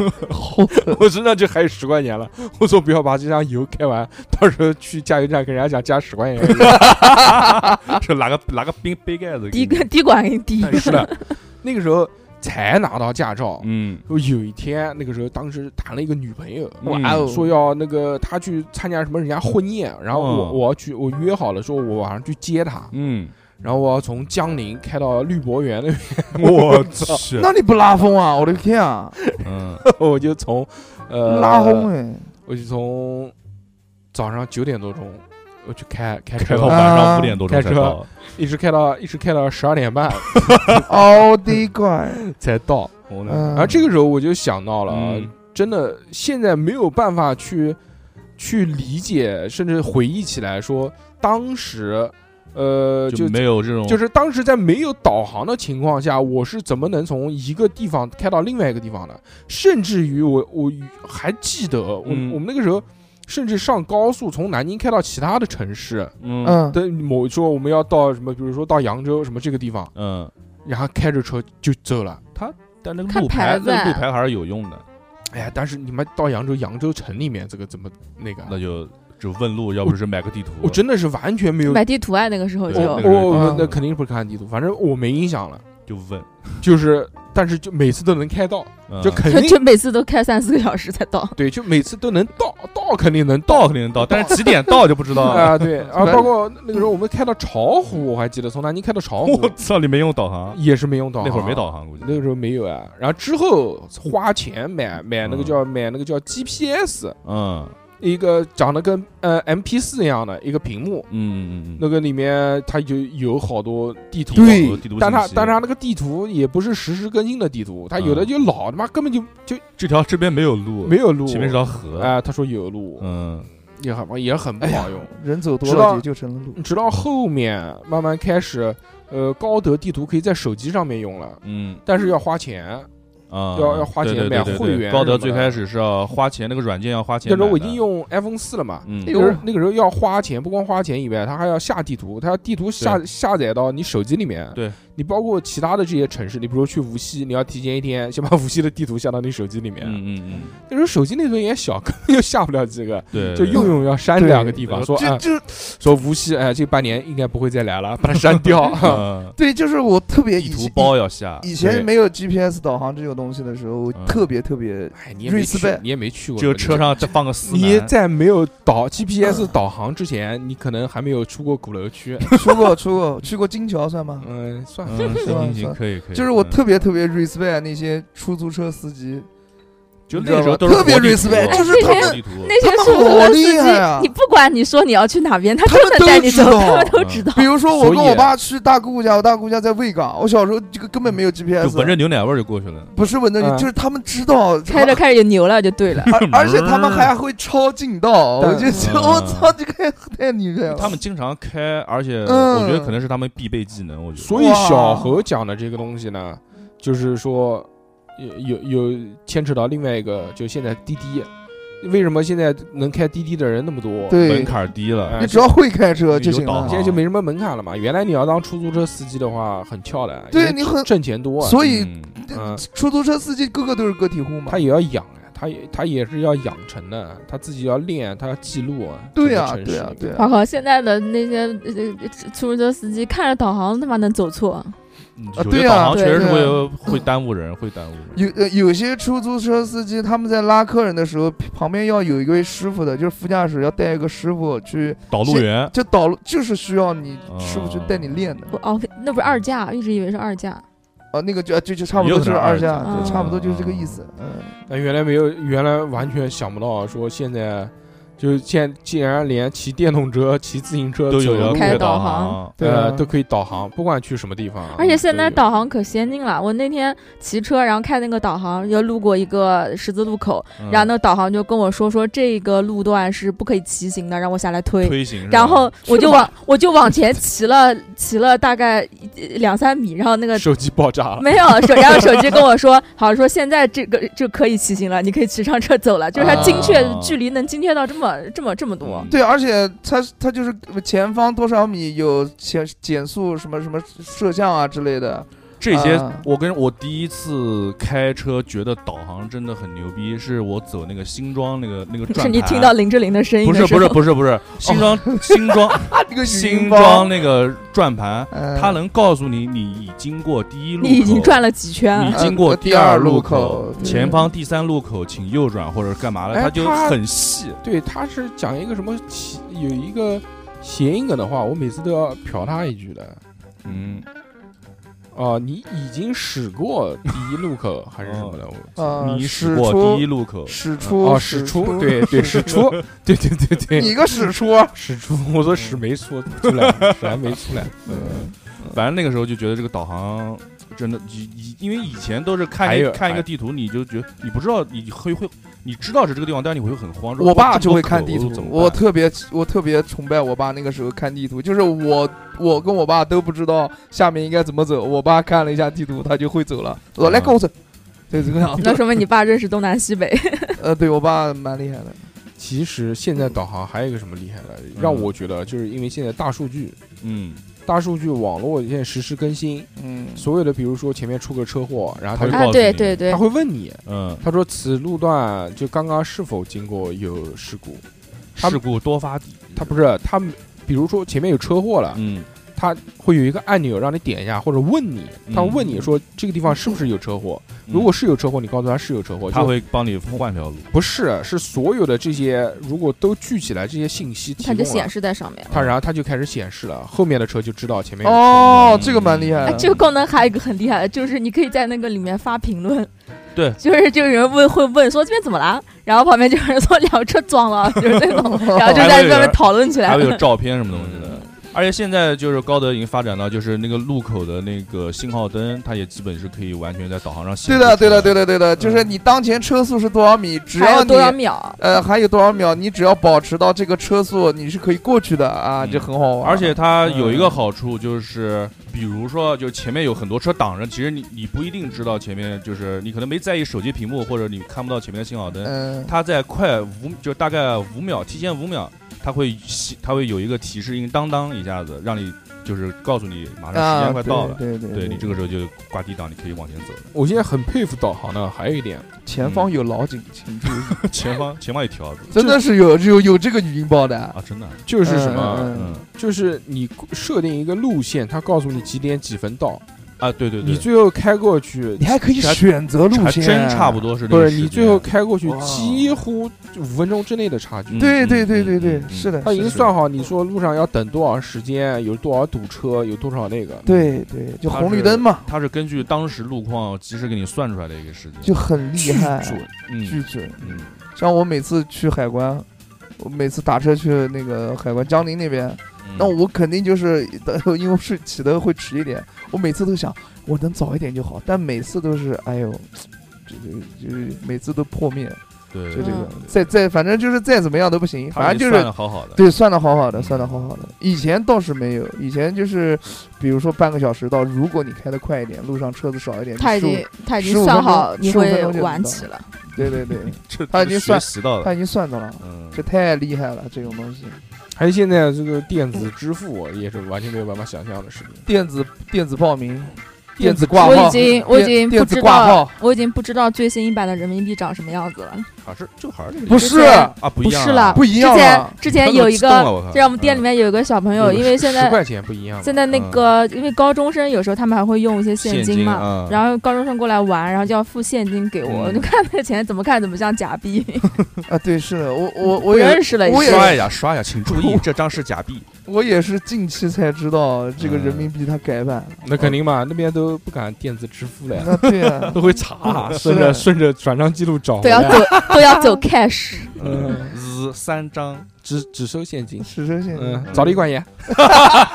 B: 我身上就还有十块钱了。我说不要把这箱油开完，到时候去加油站跟人家讲加十块钱。
D: 是拿个拿个冰杯盖子给
E: 滴
D: 你。
E: 个 滴管给你滴一个，
B: 是的， 那个时候才拿到驾照。
D: 嗯，
B: 我有一天，那个时候当时谈了一个女朋友，
D: 嗯
C: 哇哦，
B: 说要那个她去参加什么人家婚宴，然后我、
D: 哦
B: 我要去，我约好了，说我晚上去接她，
D: 嗯，
B: 然后我要从江宁开到绿博园那边，
D: 我去，
C: 那你不拉风啊？我的天啊，
D: 嗯，
B: 我就从呃
C: 拉
D: 啊
C: 风哎！
B: 我就从早上九点多钟，我就开开
D: 开
B: 车嗯
D: 到
C: 吧
D: 晚上五点多钟才
B: 开车
D: 到。
B: 一直开到一直开到十二点半
C: 奥迪怪，
B: 才到。
D: 我呢，
C: 嗯，
B: 然后这个时候我就想到了，啊
D: 嗯
B: 真的现在没有办法去去理解，甚至回忆起来说当时，呃，就
D: 就没有这种，
B: 就是当时在没有导航的情况下，我是怎么能从一个地方开到另外一个地方的？甚至于我我还记得，我、
D: 嗯
B: 我们那个时候。甚至上高速从南京开到其他的城市，
D: 嗯
C: 嗯，
B: 等某说我们要到什么，比如说到扬州什么这个地方，
D: 嗯，
B: 然后开着车就走了。
D: 但那个
E: 看
D: 路
E: 牌
D: 牌，
E: 子
D: 那个路牌还是有用的，
B: 哎呀，但是你们到扬州，扬州城里面这个怎么那个啊？
D: 那就只问路，要不是买个地图。
B: 我真的是完全没有，
E: 买地图啊，那个时候
D: 对
E: 就
D: 那个时
B: 我
D: 候
B: 我我
C: 嗯
B: 那肯定不是看地图，反正我没印象了。
D: 就问，
B: 就是，但是就每次都能开到，
D: 嗯
B: 就肯
E: 就
B: 定
E: 就每次都开三四个小时才 到，
B: 对，就每次都能到， 到肯定能
D: 到
B: 到
D: 肯定到，但是几点到就不知 道了。
B: 啊，对啊，包括那个时候我们开到巢湖，我还记得从南京开到巢 湖
D: 我操，你没用导航，
B: 也是没用导航，
D: 那会儿没导航，估计
B: 那个时候没有啊。然后之后花钱买买那
D: 嗯
B: 个叫买那个叫 GPS，
D: 嗯
B: 一个长得跟呃 MP 四一样的一个屏幕，
D: 嗯嗯嗯
B: 那个里面它就有好多地图，
C: 对
D: 地图地图信息，
B: 但它但它那个地图也不是实时更新的地图，它有的
D: 嗯
B: 就老他妈根本就就
D: 这条这边没有路，
B: 没有路，
D: 前面是条河，
B: 哎，他说有路，
D: 嗯哎
B: 也很也很不好用。
C: 人走多
B: 知道
C: 了也就成了路。
B: 直到后面慢慢开始，呃，高德地图可以在手机上面用了，
D: 嗯
B: 但是要花钱。
D: 啊，
B: 要要花钱
D: 对对对对
B: 买会员
D: 高德
B: 什么的
D: 最开始是要花钱，那个软件要花钱
B: 那
D: 买
B: 时
D: 的。
B: 候我已经用 iPhone 四了嘛，
D: 嗯
B: 那个时候那个时候要花钱，不光花钱以外，它还要下地图，它要地图下下载到你手机里面。
D: 对，
B: 你包括其他的这些城市，你比如说去无锡，你要提前一天先把无锡的地图下到你手机里面。
D: 嗯嗯嗯，
B: 那时候手机内存也小，根本就下不了几个，
D: 对，
B: 就
D: 对
B: 用用要删
C: 对
B: 两个地方，
D: 对
B: 说哎，
C: 就
B: 说无锡，哎，这半年应该不会再来了，把它删掉。
D: 嗯
C: 对，就是我特别
D: 地
C: 以
D: 图
C: 前
D: 包要下，
C: 以前
D: 对
C: 没有 GPS 导航这种东西的时候，我
D: 嗯
C: 特别特别
B: 哎，你也没去
C: Respect，
B: 你也没去过，
D: 就车。上再放个司
B: 你
D: 南
B: 在没有导 GPS 导航之前，你可能还没有出过鼓楼区。
C: 出过出过去过金桥算吗？
B: 嗯，算了，
D: 嗯，行
C: 是吧
D: 行
C: 是吧
D: 行，可以可以。
C: 就是我
D: 嗯
C: 特别特别 respect 那些出租车司机，
D: 就
C: 你
D: 那个时候
C: 知道
D: 都
C: 吧
D: 是
C: 特别
D: 活地
C: respect，
D: 图
C: 就是
E: 哎
C: 他
E: 那
D: 活
C: 们
D: 地图
E: 那些
C: 他们
E: 出租
C: 好
E: 车司
C: 厉
E: 机
C: 害啊，
E: 你不管你说你要去哪边，他
C: 他们
E: 能带你
C: 都知
E: 走，
C: 道
E: 他们都知道。
C: 比如说我
B: 所以
C: 跟我爸去大姑姑家，我大姑姑家在卫岗，我小时候这个根本没有
D: 就
C: GPS，
D: 闻着牛奶味儿就过去了。
C: 不是闻着
B: 嗯
C: 你，就是他们知道
E: 开着开着就牛了，就对 了。
C: 而 而且他们还会超近道，
B: 但
C: 我就觉得
D: 嗯
C: 我操，这个太厉害了。
D: 他们经常开，而且
C: 嗯
D: 我觉得可能是他们必备技能。我觉得，
B: 所以
C: 哇
B: 小何讲的这个东西呢，就是说有有有牵扯到另外一个，就现在滴滴，为什么现在能开滴滴的人那么多？，
D: 门
C: 对，
D: 槛低了，
B: 哎
C: 你只要会开车就行
D: 有导
C: 了
D: 航。
B: 现在就没什么门槛了嘛。原来你要当出租车司机的话，很翘的，
C: 对
B: 因为
C: 你很
B: 挣钱多啊，
C: 所以
D: 嗯
B: 嗯，
C: 出租车司机个个都是个体户嘛
B: 他。也要养啊，他也他也是要养成的，他自己要练，他要记录啊。
C: 对
B: 呀、
C: 呀，对呀，对啊
E: 我
C: 呀。
E: 靠，现在的那些呃出租车司机看着导航，他妈能走错。
D: 嗯有
C: 对
D: 些
C: 啊
D: 导航
E: 对
D: 确实是
C: 对
D: 会会耽误人，会耽误人。
C: 有呃有些出租车司机他们在拉客人的时候，旁边要有一位师傅的，就是副驾驶要带一个师傅去，
D: 导路员，
C: 就导路，就是需要你
D: 哦
C: 师傅去带你练
D: 嗯
C: 的。
E: 我哦，那不是二价，一直以为是二价。
C: 啊，那个就就就差不
D: 也有
C: 多
D: 可
C: 就是
D: 能
C: 二
D: 二
C: 价，
E: 价
C: 对，
E: 嗯
C: 差不多就是这个意思。嗯，
B: 但原来没有，原来完全想不到说现在就是现在竟然连骑电动车、骑自行车
D: 都有
B: 走
D: 了
B: 路
E: 开
D: 导
E: 导航
D: 航
C: 对
B: 呃
C: 啊，
B: 都可以导航，不管去什么地方。啊
E: 而且现
B: 都
E: 在
B: 有
E: 导航可先进了，我那天骑车，然后看那个导航，就路过一个十字路口，
D: 嗯
E: 然后那个导航就跟我说说这个路段是不可以骑行的，让我下来推。
D: 推嗯行是吧，
E: 然后我就往我就往前骑了骑了大概一两三米，然后那个
B: 手机爆炸了，
E: 没有手，然后手机跟 我说，好说现在这个就可以骑行了，你可以骑上车走了，就是它精确
D: 啊
E: 距离能精确到这么这么这么多。
D: 嗯
C: 对，而且它它就是前方多少米有减减速什么什么摄像啊之类的，
D: 这些
C: 啊，
D: 我跟我第一次开车觉得导航真的很牛逼，是我走那个新庄那个那个转
E: 是你
D: 盘
E: 听到林志玲的声音
D: 不
E: 的时
D: 是
E: 候，
D: 不是不是不是新庄新庄
C: 啊，这个语音
D: 新
C: 包
D: 庄，那个转盘，
C: 嗯
D: 它能告诉你你已经过第一路口，
E: 你已经转了几圈
D: 你
E: 了。
D: 经过
C: 呃
D: 第
C: 第二
D: 路
C: 路口对
D: 前方第三路口请右转或者干嘛了，
B: 哎
D: 它就
B: 它
D: 很细。
B: 对，他是讲一个什么谐有一个谐音梗的话，我每次都要瞟他一句的。
D: 嗯，
B: 哦、你已经驶过第一路口还是什么的？我
C: 啊
D: 你
C: 驶
D: 驶过
C: 出
D: 第一路口，
C: 使出
B: 哦，驶出，对对，驶 出，对对对对，
C: 你个使出，
B: 驶出。我说屎没出出 来，屎还没出来。
D: 反正那个时候就觉得这个导航真的，以以因为以前都是看
B: 还
D: 一
B: 有
D: 看一个地图，你就觉得你不知道，你会会你知道是这个地方，但是你会很慌。说
C: 我爸
D: 哇
C: 就会看地
D: 这么多口怎么
C: 图，
D: 办
C: 我特别我特别崇拜我爸那个时候看地图，就是我我跟我爸都不知道下面应该怎么走，我爸看了一下地图，他就会走了，我来
D: 嗯
C: 跟我走，对这个样
E: 那
C: 子，
E: 说明你爸认识东南 西北，
C: 呃，对我爸蛮厉害的，
B: 其实现在导航还有一个什么厉害的，让我觉得就是因为现在大数据。
D: 嗯，
B: 大数据网络现在实时更新，
C: 嗯，
B: 所有的，比如说前面出个车祸，然后他
D: 它就
B: 就
D: 告诉
E: 啊对
D: 你
E: 对对
B: 他，会问你，
D: 嗯，
B: 他说此路段就刚刚是否经过有事故？他
D: 事故多发地，
B: 他不是他们，比如说前面有车祸了，
D: 嗯
B: 他会有一个按钮让你点一下，或者问你，他
D: 嗯
B: 问你说这个地方是不是有车祸？如果是有车祸，你告诉他是有车祸，
D: 他
B: 就
D: 会帮你换条路，
B: 不是是所有的这些，如果都聚起来这些信息提
E: 它
B: 供
E: 就
B: 了，
E: 显示在上面。
B: 它然后他就开始显示了，后面的车就知道前面有车
C: 哦
D: 嗯，
C: 这个蛮厉害
E: 哎，
C: 的，
E: 这个功能还有一个很厉害的，就是你可以在那个里面发评论。
D: 对
E: 就是就有人问会问说这边怎么啦，然后旁边就有人说两个车撞了， 就是那种，然后就在外面讨论起来
D: 还会有
E: 了。
D: 照片什么东西
C: 嗯
D: 的。而且现在就是高德已经发展到，就是那个路口的那个信号灯，它也基本是可嗯以完全在导航上显
C: 对
D: 示出来。
C: 的，对的，对的，对的，就是你当前车速是多少米，只
E: 还
C: 要
E: 有
C: 你
E: 多少秒？
C: 呃还有多少秒，你只要保持到这个车速，你是可以过去的啊，
D: 嗯
C: 就很好玩。
D: 而且它有一个好处就是，比如说，就前面有很多车挡着，其实你你不一定知道前面，就是你可能没在意手机屏幕，或者你看不到前面的信号灯。
C: 嗯，
D: 它在快五，就大概五秒，提前五秒，它会显它会有一个提示音，当当一下子，让你就是告诉你马嗯上时
C: 啊，
D: 间快到了。
C: 对对
D: 对你这
C: 个
D: 个时候就挂低档，你可以往前走了。
B: 我现在很佩服导航的，还有一点，
C: 前方有老警，请注意，
D: 嗯前方前方有条子
C: 真的是有有有这个语音包的，
D: 啊，真的啊，
B: 就是什么，
C: 嗯
D: 嗯
B: 就是你设定一个路线，它告诉你几点几分到，
D: 啊，对对对，
B: 你最后开过去
C: 你，还可以
D: 还
C: 选择路
D: 还
C: 线，
D: 真差不。多是
B: 不
D: 这个
B: 是
D: 时
B: 你
D: 间
B: 最后开过去
C: 哇
B: 几乎就五分钟之内的差距
D: 嗯。
C: 对
D: 嗯
C: 对对
D: 嗯
C: 对对
D: 嗯，
C: 是的，
B: 他已
C: 是
B: 经
C: 的
B: 算好，你说路上要等多少时间，有多少堵车，有多少那个。
C: 对对，就
D: 它
C: 红绿
D: 是
C: 灯嘛，
D: 它是根据当时路况及时给你算出来的一个时间，
C: 就很厉害，
D: 嗯
C: 巨准。
D: 嗯
C: 像我每次去海关，我每次打车去那个海关江宁那边，
D: 嗯
C: 那我肯定就是 呃因为是起的会迟一点，我每次都想我能早一点就好，但每次都是哎呦，这这就是每次都破灭，
D: 对
C: 就这个
D: 嗯，
C: 再再反正就是再怎么样都不行，
D: 他
C: 反
D: 给
C: 正
D: 你
C: 就
D: 算
C: 是
D: 的好好的，
C: 对，算的好好的，
D: 嗯
C: 算的好好的。以前倒是没有，以前就是，比如说半个小时到，如果你开的快一点，路上车子少一点，
E: 他
C: 15
E: 已经他已经
C: 15
E: 算
C: 分钟
E: 好你
C: 15分
E: 会
C: 钟就嗯
E: 晚
C: 能到
E: 起了。
C: 对对 对，
D: 这
C: 他已
D: 这
C: 经
D: 学
C: 算
D: 习到
C: 他
D: 了，
C: 已经算到了，
D: 嗯，
C: 这太厉害了，这种东西，
B: 还有现在这个电子支付也是完全没有办法想象的事情。
C: 电子电子报名，电子挂号，
E: 我已经我已
C: 电
E: 经不
C: 电子
E: 知
C: 挂
E: 道
C: 号，
E: 我已经不知道最新一版的人民币长什么样子了。
D: 还是就还是这个
C: 不
D: 样
C: 是
D: 啊，不一
E: 不
D: 样
E: 是
D: 啊
E: 了，
C: 不一样
E: 之前
C: 了
E: 之
D: 他
E: 前
D: 怎么
E: 有一
D: 激动了
E: 个，
D: 我靠
E: 在我们店里
D: 嗯
E: 面有一个小朋友，因为现
B: 十
E: 在
B: 块钱不一样嘛。啊嗯
E: 现在那个，
C: 嗯
E: 因为高中生有时候他们还会用一些现
D: 现
E: 金嘛，
D: 啊
E: 然后高中生过来玩，然后就要付现金给我，
D: 嗯
E: 我就看那个钱怎么看怎么像假币，
C: 啊，对，是的，我我
E: 不
C: 我也
E: 认识了已
C: 我也
E: 经。
D: 刷一下刷一下，请注意这张是假币，
C: 我也是近期才知道这个
D: 嗯
C: 人民币它改版了，
B: 那肯定嘛，那边都不敢电子支付了
D: 嗯
B: 呀，
C: 那对 啊
B: 都，会查，
C: 是
B: 顺着顺着转账记录找
E: 都
B: 回
E: 要
B: 来。
E: 走，都要走 cash，
D: 嗯，撕三张，
B: 只只收现金。
C: 是真现
B: 嗯，找李管严，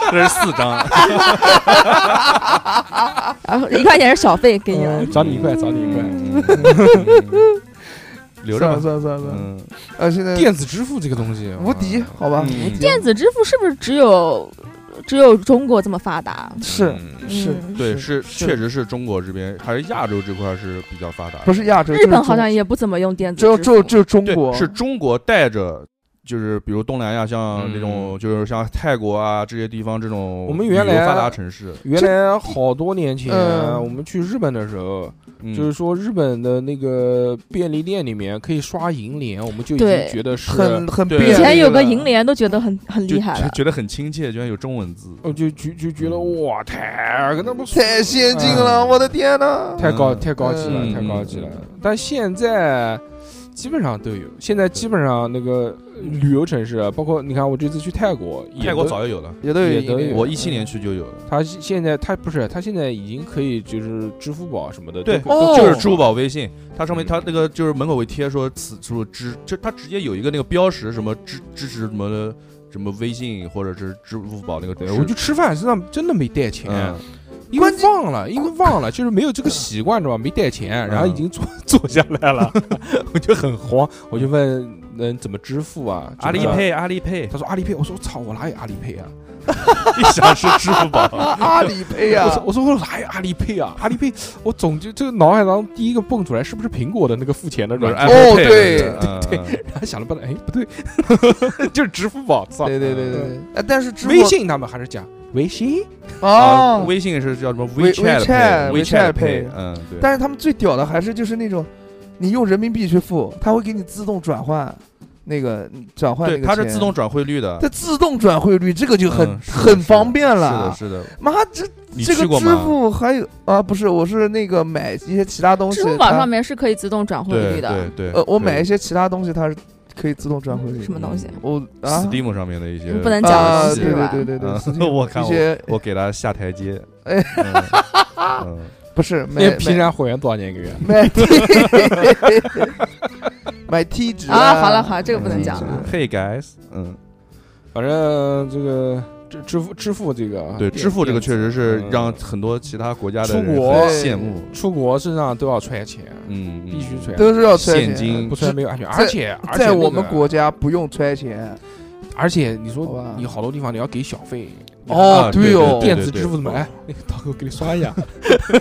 D: 这是四 张，
E: 然后一块钱是小费给你了
B: 嗯，找你一块，找你一块。
C: 嗯
D: 嗯留
C: 算
D: 着
C: 了
D: 吧。
C: 算了算了算了，
D: 嗯，
C: 啊，现在
B: 电子支付这个东西
C: 无敌，好吧，
D: 嗯
C: 无敌
E: 电子支付是不是只有只有中国这么发达？
C: 是
D: 嗯
C: 是
E: 嗯
D: 对，是
C: 是
D: 确实是中国这边还是亚洲这块是比较发达的，
C: 不是亚洲，
E: 日
C: 就是
E: 本
C: 中
E: 好像也不怎么用电子
C: 只
E: 支
C: 有
E: 付，
C: 只有只有中
D: 对
C: 国
D: 是中国带着。就是比如东南亚，像
F: 嗯
D: 那种、就是像泰国啊这些地方，这种
B: 我们原来
D: 旅游发达城市，
B: 原来好多年前
C: 嗯
B: 我们去日本的时候，
D: 嗯
B: 就是说日本的那个便利店里面可以刷银联，我们就已经
E: 对
B: 觉得是，
C: 很很
D: 对
C: 便利
E: 以
C: 了。
E: 前有个银联都觉得很很
D: 就
E: 厉害
D: 就
E: 了，
D: 觉得很亲切，居然有中文字，
B: 哦，就就就觉得
D: 嗯
B: 哇，太跟他们
C: 太先进了，我的天呐！
B: 太高
D: 嗯
B: 太高级了，
D: 嗯
B: 太高级了
D: 嗯。
B: 但现在基本上都有，现在基本上那个旅游城市，包括你看我这次去泰国，也
D: 泰国
B: 都
D: 早就有了，
C: 也都有
B: 也
C: 银
B: 都
C: 联
B: 有
D: 我一七年去就有了，
B: 他现在他不是他现在已经可以就是支付宝什么的，
D: 对
B: 都都
C: 哦
D: 就是支付宝、微信，它上面
B: 嗯
D: 它那个就是门口会贴说此处支，就它直接有一个那个标识，什么支支持什么的什么微信或者是支付宝那个嗯
B: 对
D: 支，
B: 我就啊吃饭身上真的没带钱
D: 嗯，，
B: 因为忘了，因为忘了，就是没有这个习惯，知道吧？没带钱，然后已经坐坐下来了，我就很慌，我就问能怎么支付啊？
D: 阿里
B: 怎么
D: 配阿里配，
B: 他说阿里配，我说我操，我哪有阿里配啊？
D: 一想是支付 宝，
C: 啊阿里配
B: 我说
C: 啊，
B: 我说我哪有阿里配啊？阿里配，我总就这个脑海当中第一个蹦出来是不是苹果的那个付钱的
D: 不是
B: 软件？
D: Apple
C: 哦
D: Pay，
C: 对
D: 嗯
B: 对
D: 嗯
B: 然后想了半天，哎，不对，就是支付宝，操！
C: 对对对对
D: 嗯
C: 对，哎，但是支付
B: 微信他们还是讲微信，
D: 啊，
C: 啊，
D: 微信是叫什么
C: We-
D: WeChat
C: WeChat-
D: Pay，WeChat
C: WeChat
D: Pay，
C: Pay
D: 嗯，对，
C: 但是他们最屌的还是就是那种，你用人民币去付，它会给你自动转换那个转换那
D: 对，
C: 个
D: 它是
C: 钱
D: 自动转汇率的，
C: 它自动转汇率，这个就很、
D: 嗯是的是
C: 很
D: 的
C: 方便
D: 是
C: 了
D: 的，。是的，
C: 妈，这
D: 你
C: 这
D: 去过
C: 个支
D: 吗？
C: 付还有啊？不是，我是那个买一些其他东西。
E: 支付宝
C: 它
E: 上面是可以自动转汇率
D: 对
E: 的
D: 对，对，
C: 呃，我买一
D: 些
C: 些其他东西，它是可以自动转汇率
E: 什
C: 的。
E: 么东西？
C: 我啊
D: Steam 上面的一些
E: 你不能讲
C: 啊，对
E: 东西
C: 对
E: 吧
C: 对对对
D: 嗯
C: ，Steam
D: 我看
C: 一
D: 我
C: 些
D: 我给他下台阶。
C: 哎
D: 嗯， 嗯
C: 不是
B: 那
C: 买
B: 平
C: 买
B: 常会员多少钱一个月？
C: 买 T，买 T 纸
E: 啊好了好了这个不能讲啊了。
D: Hey guys，嗯，
B: 反正这个支支付支付这个啊
D: 对，
B: 电
D: 支付这个确实是
B: 嗯
D: 让很多其他国家的
B: 出
D: 人
B: 国
D: 很羡慕，
B: 出国身上都要揣钱，
D: 嗯，嗯
B: 必须揣。
C: 都是要揣
D: 现
C: 钱。
D: 金
B: 不揣没有安全，而且而且
C: 嗯在
B: 那
C: 我
B: 个
C: 们国家不用揣钱
B: 而且你
C: 好
B: 说
C: 吧
B: 你好多地方你要给小费，
C: 哦
D: 啊
C: 对哦
D: 对
B: 电子支付怎么？
D: 对对
B: 哎， 那个导购给你刷一下，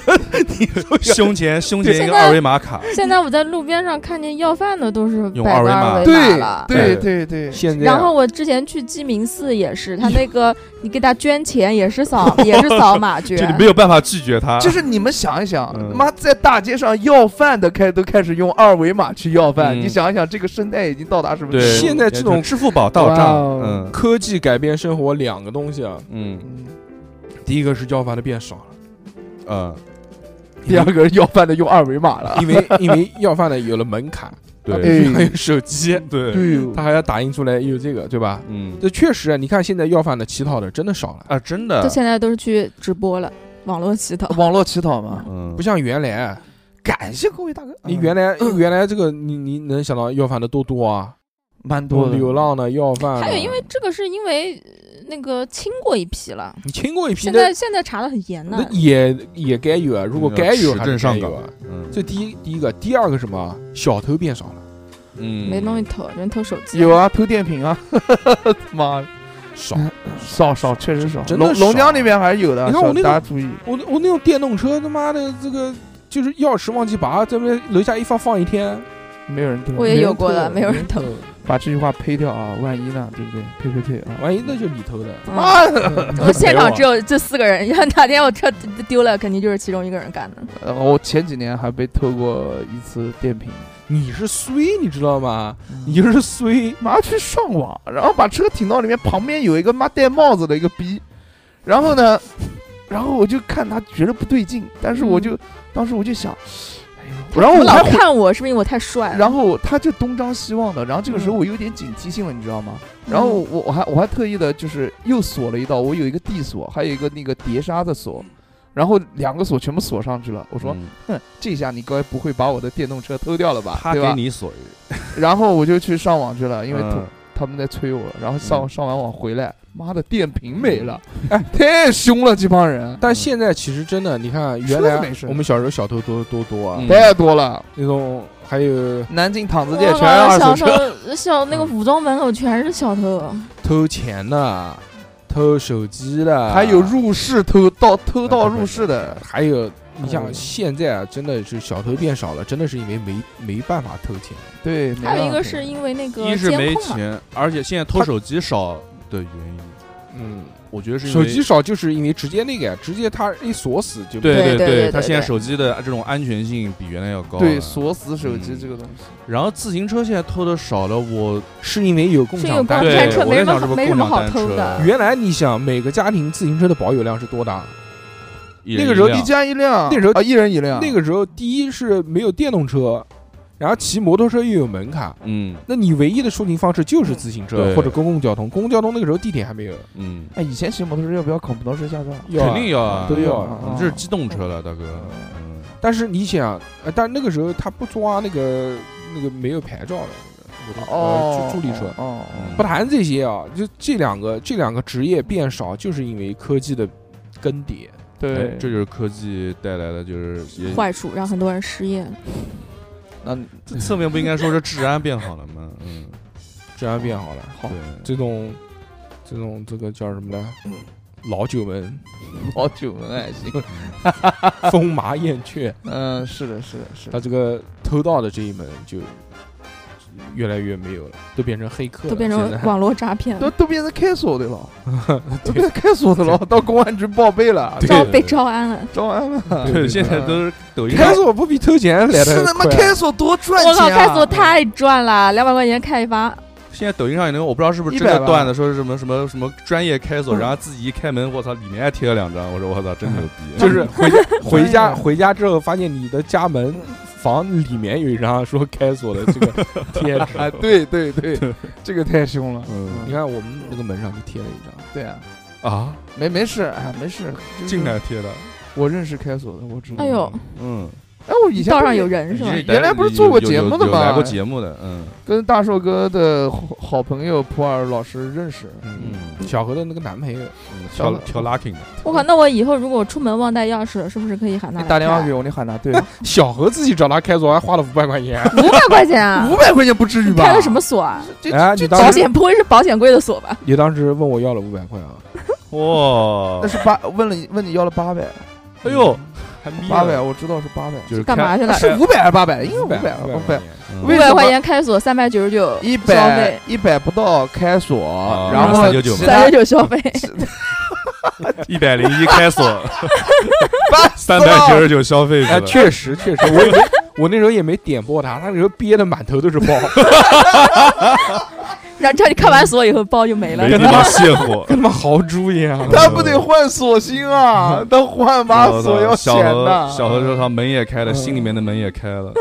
D: 对胸前胸前一
E: 现
D: 个
E: 在
D: 二维码卡，
E: 现在我在路边上看见要饭的都是
D: 用
E: 摆
D: 二
E: 个
D: 维码
E: 二
C: 对
E: 了。
B: 哎
C: 对对
D: 对
C: 对，
B: 现在啊
E: 然后我之前去鸡鸣寺也是，他那 个你给他捐钱也是扫也是扫码捐
D: 就，你没有办法拒绝他，
C: 啊
B: 啊
C: 就是你们想一想
D: 嗯，
C: 妈在大街上要饭的开都开始用二维码去要饭，
D: 嗯
C: 你想一想这个生态已经到达什么
D: 对
C: 地步？
B: 现在这种
D: 支付宝到
C: 哇
D: 账，
C: 哦
D: 嗯
B: 科技改变生活两个东西啊，
D: 嗯
C: 嗯
B: 第一个是要饭的变少了，
D: 嗯，
C: 第二个要饭的用二维码了，
B: 因 为因为要饭的有了门槛，
D: 对
C: 哎
B: 还有手机，
D: 对，
C: 对哦
B: 他还要打印出来有这个，对吧？
D: 嗯
B: 这确实啊，你看现在要饭的乞讨的真的少了，
D: 啊，真的
E: 就，现在都是去直播了，网络乞讨。
C: 网络乞讨嘛。
D: 嗯
B: 不，像原来，啊
C: 感谢各位大哥，
B: 你
C: 嗯
B: 原 来原来这个你你能想到要饭的多多啊，
C: 蛮多的，
B: 流浪的要饭的，
E: 还有，因为这个是因为呃那个清过一批了，
B: 你亲过一批
E: 现
B: 的
E: 在，现在查的很严
B: 那
E: 呢。
B: 也也该有啊，如果该有
D: 持
B: 还
D: 证
B: 是该
D: 上
B: 有
D: 岗
B: 啊。，
D: 嗯
B: 这第一第一个，第二个什么？小偷变少了，
D: 嗯，
E: 没东西偷，人偷手机。
C: 有啊，偷电瓶啊， 妈
B: 少。
C: 少少确实少，
B: 真的
C: 龙
B: 少啊
C: 龙江那边还是有的，
B: 你看我
C: 少
B: 那个
C: 大家注意，
B: 我我那种电动车，他妈的这个就是钥匙忘记拔，在那楼下一放放一天。
C: 没有人偷，
E: 我也有过的，没有人偷。
C: 把这句话呸掉啊，万一呢，对不对？呸呸呸啊！
B: 万一那就是你偷的，
E: 嗯我 现场只
B: 有
E: 有这四个人，要哪天我车丢了，肯定就是其中一个人干的。
C: 呃我前几年还被偷过一次电瓶，
B: 你是衰，你知道吗？
E: 嗯
B: 你就是衰，
C: 妈去上网，然后把车停到里面，旁边有一个妈戴帽子的一个逼，然后呢，然后我就看他觉得不对劲，但是我
E: 嗯
C: 就、当时我就想，哎呦，然后我还
E: 老
C: 回
E: 看我是不是因为我太帅了？
C: 然后他就东张西望的，然后这个
E: 嗯
C: 时候我有点警惕性了，你知道吗？然后我我还我还特意的就是又锁了一道，我有一个地锁，还有一个那个碟刹的锁，然后两个锁全部锁上去了。我说，
D: 嗯
C: 哼，这下你该不会把我的电动车偷掉
B: 啊
C: 了吧？
D: 他
C: 对
D: 给
C: 吧？
D: 你锁，
C: 然后我就去上网去了，因为他
D: 嗯
C: 他们在催我，然后上
D: 嗯
C: 上完网回来，妈的电瓶没了，哎，太凶了，这帮人
B: 但现在其实真的，你看原
C: 车子没
B: 来
C: 事
B: 我们小时候小偷多多多啊，
D: 嗯
C: 太多了。
B: 那种还有
C: 嗯南京躺子街
E: 我
C: 全是二手
E: 小
C: 车，
E: 偷小那个府中门口全是小偷，
B: 偷钱的、偷手机的，
C: 还有入室偷盗偷盗入室的，
B: 还有，你想
C: 嗯
B: 现在啊，真的是小偷变少了，真的是因为没没办法偷钱。
C: 对，
E: 还有一
C: 没了
E: 个是因为那个
D: 一是没
E: 监控啊嘛，
D: 钱，而且现在偷手机少的原因，
B: 嗯，
D: 我觉得是因
B: 手
D: 为
B: 机少就是因为直接那个，直接他一锁死就
D: 对
E: 对对
D: 对，
E: 对
D: 它
E: 对
D: 现在
E: 对
D: 手机的这种安全性比原来要高了。
C: 对锁死手机
D: 嗯
C: 这个东西。
D: 然后自行车现在偷的少了，我
B: 是因为有共
E: 是有
B: 享
E: 共
B: 单
E: 享
D: 对
B: 车。
E: 单车，
D: 我
E: 没
D: 在
E: 什
D: 想是不是
E: 么好没什
D: 共
E: 么
D: 享
E: 好
D: 单
E: 偷
D: 车
E: 的。
B: 原来你想每个家庭自行车的保有量是多大？
D: 一
B: 那
D: 人
B: 个
D: 一
B: 时候
D: 辆
C: 一家一辆，
B: 那时候
C: 啊一人一
D: 嗯
C: 辆，
B: 那个时候，第一是没有电动车，然后骑摩托车又有门槛，
D: 嗯
B: 那你唯一的出行方式就是自行车
D: 对
B: 或者公共交通。公共交通那个时候地铁还没有，
D: 嗯，
C: 哎，以前骑摩托车要不要考摩托车驾照？
B: 要
D: 肯定要啊，
B: 都要
C: 啊
D: 你这是机动车了，大哥。嗯
B: 但是你想，呃但那个时候他不抓那个那个没有牌照的那个摩托
C: 哦
B: 呃，助助力车。
C: 哦，
D: 嗯
B: 不谈这些啊，就这两个这两个职业变少，就是因为科技的更迭。
D: 哎
C: 对，
D: 这就是科技带来的，就是也
E: 坏处让很多人失业，
C: 那
D: 这 侧面不应该说是治安变好了吗？嗯，
B: 治安变好了。好，
D: 对，
B: 这种这种这个叫什么呢？
E: 嗯
B: 老九门
C: 好久了还行。
B: 风麻燕雀，
C: 嗯，是的，是的，是
B: 他
C: 的。
B: 这个偷盗的这一门就越来越没有了，都变成黑客了，
E: 都变成
B: 现在
E: 网络诈骗
C: 都
E: 了，
C: 都变成开锁的了，都变成开锁的了，到公安局报备了，
D: 对
E: 招被招安了。
C: 招安了。
B: 对对
D: 对，现在都是抖音
B: 开锁不比偷钱来的啊
C: 是他妈开锁多赚
E: 我
C: 钱啊！
E: 靠，开锁
B: 嗯
E: 太赚了，两百块钱开一发，
D: 现在抖音上有那个，我不知道是不是
C: 100
D: 真的
C: 吧
D: 段子，说是什么什么什么专业开锁，然后自己一开门，我操，里面还贴了两张，我说我操，真牛逼，
B: 就是回 家回
C: 哎
B: 家
C: 呀
B: 回家之后，发现你的家门房里面有一张说开锁的这个贴 纸。
C: 啊！对对对，这个太凶了。
D: 嗯
B: 你看我们那个门上就贴了一张，
C: 对啊，
D: 啊，
C: 没没事啊，没事。就是
D: 进来贴的，
C: 我认识开锁的，我知道。
E: 哎呦，
D: 嗯，
C: 哎，我以前
E: 道
C: 不
E: 上
C: 是
E: 有人是吧？
D: 你
C: 原来不是做过节目的
D: 有有
C: 吗
D: 来过节目的，嗯
C: 跟大寿哥的好好朋友普洱老师认识，
D: 嗯，
B: 小何的那个男朋友，
D: 跳跳 locking 的，
E: 我靠，那我以后如果出门忘带钥匙，是不是可以喊他
C: 你打电话给
E: 我？
C: 我，你喊他。对，
B: 小何自己找他开锁还花了五百块钱。
E: 五百块钱啊！
C: 五百块钱不至于吧？
E: 开的什么？锁啊？
C: 这
B: 哎
C: 这
B: 你
E: 保
B: 当时
E: 险不会是保险柜的锁吧？
B: 你当时问我要了五百块啊？
D: 哇
C: 那，是八问了问你要了八百，
D: 哎呦，还眯
C: 八
D: 了
C: 百，我知道是八百，
D: 就是
E: 干嘛去了？
C: 是五百还是八百？应
B: 哎
C: 该
B: 五
C: 五百，
B: 五
C: 五
B: 百
C: 百
B: 块，钱。
D: 嗯
E: 五
C: 为
E: 百
C: 什么
E: 块钱开锁，三百九十九
C: 一
E: 消费
C: 百，一百不到开锁，
D: 啊
C: 然后
D: 399
C: 其
E: 三
C: 他
E: 十九嗯消费，
D: 一百零一开锁， 三百
C: 死了
D: 九十九消费去
B: 哎，
D: 了，
B: 确实确实，我也没我那时候也没点破他，他那时候憋得满头都是 包。
E: 然后叫你开完锁以后包就没了
D: 没。地方卸货。
B: 跟他妈豪猪一样。
C: 他不得换锁芯啊，他换把锁要
D: 小
C: 钱
D: 何，
C: 的。
D: 小何说他门也开了，心里面的门也开了。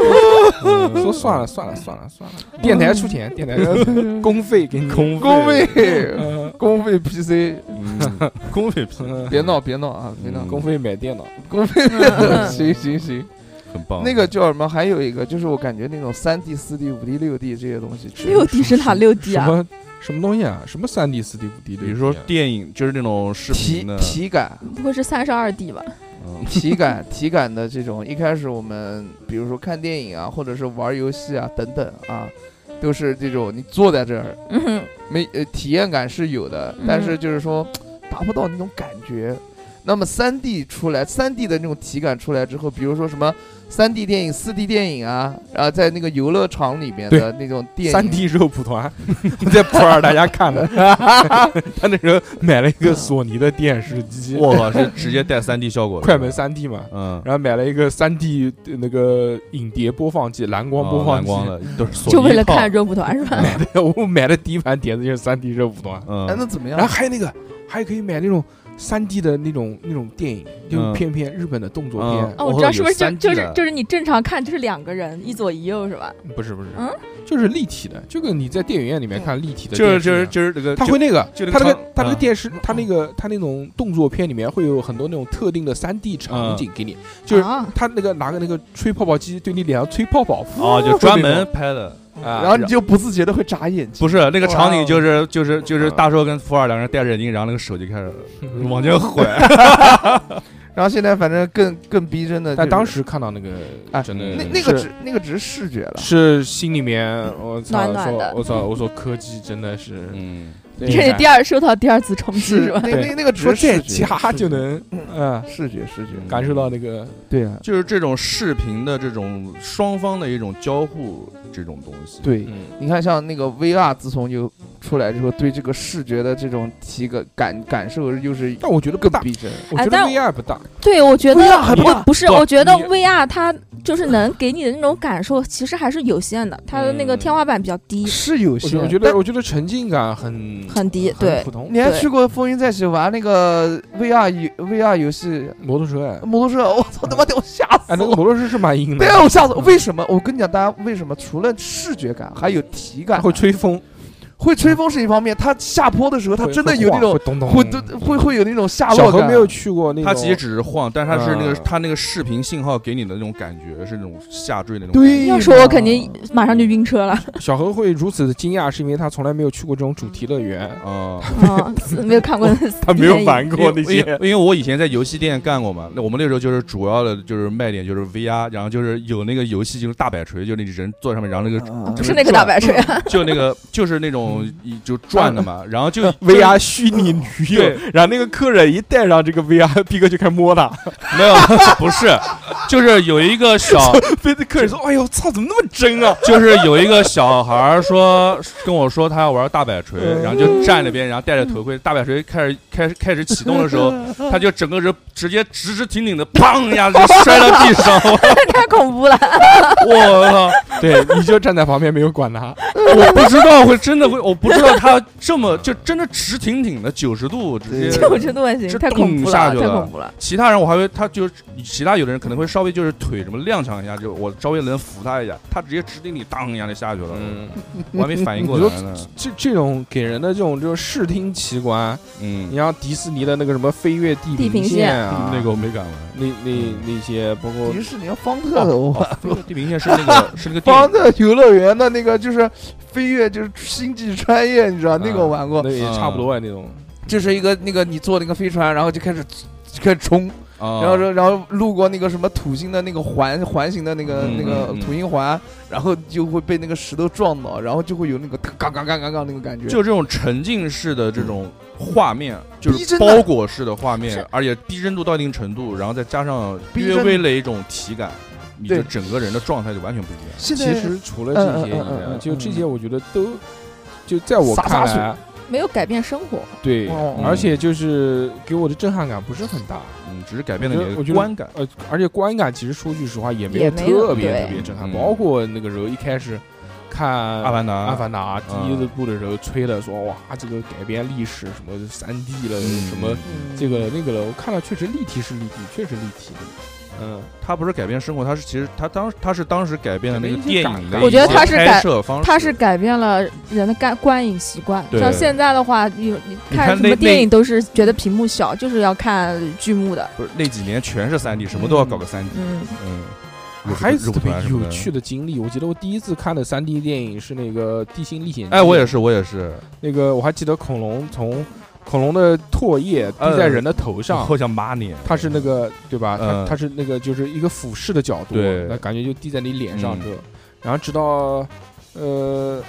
B: 嗯说算了算了算了算了，嗯电台出钱，电台出钱嗯公费给 你。
D: 空
C: 公
D: 费，
C: 费，
B: 嗯
C: 公费 PC，
D: 嗯公费屁，
C: 别闹别闹啊，别闹
D: 嗯，
B: 公费买电脑，
C: 公费
E: 嗯
C: 行行行。
D: 很棒。
C: 那个叫什么？还有一个就是我感觉那种三 D、四 D、五 D、六 D 这些东西，
E: 六 D 是哪六 D
B: 什
E: 啊？
B: 么什么东西啊？什么三 D、四 D、五 D 的？
D: 比如说电影，就是那种视
C: 体
D: 频的，
C: 体感、
E: 嗯不会是三十二 D 吧？
D: 嗯
C: 体感、体感的这种，一开始我们比如说看电影啊，或者是玩游戏啊等等啊，都是这种你坐在这儿，
E: 嗯哼，
C: 没呃体验感是有的，但是就是说达不到那种感觉。那么三 D 出来，三 D 的那种体感出来之后，比如说什么三 D 电影、四 D 电影啊，然后在那个游乐场里面的那种电影，
B: 三 D 肉蒲团，在普洱大家 看的。他那时候买了一个索尼的电视机，
D: 我靠，是直接带三 D 效果的，
B: 快门三 D 嘛，
D: 嗯，
B: 然后买了一个三 D 那个影碟播放器，蓝光播
D: 哦
B: 放
D: 蓝
B: 器。
D: 光的都是索尼
E: 就为了
D: 套
E: 看，肉蒲团是吧？
B: 我买的第一盘碟子就是三 D 肉蒲团，
C: 哎，
D: 嗯
C: 那，怎么样
B: 然后？还有那个，还可以买那种三 D 的那种那种电影，就是
D: 嗯
B: 片片日本的动作片
D: 嗯，我
E: 哦，我
D: 后
E: 知道
D: 来
E: 是
D: 有
E: 不是就
D: 3D
E: 就是
D: 的
E: 就是你正常看就是两个人一左一右是吧？
B: 不是不是，
E: 嗯
B: 就是立体的，就跟你在电影院里面看立体的
D: 就是
B: 电视一样，啊
D: 就是就是那个，
B: 他会那个
D: 就，那
B: 他
D: 个
B: 那个
D: 场
B: 他那个
D: 嗯
B: 电视，他那个他那种动作片里面会有很多那种特定的三 D
D: 嗯
B: 场景给你，就是
E: 啊
B: 他那个拿个那个吹泡泡机对你脸上吹泡泡，
D: 啊，就
B: 会
D: 专
B: 那
D: 门
B: 种
D: 拍的，
B: 啊，
C: 然后你就不自觉的会眨眼睛。
D: 不是那个场
C: 哇
D: 景，
C: 哦
D: 就是就是就是大硕跟福尔两人戴着眼镜，然后那个手就开始往前毁，
C: 然后现在反正更更逼真的就是，
B: 但当时看到那个
C: 哎
B: 真的
C: 那
D: 嗯
C: 那个
B: 是
C: 只那个只是视觉了，
B: 是心里面我操，
E: 暖暖
B: 说
E: 的
B: 我操，我说科技真的是，
D: 嗯，
E: 这是你第二受到第二次冲击 是吧？
C: 那
B: 对
C: 那那个只
B: 说
C: 是
B: 在
C: 视觉
B: 家就能嗯
C: 视觉视觉，
B: 感受到那个
C: 对啊
D: 就是这种视频的这种双方的一种交互这种东西，
C: 对。
B: 嗯
C: 你看，像那个 VR 自从有出来之后，对这个视觉的这种体感感感受又是
B: 但我觉得不
C: 更
B: 大，
C: 逼真。
B: 我觉得
E: 但
B: VR 不大，
E: 对，我觉得
C: VR 还不
E: 我
C: 大
E: 不是，
B: 不
E: 我觉得
B: 你
E: VR 它就是能给你的那种感受，其实还是有限的，它的那个
D: 嗯
E: 天花板比较低，
C: 是有
B: 我觉
C: 些，
B: 得我觉
C: 但
B: 得我觉得沉浸感很
E: 很低。对
B: 普，通
C: 你，还
E: 对
C: 去过风云再起玩那个 VR 游 VR 游戏
B: 摩托车哎，
C: 摩托车，我操他妈的，我吓死
B: 哎，那个
C: 我！
B: 摩托车是蛮硬的
C: 对，啊，我吓死我！
B: 嗯
C: 为什么？我跟你讲，大家为什么除了视觉感，还有体感
B: 它
C: 啊？
B: 会吹风。
C: 会吹风是一方面，它下坡的时候，它
B: 会
C: 真的
B: 会
C: 有那
B: 晃
C: 种
B: 会咚咚
C: 会都会会有那种下
B: 小
C: 落
B: 何
C: 感。
B: 没有去过那种，
D: 它其实只是晃，但它是那个
B: 嗯
D: 它那个视频信号给你的那种感觉是那种下坠的那种感觉，
C: 对嘛，
E: 要说我肯定马上就晕车了。
B: 小何会如此的惊讶，是因为他从来没有去过这种主题乐园。
D: 啊。
E: 嗯，没有看过
F: 他没有玩过那
D: 因为因为
F: 些，
D: 因为我以前在游戏店干过嘛，那我们那时候就是主要的就是卖点就是 VR，然后就是有那个游戏就是大摆锤，就是那人坐上面，然后那个
C: 啊
E: 不是那个大摆锤，啊
D: 就那个就是那种一就转的嘛，然后就
F: VR 虚拟女友，然后那个客人一戴上这个 VR，逼哥就开始摸他，
D: 没有不是，就是有一个小
F: 被客人说：“哎呦，操，怎么那么真啊
D: 就是有一个小孩儿说跟我说他要玩大摆锤，然后就站那边，然后戴着头盔，大摆锤开始开始开始启动的时候， 他就整个人直接直直挺挺的，砰一下就摔到地上，
E: 太恐怖了。
D: 我操！
B: 对，你就站在旁边没有管他，
D: 我不知道会真的会，我不知道他这么就真的直挺挺的九十度直接
C: 对。
E: 我这都还行
D: 这，
E: 太恐怖
D: 动下去
E: 太
D: 了
E: 恐怖了。
D: 其他人我还会，他就是其他有的人可能会稍微就是腿什么踉跄一下，就我稍微能扶他一下，他直接直挺挺当一下就下去了，
B: 嗯，
D: 我还没反应过来呢。
B: 这这种给人的这种就是视听奇观，
D: 嗯
B: 你，像迪士尼的那个什么飞越地
E: 地平
B: 线啊，
D: 那个我没敢玩。
B: 那
D: 嗯
B: 那那些包括
C: 迪士尼方特的，
B: 哦
C: 我
D: 这个地平线是那 个是那个电
C: 方
D: 影，
C: 特游乐园的那个就是飞跃，就是星际穿越，你知道那个我玩过，
B: 那也差不多啊那种，
C: 就是一个那个你坐那个飞船，然后就开始就开始冲，
D: 然
B: 啊哦
C: 然后说然后路过那个什么土星的那个环环形的那个
D: 嗯
C: 那个
D: 嗯嗯
C: 土星环，然后就会被那个石头撞到，然后就会有那个嘎嘎嘎嘎嘎那个感觉，
D: 就这种沉浸式的这种画面，
B: 嗯
D: 就
C: 逼
D: 是
C: 真的
D: 包裹式的画面
E: 是，
D: 而且逼真度到一定程度，然后再加上
C: 逼真
D: 略微的一种体感，你
C: 对
D: 的整个人的状态就完全不一样。
C: 现
B: 其
C: 在
B: 实除了这些以
C: 嗯嗯嗯嗯
B: 外，啊
C: 嗯
B: 就这些我觉得都就在我
C: 洒洒
B: 看
C: 水
B: 来，
E: 嗯没有改变生活，
B: 对
C: 哦哦，
B: 而且就是给我的震撼感不是很大。
D: 嗯，只是改变了
B: 我觉得我
D: 你的
B: 觉得
D: 观感。
B: 呃，而且观感其实说句实话也没
E: 也
B: 有
E: 没有
B: 特别
E: 对
B: 特别震撼，
D: 嗯
B: 包括那个时候一开始看《
D: 阿凡达，
B: 呃阿凡达》
D: 嗯
B: 第一部的时候吹的说哇这个改变历史什么三 D 了
D: 嗯
B: 什么这个那个了，我看了确实立体是立体，确实立体，嗯，
D: 它不是改变生活，它是其实它当它是当时改变了那个
B: 改变一些
D: 电
B: 感
D: 影的
B: 感我
D: 一
E: 觉得
D: 些
E: 它是改
D: 拍摄方式，
E: 它是改变了人的观观影习惯。
D: 对
E: 像现在的话，有你
D: 你
E: 看
D: 看
E: 什
D: 那
E: 么电
D: 那
E: 影都是觉得屏幕小，就是要看剧目的。
D: 不是那几年全是三 D，什么都要搞个三 D。
E: 嗯，
D: 嗯，
B: 还有一次特别
D: 肉
B: 有趣的经历，我记得我第一次看的三 D 电影是那个《地心历险记》，
D: 哎，我也是，我也是，
B: 那个我还记得恐龙从恐龙的唾液滴在
D: 呃
B: 人的头上，
D: 我想骂你。
B: 它是那个对吧？它
D: 嗯
B: 它是那个就是一个俯视的角度，
D: 对
B: 那感觉就滴在你脸上
D: 嗯
B: 之后，然后直到呃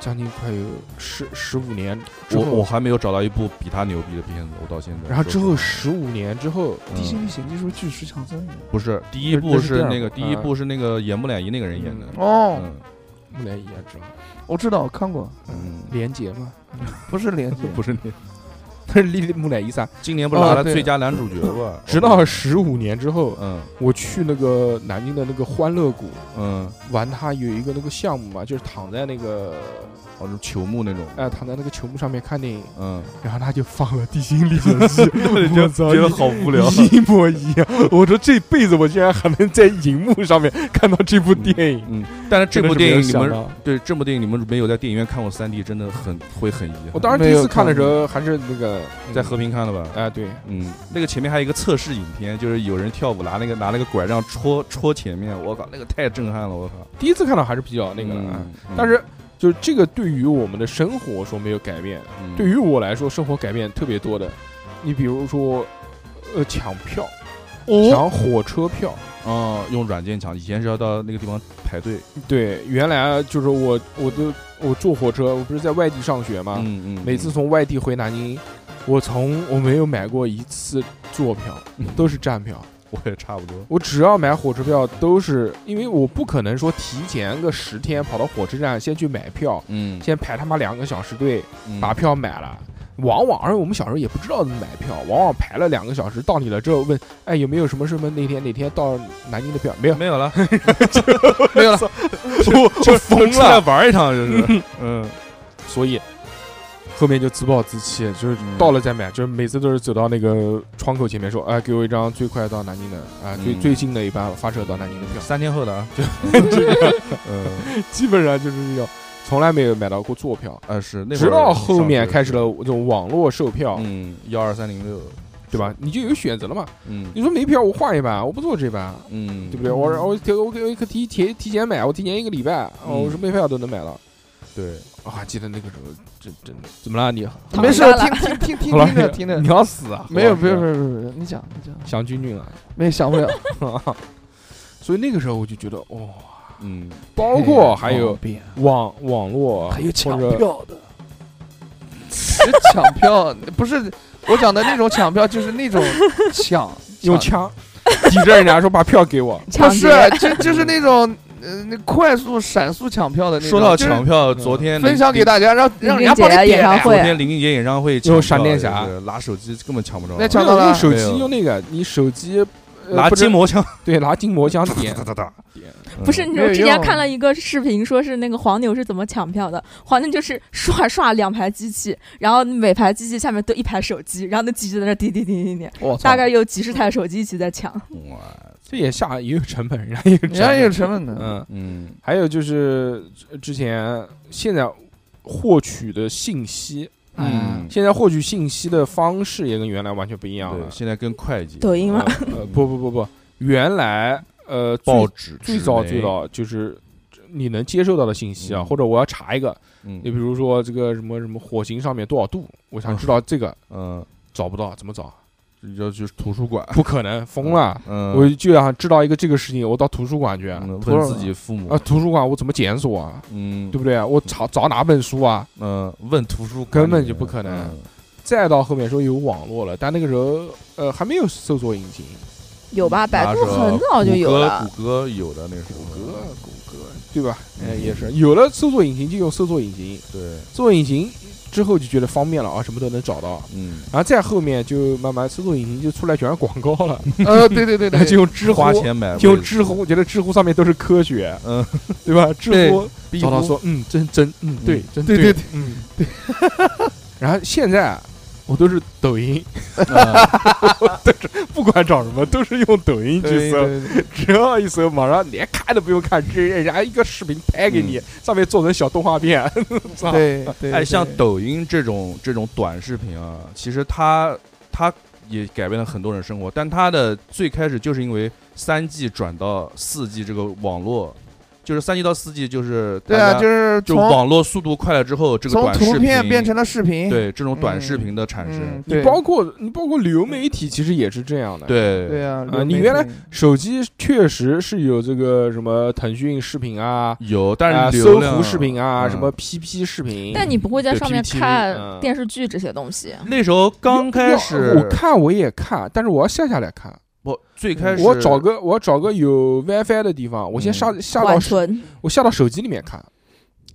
B: 将近快有十十五年之
D: 我我
B: 后，
D: 还没有找到一部比他牛逼的片子，我到现在。
B: 然后之
D: 说
B: 后
D: 实
B: 十五年之后，
D: 话
C: 地
D: 嗯
C: 心历险记是不是巨石强森演的？
D: 不是第一
B: 这
D: 部
B: 这是第二
D: 那个
B: 部
D: 第一
B: 嗯
D: 部是那个演木乃伊那个人演的。
C: 哦，
D: 嗯
B: 木乃伊啊之后，
C: 我知道，我看过，
D: 嗯，
B: 连杰嘛，哦
C: 不是连接，
D: 不是你，
B: 他是莉莉木乃伊三。
D: 今年不是拿
C: 哦
D: 了
C: 对
D: 最佳男主角吗？
B: 直到十五年之后，
D: 嗯
B: 我去那个南京的那个欢乐谷
D: 嗯，
B: 玩，它有一个那个项目嘛，就是躺在那个
D: 哦，是球幕那种，
B: 呃躺在那个球幕上面看电影，
D: 嗯，
B: 然后他就放了《地心历险 记》， 我操，
D: 好无
B: 一模一样。我说这辈子我竟然还能在荧幕上面看到这部电影，
D: 嗯，但是这部电影你
B: 真的是没有想
D: 们
B: 到
D: 对这部电影你们没有在电影院看过三 D，真的很会很遗憾。
B: 我当时第一次看的时候还是那个
D: 在和平看了吧？
B: 哎、对，
D: 嗯，那个前面还有一个测试影片，就是有人跳舞拿那个拿那个拐杖戳戳前面，我靠，那个太震撼了，我靠，
B: 第一次看到还是比较那个的，
D: 嗯
B: 哎
D: 嗯
B: 但是就是这个对于我们的生活说没有改变，
D: 嗯
B: 对于我来说生活改变特别多的，你比如说呃抢票，
E: 哦
B: 抢火车票，
D: 哦，用软件抢，以前是要到那个地方排队，
B: 对，原来啊就是我我都我坐火车，我不是在外地上学嘛，
D: 嗯嗯，
B: 每次从外地回南京，我从我没有买过一次坐票，都是站票。
D: 我也差不多，
B: 我只要买火车票，都是因为我不可能说提前个十天跑到火车站先去买票，
D: 嗯，
B: 先排他妈两个小时队
D: 嗯
B: 把票买了。往往，而且我们小时候也不知道怎么买票，往往排了两个小时，到你了之后问，哎，有没有什么什么哪天哪天到南京的票？没有，
D: 没有 了，
B: 没 有了，我就疯
D: 出来
B: 了。
D: 玩一趟就是，嗯，
B: 所以嗯后面就自暴自弃，就是到了再买，就是每次都是走到那个窗口前面说，哎，给我一张最快到南京的，啊，最
D: 嗯
B: 最近的一班发车到南京的票，
D: 三天后的啊， 嗯，
B: 基本上就是这种，从来没有买到过坐票。
D: 啊是，那会儿
B: 直到后面开始
D: 上
B: 了这种网络售
D: 学，
B: 票，
D: 嗯，幺二三零六，
B: 对吧？你就有选择了嘛。
D: 嗯
B: 你说没票，我换一班，我不坐这班，
D: 嗯，
B: 对不对？我我我我我可提前提前买，我提前一个礼拜，
D: 嗯
B: 哦，我什么票都能买到。
D: 对，
B: 我还记得那个时候，真真的怎么了你？
E: 躺
C: 没事
E: 下，了
C: 听听听听
B: 好了
C: 听着听着
B: 你，要死啊！
C: 没有
B: 不
C: 没
B: 要
C: 有没有没有没有，你讲你讲，
B: 想君君了。
C: 没有想不了，
B: 所以那个时候我就觉得，哦，
D: 嗯，
B: 包括还有
D: 哦
C: 方便
B: 网网络，
C: 还有抢
B: 或者
C: 票的，抢票不是我讲的那种抢票，就是那种抢
B: 用
C: 抢
B: 枪抵着人家说把票给 我，
E: 抢
C: 不是
E: 劫
C: 就就是那种呃那快速闪速抢票的那种，
D: 说到
C: 就是
D: 抢票，昨天
C: 分享给
D: 家。啊
C: 大家，让让人家
E: 林俊
C: 帮
E: 杰
C: 你
E: 的演
C: 点
E: 唱
C: 呀
D: 昨
E: 会，
D: 天林俊杰演唱会抢
B: 用
D: 票，
B: 闪电侠
D: 就是拿手机根本抢不着，啊
C: 那抢
B: 用
C: 到了
B: 用手
D: 没
B: 机
D: 有
B: 用那个，你手机呃
D: 拿
B: 不是
D: 筋膜枪，
B: 对拿筋膜枪点
D: 哒哒哒
B: 点，
E: 不是，
D: 嗯
E: 你
C: 没有
E: 我之前
C: 用
E: 看了一个视频，说是那个黄牛是怎么抢票的。黄牛就是刷刷两排机器，然后每排机器下面都一排手机，然后那机器在那滴滴滴滴 滴，
C: 我操
E: 大概有几十台手机一起在抢。
D: 哇，
B: 这也下也有成本，人家也有成
C: 人家
B: 本，
C: 也有成本的，
B: 嗯，
D: 嗯
B: 还有就是呃之前现在获取的信息，
D: 嗯，
B: 现在获取信息的方式也跟原来完全不一样了
D: 对，。现在跟会计、
E: 抖音吗
B: 呃，不不不不，原来呃最
D: 报纸、
B: 最早
D: 纸媒
B: 最，早就是你能接受到的信息啊，
D: 嗯
B: 或者我要查一个，
D: 嗯
B: 你比如说这个什么什么火星上面多少度，我想知道这个
D: 嗯，
B: 找不到，怎 么找？
D: 要去图书馆，
B: 不可能，疯了！
D: 嗯，
B: 我就想知道一个这个事情，我到图书馆去啊，
D: 嗯
C: 图
D: 问
C: 书
D: 自
C: 馆
D: 己父母，
B: 图书馆我怎么检索啊？
D: 嗯，
B: 对不对？我找找哪本书啊？
D: 嗯，问图书馆
B: 根本
D: 里
B: 就
D: 面
B: 不可能
D: 嗯
B: 再到后面说有网络了，但那个时候呃还没有搜索引擎，
E: 有吧？百
D: 那
E: 度
D: 时候
E: 很早就
D: 谷
E: 有
D: 歌
E: 了。
D: 谷歌有的那时候，
B: 谷歌谷歌对吧？
C: 嗯
B: 哎，也是有了搜索引擎就用搜索引擎，
D: 对，
B: 搜索引擎之后就觉得方便了啊，什么都能找到。
D: 嗯，
B: 然后再后面就慢慢搜索引擎就出来全是广告了，
C: 呃，对对对
B: 那
C: 对，
B: 就用知乎
D: 花，钱买
B: 就用
D: 位置
B: 知乎，觉得知乎上面都是科学，
D: 嗯，
B: 对吧？知
C: 对
B: 乎
D: 壁
B: 找到
D: 虎
B: 说，嗯，真 真，嗯，对，真
C: 对对
B: 对，嗯对。然后现在我都是抖音，
D: 啊
B: 不管找什么都是用抖音去
C: 对
B: 搜，
C: 对对
B: 只要一搜，马上连看都不用看，直接人家一个视频拍给
C: 嗯
B: 你，上面做成小动画片， 操
C: 对对对，
D: 哎，像
C: 对
D: 抖音这种这种短视频啊，其实它它也改变了很多人生活，但它的最开始就是因为三 G 转到四 G 这个网络，就是三 G 到四 G 就是
C: 对
D: 大
C: 啊，
D: 家
C: 就是
D: 就
C: 从
D: 网络速度快了之后，这个
C: 从
D: 短视频
C: 图片变成了视频，
D: 对这种短
C: 嗯
D: 视频的产
C: 嗯
D: 生，，
B: 你
C: 对
B: 包括你包括流媒体，其实也是这样的，
D: 对
C: 对啊，流
B: 你
C: 媒
B: 原来
C: 体
B: 手机确实是有这个什么腾讯视频啊，
D: 有，但
B: 啊
D: 是
B: 搜
D: 流量
B: 狐视频啊，
D: 嗯
B: 什么 PP 视频。
E: 但你不会在
D: 对
E: 上面
D: PPTV
E: 看
B: 嗯
E: 电视剧这些东西，
D: 那时候刚开始
B: 我看我也看，但是我要下下来看。
D: 不最开始嗯
B: 我找个我找个有 WiFi 的地方，我先下下到
E: 缓 存
B: 我下到手机里面看。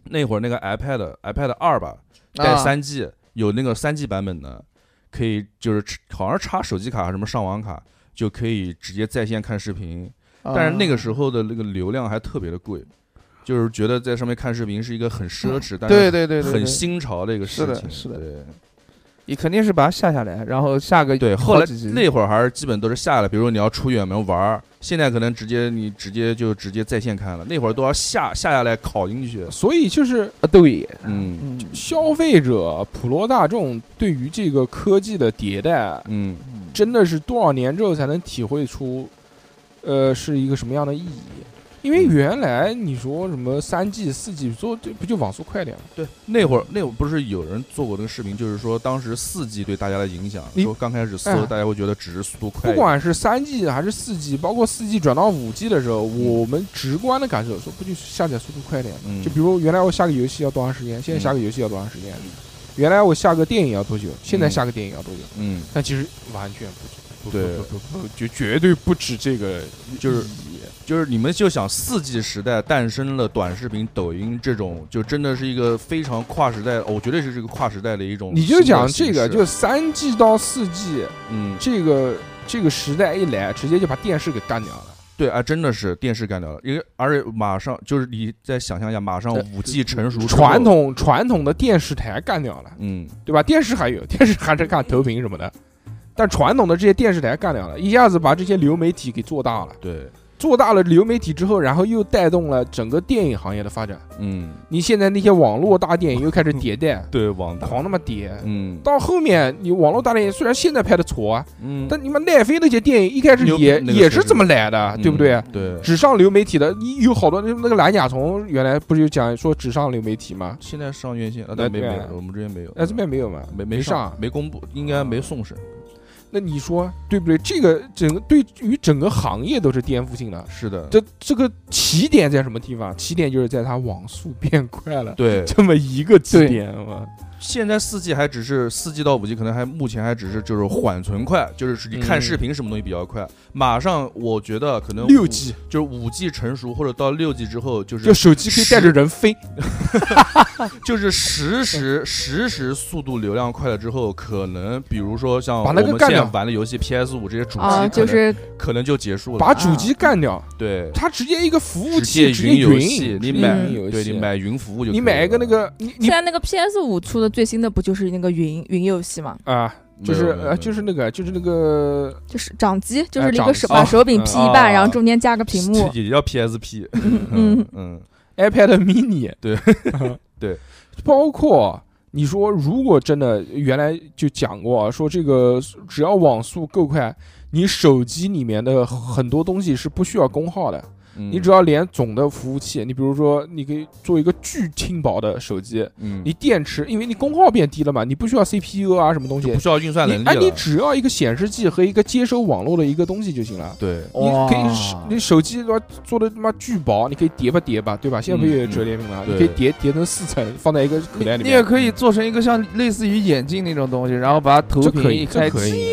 D: 那会儿那个 iPad iPad 二吧，带
C: 啊
D: 三 G，有那个三 G 版本的。可以就是吃好像是插手机卡还是什么上网卡，就可以直接在线看视频。
C: 啊
D: 但是那个时候的那个流量还特别的贵，就是觉得在上面看视频是一个很奢 侈，但
C: 对
D: 是
C: 对对对，
D: 很
C: 对
D: 新潮的一个事
C: 是的
D: 情。
C: 是的
D: 对
C: 你肯定是把它下下来，然后下个
D: 对，
C: 好
D: 后来
C: 几集
D: 那会儿还是基本都是下来，比如说你要出远门玩儿，现在可能直接你直接就直接在线看了，那会儿都要下下下来拷进去。
B: 所以就是
C: 啊对，
D: 嗯
C: 嗯
B: 消费者普罗大众对于这个科技的迭代，
D: 嗯，
B: 真的是多少年之后才能体会出，呃，是一个什么样的意义？
D: 嗯
B: 因为原来你说什么三 G、四 G，说这不就网速快点吗？
D: 对，那会儿那会儿不是有人做过那个视频，就是说当时四 G 对大家的影响，
B: 你
D: 说刚开始
B: 哎
D: 搜大家会觉得只是速度快
B: 不
D: 一点，
B: 管是三 G 还是四 G，包括四 G 转到五 G 的时候，我们直观的感受说，不就是下载速度快点吗？
D: 嗯
B: 就比如原来我下个游戏要多长时间，现在
D: 嗯
B: 下个游戏要多长时间？原来我下个电影要多久，现在下个电影要多久？
D: 嗯，
B: 但其实完全不止，
D: 对
B: 不不不不，绝绝对不止这个意义，
D: 就是就是你们就想四 G 时代诞生了短视频、抖音这种，就真的是一个非常跨时代，我绝对是这个跨时代的一种新的
B: 你
D: 形
B: 就
D: 式。
B: 讲这个，就三 G 到四 G
D: 嗯，
B: 这个这个时代一来，直接就把电视给干掉了。
D: 对啊，真的是电视干掉了，因为而且马上就是你再想象一下，马上
B: 对
D: 五 G 成熟之后
B: 传，统传统的电视台干掉了，
D: 嗯，
B: 对吧？电视还有， 电视还是看投屏什么的，但传统的这些电视台干掉了，一下子把这些流媒体给做大了。
D: 对，
B: 做大了流媒体之后，然后又带动了整个电影行业的发展。
D: 嗯，，
B: 你现在那些网络大电影又开始迭代
D: 对，网大，
B: 狂他妈迭。
D: 嗯
B: 到后面，你网络大电影虽然现在拍的挫啊，
D: 嗯，
B: 但你们奈飞那些电影一开始
D: 牛
B: 也
D: 那个
B: 也
D: 确
B: 是
D: 实
B: 这么来的，对不啊对？
D: 嗯对，
B: 只上流媒体的，你有好多那那个蓝甲虫，原来不是有讲说只上流媒体吗？
D: 现在上院线，啊，
B: 那
D: 但没
B: 对
D: 没
B: 啊，
D: 我们这边没有，嗯
B: 哎，这边没有嘛，
D: 没
B: 没
D: 上
B: 上，。
D: 没公布，应该没送审。
B: 那你说对不对？这个整个对于整个行业都是颠覆性的。
D: 是的，
B: 这这个起点在什么地方？起点就是在它网速变快了，
D: 对，
B: 这么一个起
C: 对
B: 点嘛。
D: 现在四 G 还只是四 G 到五 G，可能还目前还只是就是缓存快，就是你看
B: 嗯
D: 视频什么东西比较快。马上我觉得可能
B: 六
D: 五
B: G
D: 就是五 G 成熟或者到六 G 之后，就是
B: 就手机可以带着人飞，
D: 就是实时实时速度流量快了之后，可能比如说像
B: 把
D: 我
B: 那
D: 们现
B: 个干
D: 在
B: 掉
D: 玩的游戏 PS 五这些主机，可
E: 啊，
D: 能
E: 就是
D: 可能就结束了。
B: 把主机干掉，
D: 对，
B: 它直接一个服务
D: 直接
B: 器直接
D: 游戏，你
B: 直接
D: 买
B: 云游
D: 对
B: 戏嗯
D: 你买云服务就可
B: 你
D: 以
B: 买一个那
D: 了
B: 个你
E: 现
B: 你
E: 在那个 PS 五出的最新的不就是那个云云游戏嘛？
B: 啊，就
D: 没有
B: 是
D: 没有没
B: 呃
D: 有
B: 就是那个就是那个
E: 就是掌机，就
B: 哎
E: 是一
B: 掌
E: 个
B: 机
E: 手把
D: 哦
E: 手柄
B: 嗯
E: P 一半，
D: 哦
E: 然后中间加个 屏幕。
D: 也叫 PSP，
E: 嗯
D: 嗯
B: iPad mini，
D: 对对，
B: 包括你说如果真的原来就讲过啊说这个只要网速够快，你手机里面的很多东西是不需要功耗的，
D: 嗯，
B: 你只要连总的服务器，你比如说你可以做一个巨轻薄的手机，
D: 嗯
B: 你电池因为你功耗变低了嘛，你不需要 CPU 啊什么东
D: 就
B: 西
D: 不，需要运算能
B: 你
D: 力
B: 哎
D: 了。
B: 你只要一个显示器和一个接收网络的一个东西就行了。
D: 对，
B: 你可以手
C: 哇
B: 你手机他妈做的他妈巨薄，你可以叠吧叠吧，对吧？现在不也有折叠屏吗？
D: 嗯对
B: 你可以叠叠成四层，放在一个口袋里
C: 你也
B: 面，
C: 可
D: 嗯
C: 以做成一个像类似于眼镜那种东西，然后把它头
B: 这
C: 屏
B: 可
C: 一
B: 以，
C: 开
D: 嗯
B: 这可
C: 机，
B: 以。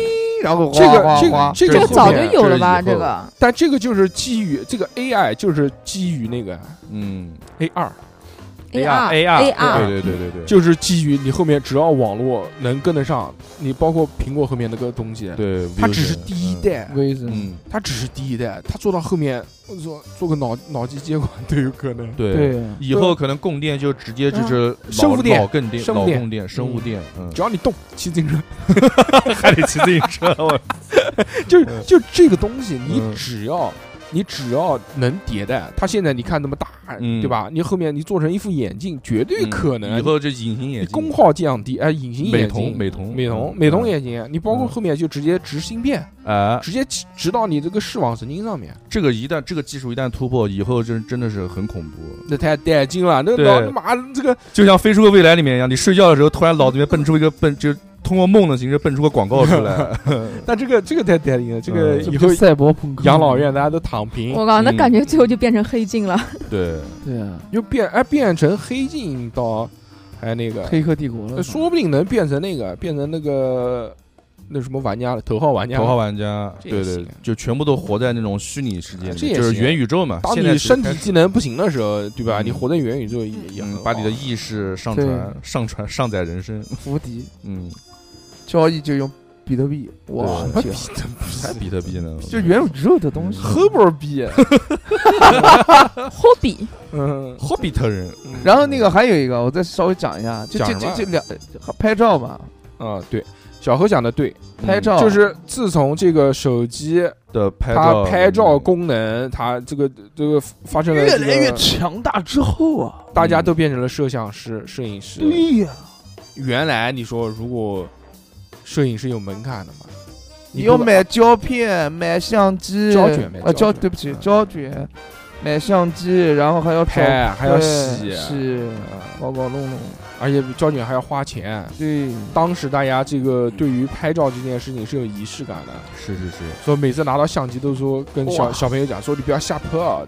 C: 然后哗
B: 这个
C: 哗
B: 这
C: 哗
B: 个这
E: 这
B: 个
E: 个
B: 后
E: 早就
B: 面
E: 有了吧？
D: 这是
E: 这
D: 以后
E: 个
B: 但这个就是基于这个 AI，就是基于那个
D: 嗯，
B: A 二，
E: AR
F: AR
D: 对
E: AR
D: 对对对对，
B: 就是基于你后面只要网络能跟得上，你包括苹果后面那个东西，
D: 对，
B: 它只是第一，代，
C: 为什么？
D: 嗯，
B: 它只是第一代，它做到后面我做做个脑脑机接管都有可能。
D: 对。
C: 对，啊
D: 以后可能供电就直接就是
B: 啊生
D: 脑
B: 物电
D: 脑供电、
B: 生物
D: 脑
B: 电
D: 供电、生物电，嗯，
B: 只要你动，骑自行车，
D: 还得骑自行 车，我
B: 就是就这个东西，你
D: 嗯
B: 只要你只要能迭代，它现在你看那么大，
D: 嗯
B: 对吧？你后面你做成一副眼镜，绝对可能。啊
D: 以后这隐形眼
B: 你
D: 镜，
B: 功耗降低，哎，隐形
D: 美
B: 眼
D: 瞳、
B: 镜、
D: 美瞳、
B: 美瞳
D: 嗯、
B: 美瞳，眼镜，你包括
D: 嗯
B: 后面就直接植芯片，
D: 哎，
B: 直接植植到你这个视网神经上面，
D: 这个一旦这个技术一旦突破，以后真真的是很恐怖，
B: 那太带劲了。那
D: 对
B: 老他妈这个
D: 就像《飞出个未来》里面一样，你睡觉的时候突然脑子里面蹦出一个蹦，就通过梦的形式蹦出个广告出 来，
B: 那这个这个太带劲了，这个
D: 嗯
B: 以后
C: 赛博朋克
B: 养老院大家都躺平，
E: 我靠，那
D: 嗯
E: 感觉最后就变成黑镜了。
D: 对，
C: 对啊，
B: 又变哎变成黑镜到，哎那个，
C: 黑客帝国了，
B: 呃说不定能变成那个变成那个那什么玩家了，头号玩家，
D: 头号玩家，
B: 这也
D: 对对
B: 行，啊
D: 就全部都活在那种虚拟世界里，
B: 这也
D: 就是
B: 行
D: 元宇宙嘛。
B: 当
D: 现在
B: 你
D: 其实
B: 身体
D: 开始
B: 机能不行的时候，对吧？
D: 嗯
B: 你活在元宇宙也也很
D: 嗯，
B: 好
D: 把你的意识上
C: 对
D: 传、上传、上载人生，
C: 无敌，
D: 嗯，
C: 交易就用比特币，哇，
D: 对
C: 天啊
D: 还比特币呢？
C: 就元宇宙的东西，
B: 黑波币，
E: 货比
B: 嗯，
D: 霍比特人，
C: 然后那个还有一个，我再稍微讲一下，就
B: 讲
C: 这
B: 什么
C: 这这两拍照嘛，
B: 啊，对，小何讲的对，
D: 嗯
C: 拍照
D: 哦
B: 就是自从这个手机
D: 的拍
B: 它
D: 照，
B: 拍照功能，它这个这个发生了
C: 越
B: 这个
C: 来越强大之后啊，
B: 大家都变成了摄像师、摄影师。
C: 对呀，
B: 原来你说如果摄影是有门槛的嘛，
C: 你
B: 不
C: 要
B: 管
C: 买胶片、买相机，
B: 胶卷买
C: 啊
B: 胶
C: 胶，
B: 卷
C: 对不起
B: 嗯，
C: 胶卷，买相机，然后还要找
B: 拍，啊还要洗啊
C: 对，是搞搞弄弄，
B: 而且胶卷还要花钱。
C: 对，
B: 当时大家这个
D: 嗯
B: 对于拍照这件事情是有仪式感的，
D: 是是是，
B: 所以每次拿到相机都说跟小
C: 哇
B: 小朋友讲说你不要下坡啊，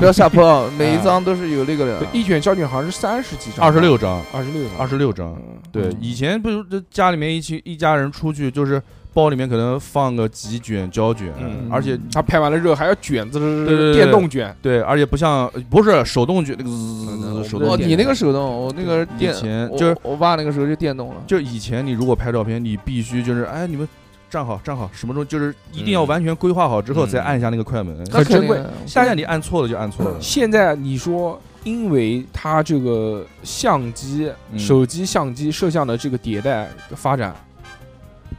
C: 不要下坡啊，每一张都是有那个的
B: 对，一卷胶卷好像是三十几
D: 嗯
B: 张，
D: 二十六张，
B: 二十六张，
D: 二十六张。
B: 嗯
D: 对，以前不是这家里面一起一家人出去，就是包里面可能放个几卷胶卷，啊
B: 嗯
D: 而且
B: 他拍完了之后还要卷子，
D: 对对对
B: 电动卷，
D: 对，而且不像呃不是手动卷那个
B: 嗯
D: 滋
B: 我
D: 手
B: 们
D: 动
C: 哦，
B: 的
D: 卷
C: 你那个手动，我那个
D: 以
C: 电
D: 前，
C: 我
D: 就是
C: 我爸那个时候就电动了，
D: 就以前你如果拍照片，你必须就是哎你们站好站好，什么时候就是一定
A: 嗯
D: 要完全规划好之后再
A: 嗯
D: 按一下那个快门。
C: 那肯
B: 珍
C: 定
B: 贵
C: 的
D: 现在你按错了就按错了，
B: 现在你说，因为它这个相机、
D: 嗯
B: 手机相机摄像的这个迭代发展，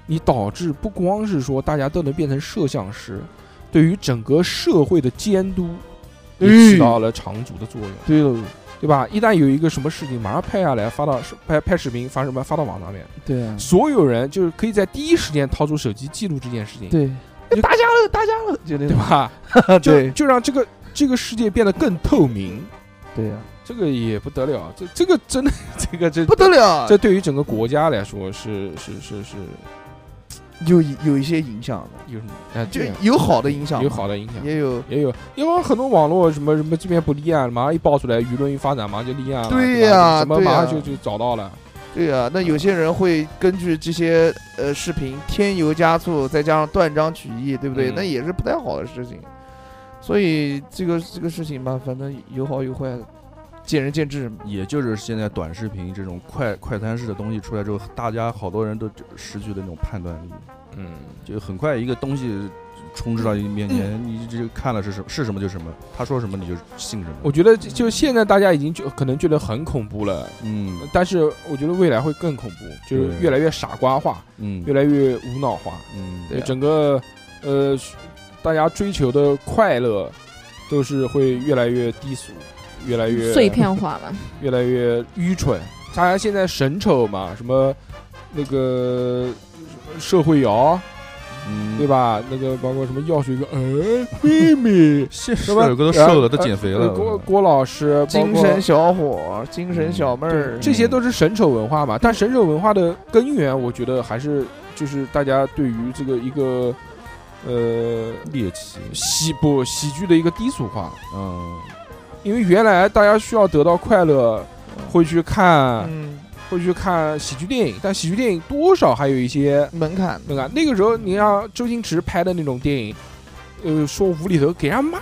B: 你导致不光是说大家都能变成摄像师，对于整个社会的监督也起到了长足的作用，
C: 嗯对了，
B: 对吧？一旦有一个什么事情，马上拍下来发到拍拍视频，发什么发到网上面，
C: 对啊，
B: 所有人就是可以在第一时间掏出手机记录这件事情，
C: 对，
B: 就
C: 打架了，打架了，就那
B: 对
C: 种，
B: 吧？就
C: 对
B: 就让这个这个世界变得更透明。
C: 对啊呀，
B: 这个也不得了，这这个真的， 这个这
C: 不得了，
B: 这对于整个国家来说是是是是
C: 有一有一些影响的，
B: 有什么？哎，
C: 就
B: 对啊
C: 有好的影响，
B: 有好的影响，
C: 也有
B: 也有，因为很多网络什么什么这边不立案，马上一爆出来，舆论一发展，马上就立案了，
C: 对
B: 吧
C: 呀
B: 什么
C: 对
B: 马
C: 呀
B: 上就就找到了，
C: 对啊，那有些人会根据这些呃视频添油加醋，再加上断章取义，对不对？
B: 嗯
C: 那也是不太好的事情。所以这个这个事情吧，反正有好有坏，见仁见智。
D: 也就是现在短视频这种快快餐式的东西出来之后，大家好多人都失去了那种判断力，
B: 嗯，
D: 就很快一个东西充斥到你面
B: 嗯
D: 前，你这个看了是什么是什么就什么，他说什么你就信什么。
B: 我觉得就就现在大家已经就可能觉得很恐怖了，
D: 嗯
B: 但是我觉得未来会更恐怖，就是
D: 对
B: 越来越傻瓜化，
D: 嗯
B: 越来越无脑化，
D: 嗯，
C: 啊
B: 对整个呃，大家追求的快乐都是会越来越低俗，越来越
E: 碎，片化嘛，
B: 越来越愚蠢。大家现在神丑嘛，什么那个社会摇，
D: 嗯，
B: 对？吧？那个包括什么药水哥，呃，妹妹
D: 现实
B: 对吧
D: 有个都瘦了，
B: 然后
D: 都减肥
B: 呃
D: 了。
B: 郭郭老师，包
C: 精
B: 括嗯
C: 神小伙儿、精神小妹儿
B: 对，这些都是神丑文化嘛。但神丑文化的根源，我觉得还是就是大家对于这个一个呃
D: 猎奇，
B: 喜不喜剧的一个低俗化，
D: 嗯，
B: 因为原来大家需要得到快乐，会去看
C: 嗯
B: 会去看喜剧电影，但喜剧电影多少还有一些
C: 门槛
B: 那个那个时候，你让周星驰拍的那种电影，呃，说无厘头，给人家骂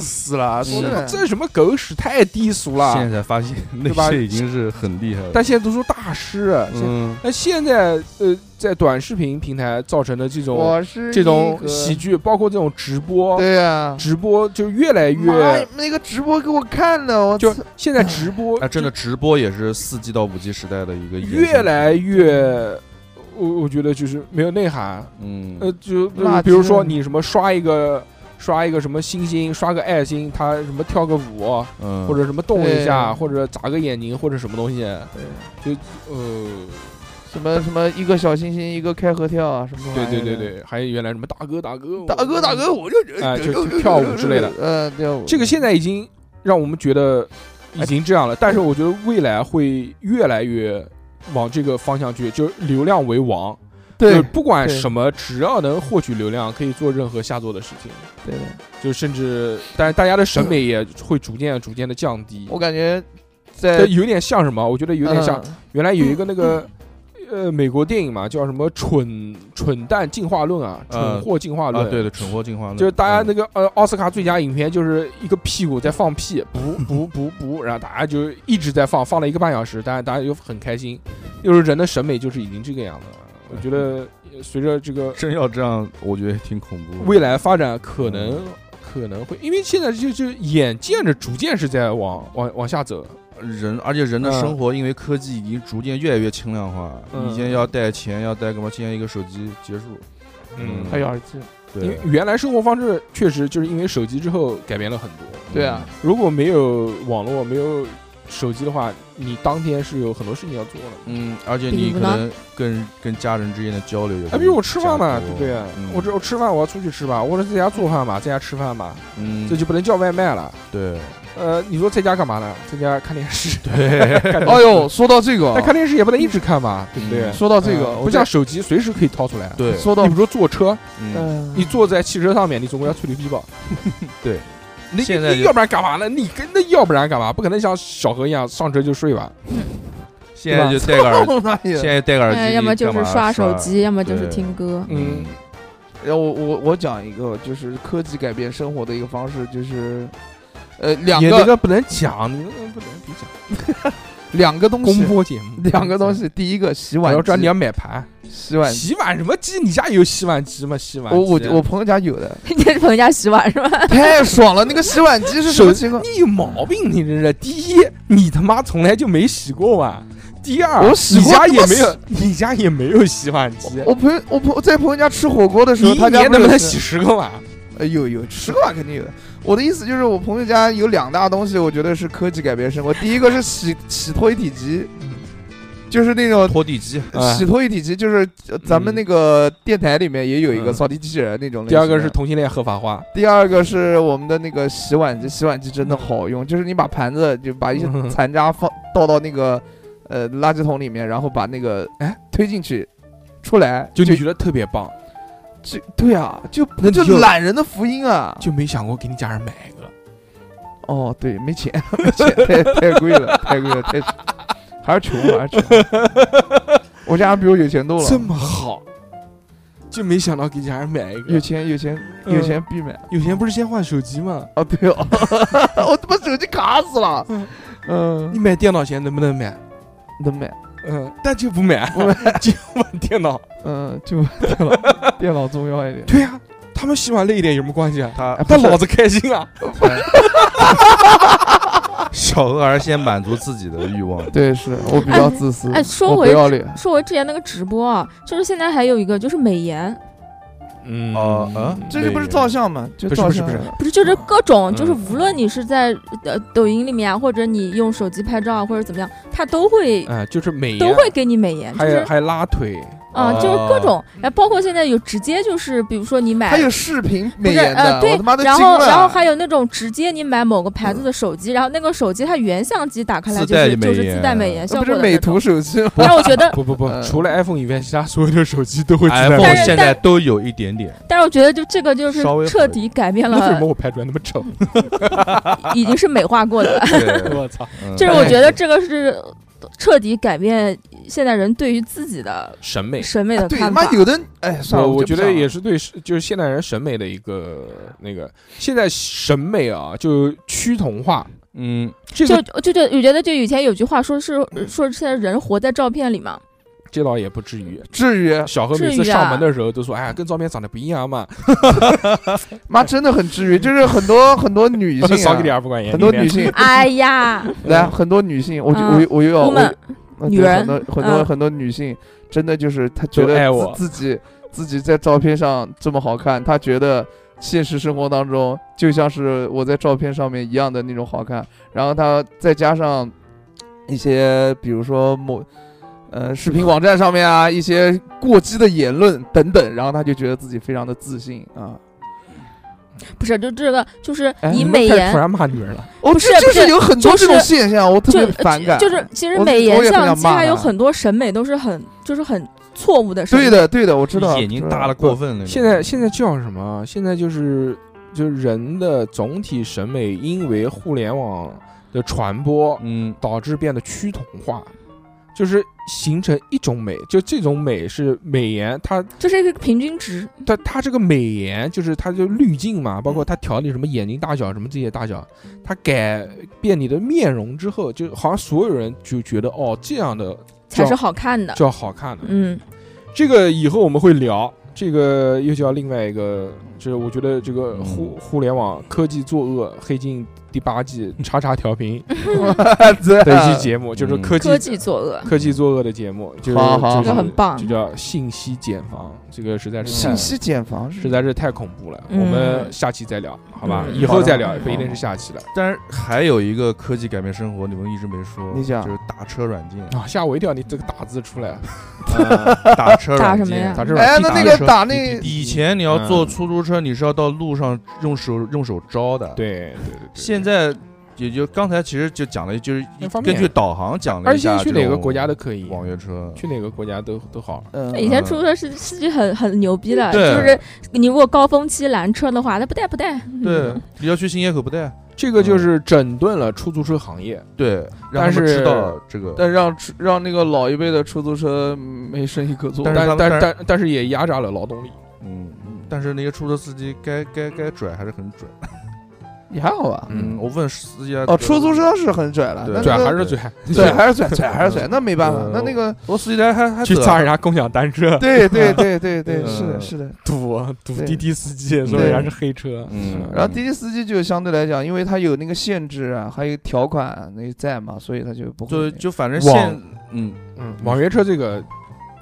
B: 死了，说
C: 是的
B: 这什么狗屎，太低俗了
D: 现。在才发现那
B: 对吧
D: 些已经是很厉害了。
B: 但现在都说大师，现
D: 嗯，
B: 那现在呃，在短视频平台造成的这种
C: 我是
B: 这种
C: 一个
B: 喜，剧，包括这种直播，
C: 对呀、
B: 直播就越来
C: 妈
B: 越，
C: 那个直播给我看的，我
B: 就
C: 操
B: 现在直播
D: 哎，真的直播也是四 G 到五 G 时代的一个延伸
B: 越来越，我我觉得就是没有内涵。
D: 嗯
B: 呃，就就
C: 垃圾
B: 比如说你什么刷一个刷一个什么星星，刷个爱心，他什么跳个舞，
D: 嗯，
B: 或者什么动一下，
C: 对
B: 或者眨个眼睛，或者什么东西，就呃，
C: 什么什么一个小星星，一个开合跳啊，什么玩意
B: 对
C: 儿
B: 对对
C: 的，
B: 对，还有原来什么大哥大哥
C: 大哥大哥，，我就
B: 哎就就跳舞之类的，
C: 嗯，跳舞
B: 这个现在已经让我们觉得已经这样了，但是我觉得未来会越来越往这个方向去，就是流量为王。就
C: 对
B: 是不管
C: 对
B: 什么，只要能获取流量，可以做任何下作的事情。
C: 对的，
B: 就甚至，但是大家的审美也会逐渐逐渐的降低。
C: 我感觉
B: 这
C: 在
B: 有点像什么？我觉得有点像
C: 嗯
B: 原来有一个那个呃美国电影嘛，叫什么《蠢蠢蛋进化论》啊，《
D: 呃
B: 蠢货进化论
D: 啊，》。对的，蠢货进化论
B: 就是大家那
D: 嗯
B: 个呃奥斯卡最佳影片，就是一个屁股在放屁， 补补补补，然后大家就一直在放，放了一个半小时，大家大家就很开心。就是人的审美就是已经这个样子了。我觉得呃随着这个
D: 真要这样，我觉得挺恐怖的。
B: 未来发展，可能
D: 嗯
B: 可能会，因为现在就就眼见着逐渐是在往往往下走，
D: 人，而且人的
B: 嗯
D: 生活因为科技已经逐渐越来越轻量化，
B: 嗯
D: 以前要带钱，要带干嘛，现在一个手机结束。嗯
C: 还有耳机，
B: 因为
D: 对，嗯
B: 原来生活方式确实就是因为手机之后改变了很多。
C: 对啊，
B: 如果没有网络，没有手机的话，你当天是有很多事情要做的。
D: 嗯，而且
E: 比
D: 你
E: 如
D: 可
E: 呢
D: 能跟跟家人之间的交流也
B: 哎，比如我吃饭嘛，
D: 加
B: 对
D: 多
B: 不对？
D: 嗯
B: 我只我吃饭，我要出去吃吧，或者在家做饭嘛，在家吃饭嘛，
D: 嗯，
B: 这就不能叫外卖了。
D: 对
B: 呃，你说在家干嘛呢？在家看电视，
D: 对，哦
C: 哎呦，说到这个
B: 但
C: 啊，
B: 看电视也不能一直看嘛，对不对？
D: 嗯
C: 说到啊这个，
B: 嗯
C: 我
B: 不
C: 在
B: 像手机随时可以掏出来。
D: 对
C: 说啊到
B: 你比如说坐车，
D: 嗯，
C: 嗯，
B: 你坐在汽车上面，你总归要吹牛 逼吧？
D: 对，
B: 你
D: 现在
B: 你
D: 就
B: 要不然干嘛呢？你跟那要不然干嘛？不可能像小何一样上车就睡吧？
D: 现在就戴个 耳，
C: 那也
D: 现在戴个耳
E: 哎，
D: 机，
E: 要么就是
D: 刷啊
E: 刷手，机，要么就是
D: 对
E: 听歌。
D: 嗯
B: 嗯，
C: 然后我我我讲一个，就是科技改变生活的一个方式，就是，呃，两
B: 你那
C: 个
B: 个不能讲，你那个不能别讲。
C: 两个东
B: 公
C: 西，
B: 播节目
C: 两个东，西，第一个洗
B: 我
C: 碗
B: 要专你
C: 机，
B: 要买盘。
C: 洗碗机，
B: 洗碗什么机？你家有洗碗机吗？洗碗
C: 我我
B: 机啊
C: 我朋友家 有的，
E: 你是朋友家洗碗是吧？
C: 太爽了，那个洗碗机是什么情 况？
B: 你有毛病！你这是第一，你他妈从来就没洗过碗；第二，
C: 我洗过
B: 你家也
C: 他妈
B: 没有， 你家也没有洗碗机。
C: 我朋友我朋友在朋友家吃火锅的时
B: 你
C: 候，
B: 一
C: 他家
B: 年
C: 不
B: 能不能
C: 是
B: 洗十个碗？
C: 呃，有有吃过啊，肯定有的。我的意思就是，我朋友家有两大东西，我觉得是科技改变生活。第一个是洗洗拖一体机，
B: 嗯
C: 就是那种
D: 拖地机，
B: 哎
C: 洗拖一体机，就是呃咱们
B: 嗯
C: 那个电台里面也有一个
B: 嗯
C: 扫地机器人那种类型的。
B: 第二个是同性恋合法化，
C: 第二个是我们的那个洗碗机，洗碗机真的好用，就是你把盘子就把一些
B: 嗯
C: 残渣放倒到那个呃垃圾桶里面，然后把那个哎推进去，出来
B: 就
C: 就
B: 你觉得特别棒，
C: 就对啊，就
B: 那你
C: 就
B: 就
C: 懒人的福音啊！
B: 就没想过给你家人买一个。
C: 哦，对，没钱， 没钱太太贵了，太贵了，太还是穷，还是穷。我家比我有钱多了，
B: 这么好，就没想到给家人买一
C: 有
B: 个。
C: 钱有钱
B: 嗯
C: 有钱必买
B: 有钱不是先换手机吗？
C: 哦，对哦， 我他妈手机卡死了，
B: 你
C: 嗯，
B: 买电脑前能不能买？
C: 能买，
B: 嗯，但 就不买，就换电脑。
C: 嗯，就电脑电脑重要一点。
B: 对呀，他们洗碗累一点有什么关系啊？
D: 他
C: 哎不
B: 但
C: 是
B: 老子开心啊！
D: 小额儿先满足自己的欲望，
C: 对，是我比较自私，
E: 哎说
C: 我不
E: 回
C: 要脸，
E: 说我之前那个直播啊，就是现在还有一个就是美颜，
B: 嗯
D: 哦啊
C: 这就不是照相嘛，就
B: 不是
C: 照
B: 不是
C: 相
B: 不是
C: 嘛，
E: 不是就是各种，
D: 嗯
E: 就是无论你是在呃抖音里面啊，或者你用手机拍照啊，或者怎么样，它都会
B: 啊，就是美颜
E: 都会，给你美颜，就
B: 还有
E: 是
B: 还有拉腿，
E: 啊，
D: 哦
E: 就是各种，哎，包括现在有直接就是，比如说你买
C: 还。有视频
E: 哎不
C: 美
E: 是
C: 颜
E: 呃
C: 的，
E: 对
C: 我他妈，都惊
E: 然后然后
C: 了。
E: 还有那种直接你买某个牌子的手机，然后那个手机它原相机打开来
D: 自
E: 就
D: 带
E: 是
D: 美
E: 就是自带
D: 颜
E: 美颜效
C: 那
E: 果
C: 不是
E: 的
C: 美
E: 那种
C: 图，手机吗？
E: 但我觉得
B: 不不不
C: 呃，
B: 除了 iPhone 以外，其他所有的手机都会自带美
D: iPhone
E: 但
B: 颜。
E: 是
D: 现在都有一点点，
E: 但是我觉得就这个就是
D: 稍微
E: 彻底改变
B: 那为什么
E: 了，
B: 我拍出来那么丑？
E: 已经是美化过的 了。
D: 对
B: 我操，
D: 嗯
E: 就是我觉得这个是彻底改变现代人对于自己的
B: 审美
E: 审美的
C: 啊对，他
E: 看
C: 妈
E: 法。
C: 有的，哎，算了，
B: 我觉
C: 就不
B: 得
C: 讲
B: 也
C: 了
B: 是对是，就是现代人审美的一个那个，现在审美啊，就趋同化。
D: 嗯，
B: 这
E: 就
B: 个
E: 就就我觉得，就以前有句话说是说现在人活在照片 里嘛，
B: 这倒也不至于。
C: 至于
B: 小何每
E: 至
B: 次
E: 于啊
B: 上门的时候都说：“哎呀，跟照片长得不一样嘛。
C: 妈真的很治愈，就是很多很多女”性、
B: 哎 少给点
C: 啊，
B: 儿不管严，
C: 很多女性，
E: 哎呀，
C: 来很多女性，我就
E: 嗯
C: 我我又要
E: 我
C: 我
E: 们
C: 呃
E: 女
C: 对很
E: 人
C: 多很多
E: 嗯
C: 很多女性，真的就是她觉
B: 就爱
C: 得
B: 我
C: 自自己自己在照片上这么好看，她觉得现实生活当中就像是我在照片上面一样的那种好看，然后她再加上一些比如说某。呃，视频网站上面啊，一些过激的言论等等，然后她就觉得自己非常的自信啊。
E: 不是就这个就是
C: 哎
E: 以
C: 你
E: 美
B: 你们开始
E: 颜
B: 突然骂女人了，
C: 哦，
E: 不是
C: 这就
E: 不
C: 是
E: 是
C: 有很多
E: 就
C: 这种
E: 是
C: 现象，我特别
E: 就
C: 反感。啊
E: 就是其实
C: 我
E: 美
C: 我
E: 颜
C: 也很
E: 相
C: 想
E: 机
C: 骂
E: 还有
C: 他
E: 很多审美都是很就是很错误的审美。
C: 啊对的，对的，我知道。
D: 眼睛
C: 知道
D: 大的过分了。
B: 现在现在叫什么？啊现在就是就是人的总体审美，因为互联网的传播，
D: 嗯，
B: 导致变得趋同化，就是形成一种美。就这种美是美颜，它
E: 这是一个平均值，
B: 但它这个美颜就是它就滤镜嘛，包括
E: 嗯
B: 它调你什么眼睛大小什么这些大小，它改变你的面容之后，就好像所有人就觉得哦这样的
E: 才
B: 叫
E: 是好看的。
B: 叫好看的。
E: 呃嗯，
B: 这个以后我们会聊，这个又叫另外一个，就是我觉得这个
C: 嗯
B: 互互联网科技作恶黑镜第八 季叉叉调频
C: 啊
B: 的一期节目，就是
D: 嗯
B: 科技
E: 科技作恶，
B: 科技作恶的节目，就是
C: 好好
B: 就
C: 好
B: 是
E: 这个很棒
B: 就叫信息茧房，这个实在是太
C: 信息茧房是
B: 实在是太恐怖了，
E: 嗯
B: 我们下期再聊，好吧？
D: 嗯
B: 以后再聊，
C: 好的
B: 不一定是下期了
D: 但是还有一个科技改变生活，你们一直没说，
C: 你讲
D: 就是打车软 件，
B: 啊！吓我一跳，你这个打字出来了，
D: 啊打车
E: 打
D: 软
E: 什么
D: 件
E: 呀？
B: 打这
C: 哎，
B: 种地
C: 那那
B: 铁
C: 个
B: 车
C: 打那
D: 以前你要坐出租车，你是要到路上用手用手招的。，
B: 对对对对，
D: 现在也就刚才其实就讲了，就是
B: 那方面
D: 根据导航讲了
B: 而
D: 一
B: 且
D: 下，
B: 去哪个国家都可以，
D: 网约车，
B: 去哪个国家都都好。
C: 嗯
E: 以前出租车司司机很很牛逼的，就
D: 对
E: 是你如果高峰期拦车的话，那不带不带。嗯
B: 嗯
D: 对，你要去新街口不带，
B: 这个就是整顿了出租车行业，
D: 对，让
B: 但
D: 他们
B: 是
D: 知道这个，
C: 但让出让那个老一辈的出租车没生意可做，
D: 但是他
B: 但
D: 们
B: 但但但是也压榨了劳动力。
D: 嗯，嗯但是那些出租车司机该该该拽还是很拽，
C: 也还好吧。
D: 嗯，我问司机啊
C: 哦，出租，车是很拽了，
D: 对
C: 那
B: 拽
C: 那个
B: 还是拽，
C: 拽还是拽，拽 还是拽，
D: 嗯
C: 那没办法
D: 嗯，
C: 那那 个
D: 我司机来还还
B: 去
D: 走 啊
B: 砸人家共享单车，
C: 对对对对对，
D: 嗯
C: 是的，是的。
B: 堵堵
C: 对
B: 滴滴司机，说
C: 对
B: 人家是黑车。
D: 嗯
C: 然后滴滴司机就相对来讲，因为他有那个限制啊，还有条款那在嘛，所以他就不
D: 就
C: 会
D: 就反正
B: 网
D: 现嗯。
B: 嗯，网约车这个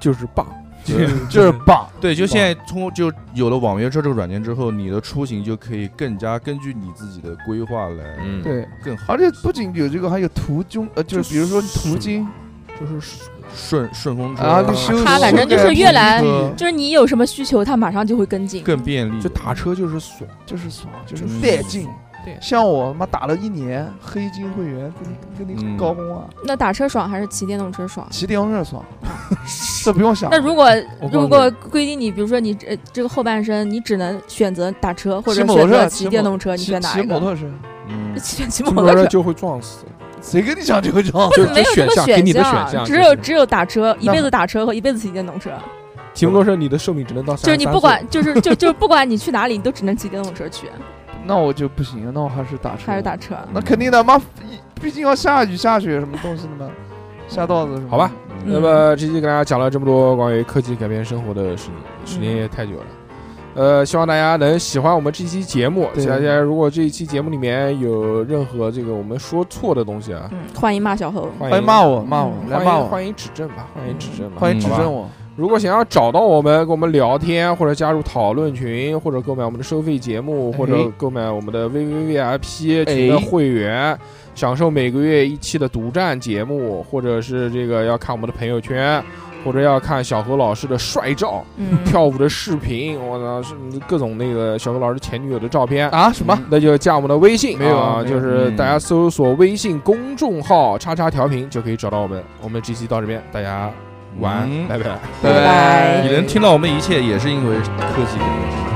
B: 就是棒，
D: 对
C: 就是棒，
D: 对，就现在通就有了网约车这个软件之后，你的出行就可以更加根据你自己的规划来，
A: 嗯
C: 对。
D: 更好，
C: 而且不仅有这个，还有途中，呃，就是比如说途经，
B: 就是
D: 顺啊顺风车嗯
C: 然后就修，
E: 他反正就是
C: 修改
E: 越来
C: 出租车
E: 就是你有什么需求，他马上就会跟进。
D: 更便利，
B: 就打车就 是爽，
C: 就是爽，就是
D: 嗯
C: 带劲
B: 对。
C: 像我他妈打了一年黑金会员，跟你跟
D: 嗯
C: 你高光啊，
E: 那打车爽还是骑电动车爽？
C: 骑电动车 爽，这不用想
E: 那。如果
B: 我告诉你
E: 如果规定你，比如说你这呃这个后半生，你只能选择打车或者
C: 骑摩托
E: 选
C: 车
E: 择
C: 骑
E: 骑
C: 摩
E: 电动车，你
C: 骑
E: 选哪
C: 骑
E: 一
C: 摩
E: 个？
C: 托车，
D: 嗯，
E: 骑骑
B: 出
E: 摩
B: 租
E: 托
B: 车
E: 车。
B: 就会撞死。
C: 谁跟你讲这个讲？
B: 就就
E: 没有这
B: 选
E: 个
B: 项，
E: 项，
B: 给你的选项，
E: 只有
B: 就是
E: 只有打车，一
C: 那
E: 辈子打车和一辈子骑电动车，
B: 骑摩托车，你的寿命只能到
E: 就
B: 三
E: 是
B: 十
E: 你
B: 三
E: 不管，就是就就是不管你去哪里，你都只能骑电动车去，
C: 那我就不行，那我还是打车，
E: 还是打车。
C: 那肯定的，妈，毕竟要下雨下雪什么东西的嘛，下道子什么的
B: 好吧，
D: 嗯
B: 那么这期给大家讲了这么多关于科技改变生活的事情，时
E: 嗯
B: 间也太久了。呃，希望大家能喜欢我们这期节目。
C: 对
B: 大家如果这一期节目里面有任何这个我们说错的东西啊，
E: 嗯，欢迎骂小猴。
B: 欢
C: 欢
B: 迎
C: 迎骂我，骂我，
E: 嗯
C: 来
B: 欢
C: 骂
B: 迎
C: 我，
B: 欢迎指正吧，欢迎指正吧，嗯
C: 欢迎指
B: 好吧
C: 正我。
B: 如果想要找到我们，跟我们聊天，或者加入讨论群，或者购买我们的收费节目，
C: 哎
B: 或者购买我们的 VVVIP 群的
C: 哎
B: 会员，享受每个月一期的独占节目，或者是这个要看我们的朋友圈，或者要看小何老师的帅照、
E: 嗯，
B: 跳舞的视频，我操，是各种那个小何老师前女友的照片。
C: 啊什么？
B: 那就加我们的微信，
C: 没有
B: 啊，
C: 没
B: 就
C: 有
B: 是
D: 嗯
B: 大家搜索微信公众号“叉叉调频”就可以找到我们。我们这期到这边，大家晚安，
D: 嗯
B: 拜拜。
E: 拜拜
D: 你能听到我们一切，也是因为科技改变生活。